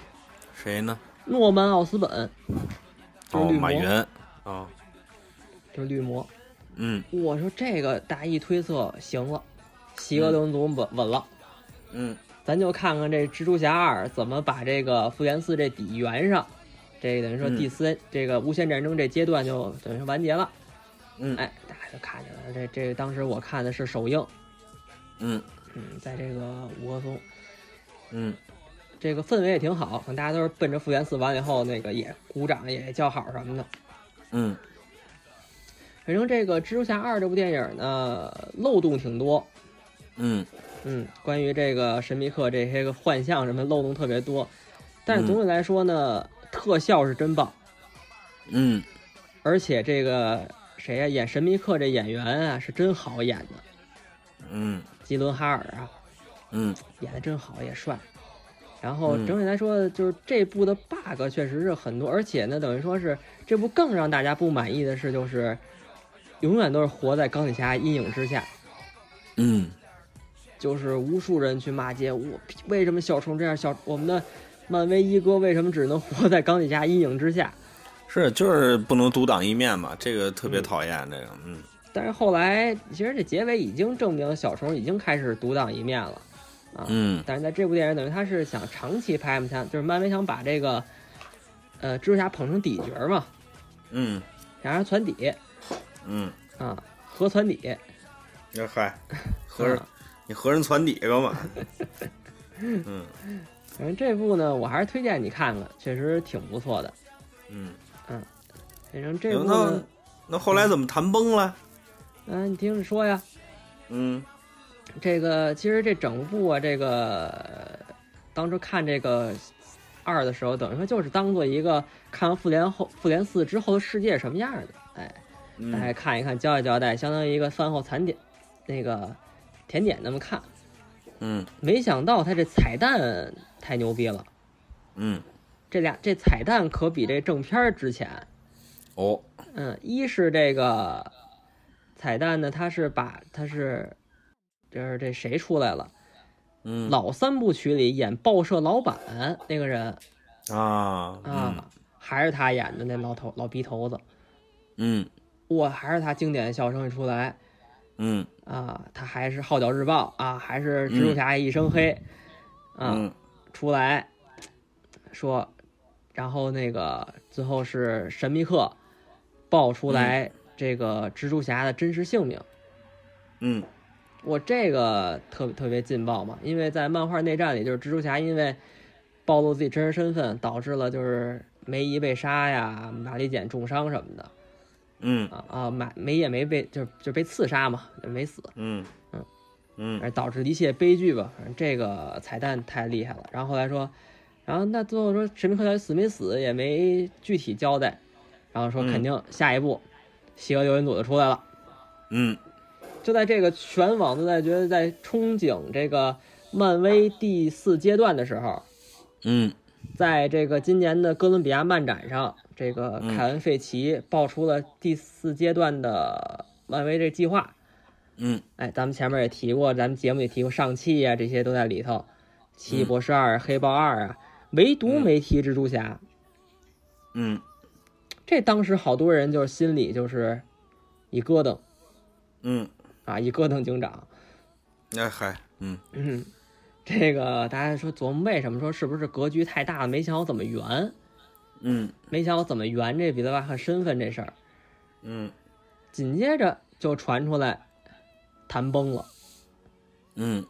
Speaker 2: 谁呢？
Speaker 3: 诺曼奥斯本，就是
Speaker 2: 哦，
Speaker 3: 绿
Speaker 2: 马
Speaker 3: 魔，
Speaker 2: 云啊，
Speaker 3: 就是绿魔。
Speaker 2: 嗯
Speaker 3: 我说这个大家一推测，行了，邪恶六人组稳稳了。
Speaker 2: 嗯
Speaker 3: 咱就看看这蜘蛛侠二怎么把这个复联四这底圆上，这等于说
Speaker 2: 嗯
Speaker 3: 第三、这个无限战争这阶段就等于说完结了。
Speaker 2: 嗯
Speaker 3: 哎，大家就看见了，这这当时我看的是首映，
Speaker 2: 嗯
Speaker 3: 嗯，在这个五棵松，
Speaker 2: 嗯
Speaker 3: 这个氛围也挺好，可能大家都是奔着复联四完了以后那个也鼓掌也叫好什么的。
Speaker 2: 嗯
Speaker 3: 反正这个蜘蛛侠二这部电影呢漏洞挺多，
Speaker 2: 嗯
Speaker 3: 嗯，关于这个神秘客这些个幻象什么漏洞特别多，但是总体来说呢，特效是真棒。
Speaker 2: 嗯，
Speaker 3: 而且这个谁呀、演神秘客这演员啊，是真好演的，
Speaker 2: 嗯
Speaker 3: 基伦哈尔啊，
Speaker 2: 嗯
Speaker 3: 演的真好，也帅。然后
Speaker 2: 嗯
Speaker 3: 整体来说，就是这部的 bug 确实是很多，而且呢，等于说是这部更让大家不满意的是，就是永远都是活在钢铁侠阴影之下，
Speaker 2: 嗯
Speaker 3: 就是无数人去骂街，我为什么小虫这样，小我们的漫威一哥为什么只能活在钢铁侠阴影之下？
Speaker 2: 是，就是不能独当一面嘛，这个特别讨厌，这个，嗯
Speaker 3: 但是后来，其实这结尾已经证明小虫已经开始独当一面了。
Speaker 2: 嗯
Speaker 3: 但是在这部电影等于他是想长期拍嘛，他就是漫威想把这个呃蜘蛛侠捧成底角儿嘛，
Speaker 2: 嗯
Speaker 3: 俩人攒底
Speaker 2: 嗯，
Speaker 3: 啊，合攒底，
Speaker 2: 那嗨，合着
Speaker 3: 啊，
Speaker 2: 你和人攒底干嘛？
Speaker 3: 反正这部呢，我还是推荐你看看，确实挺不错的。
Speaker 2: 嗯，
Speaker 3: 反正这部
Speaker 2: 那
Speaker 3: 呢，
Speaker 2: 那后来怎么谈崩了？
Speaker 3: 嗯、你听着说呀，
Speaker 2: 嗯
Speaker 3: 这个其实这整部啊，这个呃当初看这个二的时候，等于说就是当做一个看完复联后复联四之后的世界是什么样的，哎，大家
Speaker 2: 嗯
Speaker 3: 看一看，交代交代，相当于一个饭后餐点，那个甜点那么看。
Speaker 2: 嗯
Speaker 3: 没想到他这彩蛋太牛逼了，
Speaker 2: 嗯，
Speaker 3: 这俩这彩蛋可比这正片儿值钱。
Speaker 2: 哦，
Speaker 3: 嗯，一是这个彩蛋呢，它是把它是就是这谁出来了？
Speaker 2: 嗯
Speaker 3: 老三部曲里演报社老板那个人
Speaker 2: 啊，嗯
Speaker 3: 啊，还是他演的那老头老逼头子，
Speaker 2: 嗯
Speaker 3: 哇，还是他经典的笑声一出来。
Speaker 2: 嗯
Speaker 3: 啊，他还是《号角日报》啊，还是蜘蛛
Speaker 2: 嗯
Speaker 3: 侠一身黑、啊、
Speaker 2: 嗯
Speaker 3: 出来说，然后那个最后是神秘客爆出来这个蜘蛛侠的真实姓名，
Speaker 2: 嗯
Speaker 3: 我这个特特别劲爆嘛，因为在漫画内战里，就是蜘蛛侠因为暴露自己真实身份，导致了就是梅姨被杀呀，玛丽简重伤什么的
Speaker 2: 嗯
Speaker 3: 啊啊，玛梅也没被就就被刺杀嘛，没死。
Speaker 2: 嗯嗯
Speaker 3: 而导致一切悲剧吧。反正这个彩蛋太厉害了。然后后来说，然后那最后说神秘客到底死没死也没具体交代，然后说
Speaker 2: 嗯
Speaker 3: 肯定下一步邪恶六人组就出来了。
Speaker 2: 嗯
Speaker 3: 就在这个全网都在觉得在憧憬这个漫威第四阶段的时候，
Speaker 2: 嗯
Speaker 3: 在这个今年的哥伦比亚漫展上，这个
Speaker 2: 嗯
Speaker 3: 凯恩·费奇爆出了第四阶段的漫威这计划。
Speaker 2: 嗯
Speaker 3: 哎，咱们前面也提过，咱们节目也提过上汽啊，这些都在里头，《奇异博士二》黑豹二》啊，唯独没提蜘蛛侠。
Speaker 2: 嗯
Speaker 3: 这当时好多人就是心里就是一咯噔
Speaker 2: 嗯，
Speaker 3: 啊，一咯噔警长。
Speaker 2: 那嗨，嗯
Speaker 3: 嗯，这个大家说琢磨为什么说是不是格局太大了，没想好怎么圆，
Speaker 2: 嗯
Speaker 3: 没想好怎么圆这彼得·巴克身份这事儿。
Speaker 2: 嗯
Speaker 3: 紧接着就传出来谈崩了。
Speaker 2: 嗯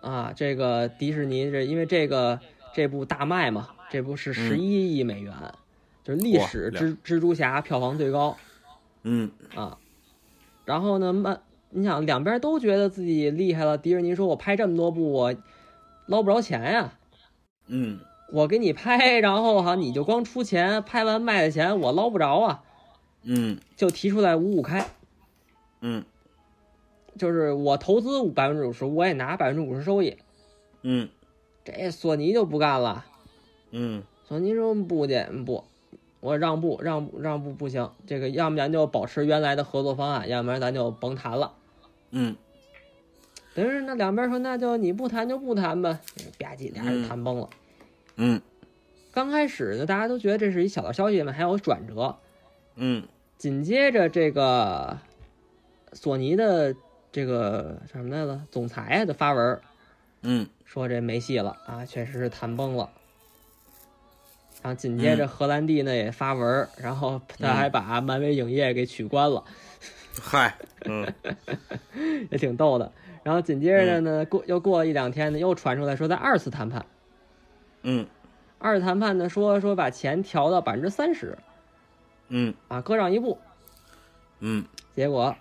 Speaker 3: 啊，这个迪士尼这因为这个这部大卖嘛，这部是十一亿美元，就是历
Speaker 2: 哇
Speaker 3: 史
Speaker 2: 了
Speaker 3: 蜘蜘蛛侠票房最高
Speaker 2: 嗯
Speaker 3: 啊。然后呢，漫你想两边都觉得自己厉害了，迪士尼说我拍这么多部我捞不着钱呀、
Speaker 2: 嗯，
Speaker 3: 我给你拍，然后哈你就光出钱，拍完卖的钱我捞不着啊，
Speaker 2: 嗯，
Speaker 3: 就提出来五五开，
Speaker 2: 嗯，
Speaker 3: 就是我投资百分之五十，我也拿百分之五十收益。
Speaker 2: 嗯，
Speaker 3: 这索尼就不干了，
Speaker 2: 嗯，
Speaker 3: 索尼说不的不，我让步让步让步不行，这个要么咱就保持原来的合作方案，要不然咱就甭谈了。
Speaker 2: 嗯，
Speaker 3: 等于是那两边说那就你不谈就不谈呗，吧唧俩人
Speaker 2: 嗯
Speaker 3: 谈崩了。
Speaker 2: 嗯，
Speaker 3: 刚开始呢，大家都觉得这是一小道消息嘛，还有转折。
Speaker 2: 嗯，
Speaker 3: 紧接着这个索尼的这个叫什么来着？总裁啊的发文儿
Speaker 2: 嗯，
Speaker 3: 说这没戏了啊，确实是谈崩了。然后紧接着荷兰弟呢也发文儿，然后他还把漫威影业给取关了，
Speaker 2: 嗨，嗯，
Speaker 3: 也挺逗的。然后紧接着呢，过又过了一两天呢，又传出来说在二次谈判，
Speaker 2: 嗯，
Speaker 3: 二次谈判呢说说把钱调到百分之三十
Speaker 2: 嗯，
Speaker 3: 啊，各让一步，
Speaker 2: 嗯，
Speaker 3: 结果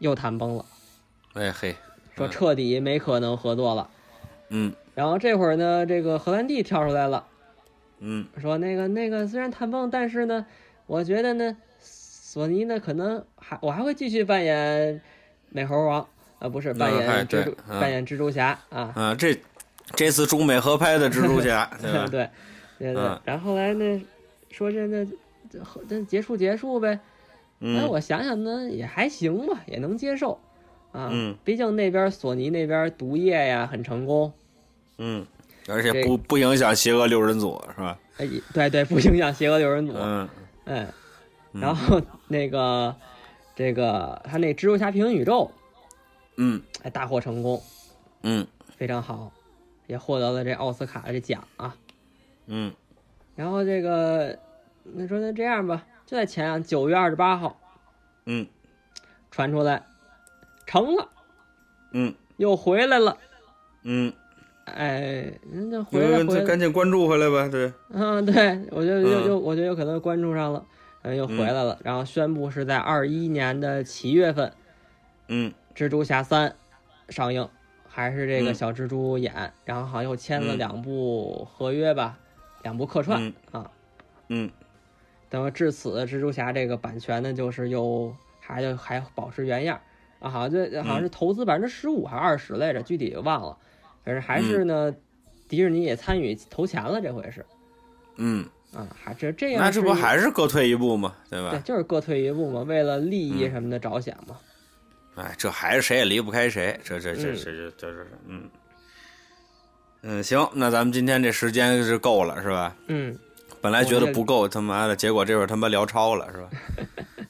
Speaker 3: 又谈崩了，
Speaker 2: 哎嘿，
Speaker 3: 说
Speaker 2: 嗯
Speaker 3: 彻底没可能合作了。
Speaker 2: 嗯，
Speaker 3: 然后这会儿呢，这个荷兰弟跳出来了，
Speaker 2: 嗯，
Speaker 3: 说那个那个虽然谈崩，但是呢，我觉得呢，索尼呢可能还我还会继续扮演美猴王啊、呃不是扮演
Speaker 2: 哎
Speaker 3: 蜘
Speaker 2: 对
Speaker 3: 蛛、
Speaker 2: 嗯
Speaker 3: 扮演蜘蛛侠 啊，
Speaker 2: 啊，这这次中美合拍的蜘蛛侠，对吧？
Speaker 3: 对对对
Speaker 2: 啊嗯。
Speaker 3: 然后后来呢，说这那这这结束结束呗，哎，
Speaker 2: 嗯，
Speaker 3: 我想想呢，也还行吧，也能接受啊，
Speaker 2: 嗯
Speaker 3: 毕竟那边索尼那边毒液呀很成功，
Speaker 2: 嗯，而且不不影响邪恶六人组，是吧？
Speaker 3: 哎，对对，不影响邪恶六人组，
Speaker 2: 嗯，
Speaker 3: 嗯，然后那个这个他那蜘蛛侠平行宇宙
Speaker 2: 嗯，
Speaker 3: 哎大获成功，
Speaker 2: 嗯，
Speaker 3: 非常好，也获得了这奥斯卡的这奖啊。
Speaker 2: 嗯，
Speaker 3: 然后这个那说那这样吧，就在前两九月二十八号
Speaker 2: 嗯，
Speaker 3: 传出来成了，
Speaker 2: 嗯，
Speaker 3: 又回来了，
Speaker 2: 嗯，
Speaker 3: 哎，人家回来
Speaker 2: 嗯，
Speaker 3: 回
Speaker 2: 这
Speaker 3: 来，
Speaker 2: 赶紧关注回来吧，对，
Speaker 3: 嗯，对我觉得又
Speaker 2: 嗯
Speaker 3: 又我觉得有可能关注上了，嗯，又回来了，然后宣布是在二一年的七月份。
Speaker 2: 嗯，
Speaker 3: 蜘蛛侠三上映，还是这个
Speaker 2: 嗯
Speaker 3: 小蜘蛛演，然后好像又签了
Speaker 2: 嗯
Speaker 3: 两部合约吧，两部客串、
Speaker 2: 嗯
Speaker 3: 啊。
Speaker 2: 嗯，
Speaker 3: 等于至此，蜘蛛侠这个版权呢，就是又还就还保持原样啊，好像就好像是
Speaker 2: 嗯
Speaker 3: 投资百分之十五还是二十来着，具体就忘了。但是还是呢，迪士尼也参与投钱了，这回是
Speaker 2: 嗯，
Speaker 3: 啊，还这这样
Speaker 2: 那这不
Speaker 3: 是一
Speaker 2: 还是各退一步吗？对
Speaker 3: 对，
Speaker 2: 吧？
Speaker 3: 就是各退一步嘛，为了利益
Speaker 2: 嗯
Speaker 3: 什么的着想嘛。
Speaker 2: 哎，这还是谁也离不开谁，这这这这这这这，嗯，嗯，行，那咱们今天这时间是够了，是吧？
Speaker 3: 嗯，
Speaker 2: 本来觉得不够，他妈的，结果这会儿他妈聊超了，是吧？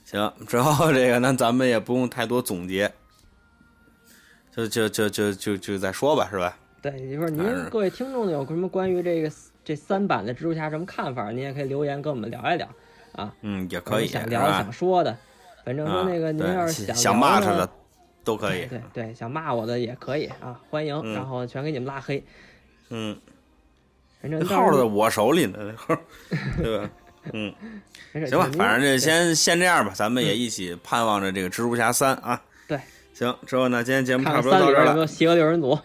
Speaker 2: 行，之后这个那咱们也不用太多总结，就就就就就就再说吧，是吧？
Speaker 3: 对，也就是您
Speaker 2: 反正
Speaker 3: 各位听众有什么关于这个这三版的蜘蛛侠什么看法，您也可以留言跟我们聊一聊，
Speaker 2: 嗯，也可以，
Speaker 3: 想
Speaker 2: 是
Speaker 3: 聊
Speaker 2: 吧
Speaker 3: 想？说的，反正说
Speaker 2: 啊，
Speaker 3: 那个您
Speaker 2: 对
Speaker 3: 要是
Speaker 2: 想
Speaker 3: 想聊
Speaker 2: 骂
Speaker 3: 呢
Speaker 2: 他的，都可以
Speaker 3: 对。对对想骂我的也可以啊，欢迎，
Speaker 2: 嗯
Speaker 3: 然后全给你们拉黑。
Speaker 2: 嗯，
Speaker 3: 反正
Speaker 2: 那
Speaker 3: 到时
Speaker 2: 号儿在
Speaker 3: 候
Speaker 2: 我手里呢，那号儿对吧？嗯，
Speaker 3: 没事
Speaker 2: 行吧，
Speaker 3: 您
Speaker 2: 反正
Speaker 3: 对
Speaker 2: 这
Speaker 3: 嗯
Speaker 2: 先先这样吧，咱们也一起盼望着这个蜘蛛侠三啊。
Speaker 3: 对，
Speaker 2: 行，之后呢，今天节目
Speaker 3: 看
Speaker 2: 差
Speaker 3: 看
Speaker 2: 不多
Speaker 3: 三里
Speaker 2: 到这儿
Speaker 3: 边有
Speaker 2: 了
Speaker 3: 没。有邪恶六人组，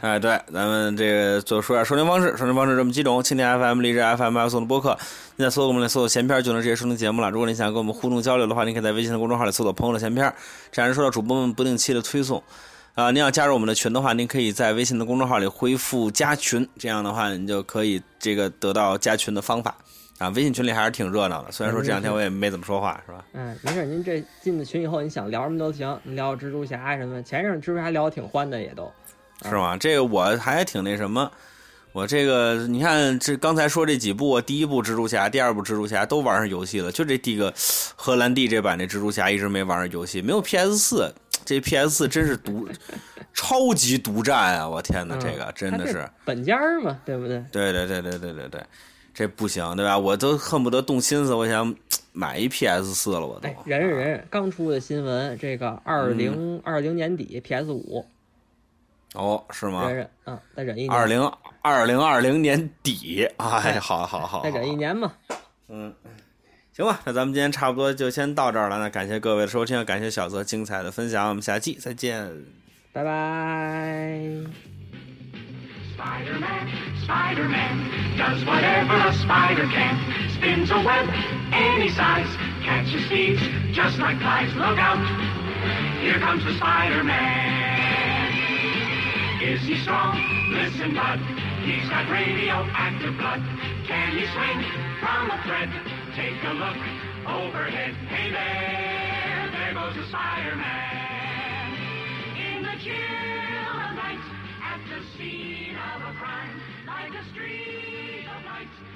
Speaker 2: 哎，对，咱们这个就说一下收听方式，收听方式这么几种：蜻蜓 FM、荔枝 FM、还有送的播客。您在搜索我们里搜索“闲篇”就能直接收听节目了。如果您想跟我们互动交流的话，您可以在微信的公众号里搜索“朋友的闲篇”，这样能收到主播们不定期的推送。啊、您要加入我们的群的话，您可以在微信的公众号里恢复加群，这样的话，您就可以这个得到加群的方法。啊，微信群里还是挺热闹的，虽然说这两天我也没怎么说话，是吧？
Speaker 3: 嗯，没事，您这进了群以后，你想聊什么都行，你聊蜘蛛侠什么，前阵儿蜘蛛侠聊的挺欢的也都，
Speaker 2: 是吗？这个我还挺那什么，我这个你看，这刚才说这几部，第一部蜘蛛侠，第二部蜘蛛侠都玩上游戏了，就这第一个荷兰弟这版这蜘蛛侠一直没玩上游戏，没有 PS 四，这 PS 四真是独超级独占啊！我天哪，
Speaker 3: 嗯
Speaker 2: 这个真
Speaker 3: 他
Speaker 2: 的
Speaker 3: 这
Speaker 2: 是，
Speaker 3: 本家儿嘛，对不对？
Speaker 2: 对对对对对对对，这不行，对吧？我都恨不得动心思，我想买一 PS 四了，我都
Speaker 3: 哎，。忍忍忍忍，刚出的新闻，这个二
Speaker 2: 嗯
Speaker 3: 零二零年底 PS 五，
Speaker 2: 哦，是吗
Speaker 3: 忍？忍啊，再忍一年，
Speaker 2: 二零二零二零年底，哎，
Speaker 3: 哎
Speaker 2: 好好好，
Speaker 3: 再忍一年嘛。
Speaker 2: 嗯，行吧，那咱们今天差不多就先到这儿了。那感谢各位的收听，感谢小泽精彩的分享，我们下期再见。
Speaker 3: 拜拜。
Speaker 1: Spider-Man, Spider-Man does whatever a spider can. Spins a web any size, catches thieves just like flies. Look out! Here comes the Spider-Man. Is he strong? Listen, bud. He's got radioactive blood. Can he swing from a thread? Take a look overhead. Hey there, there goes the Spider-Man. In the chill of night, at the scene of a crime, like a street of lights.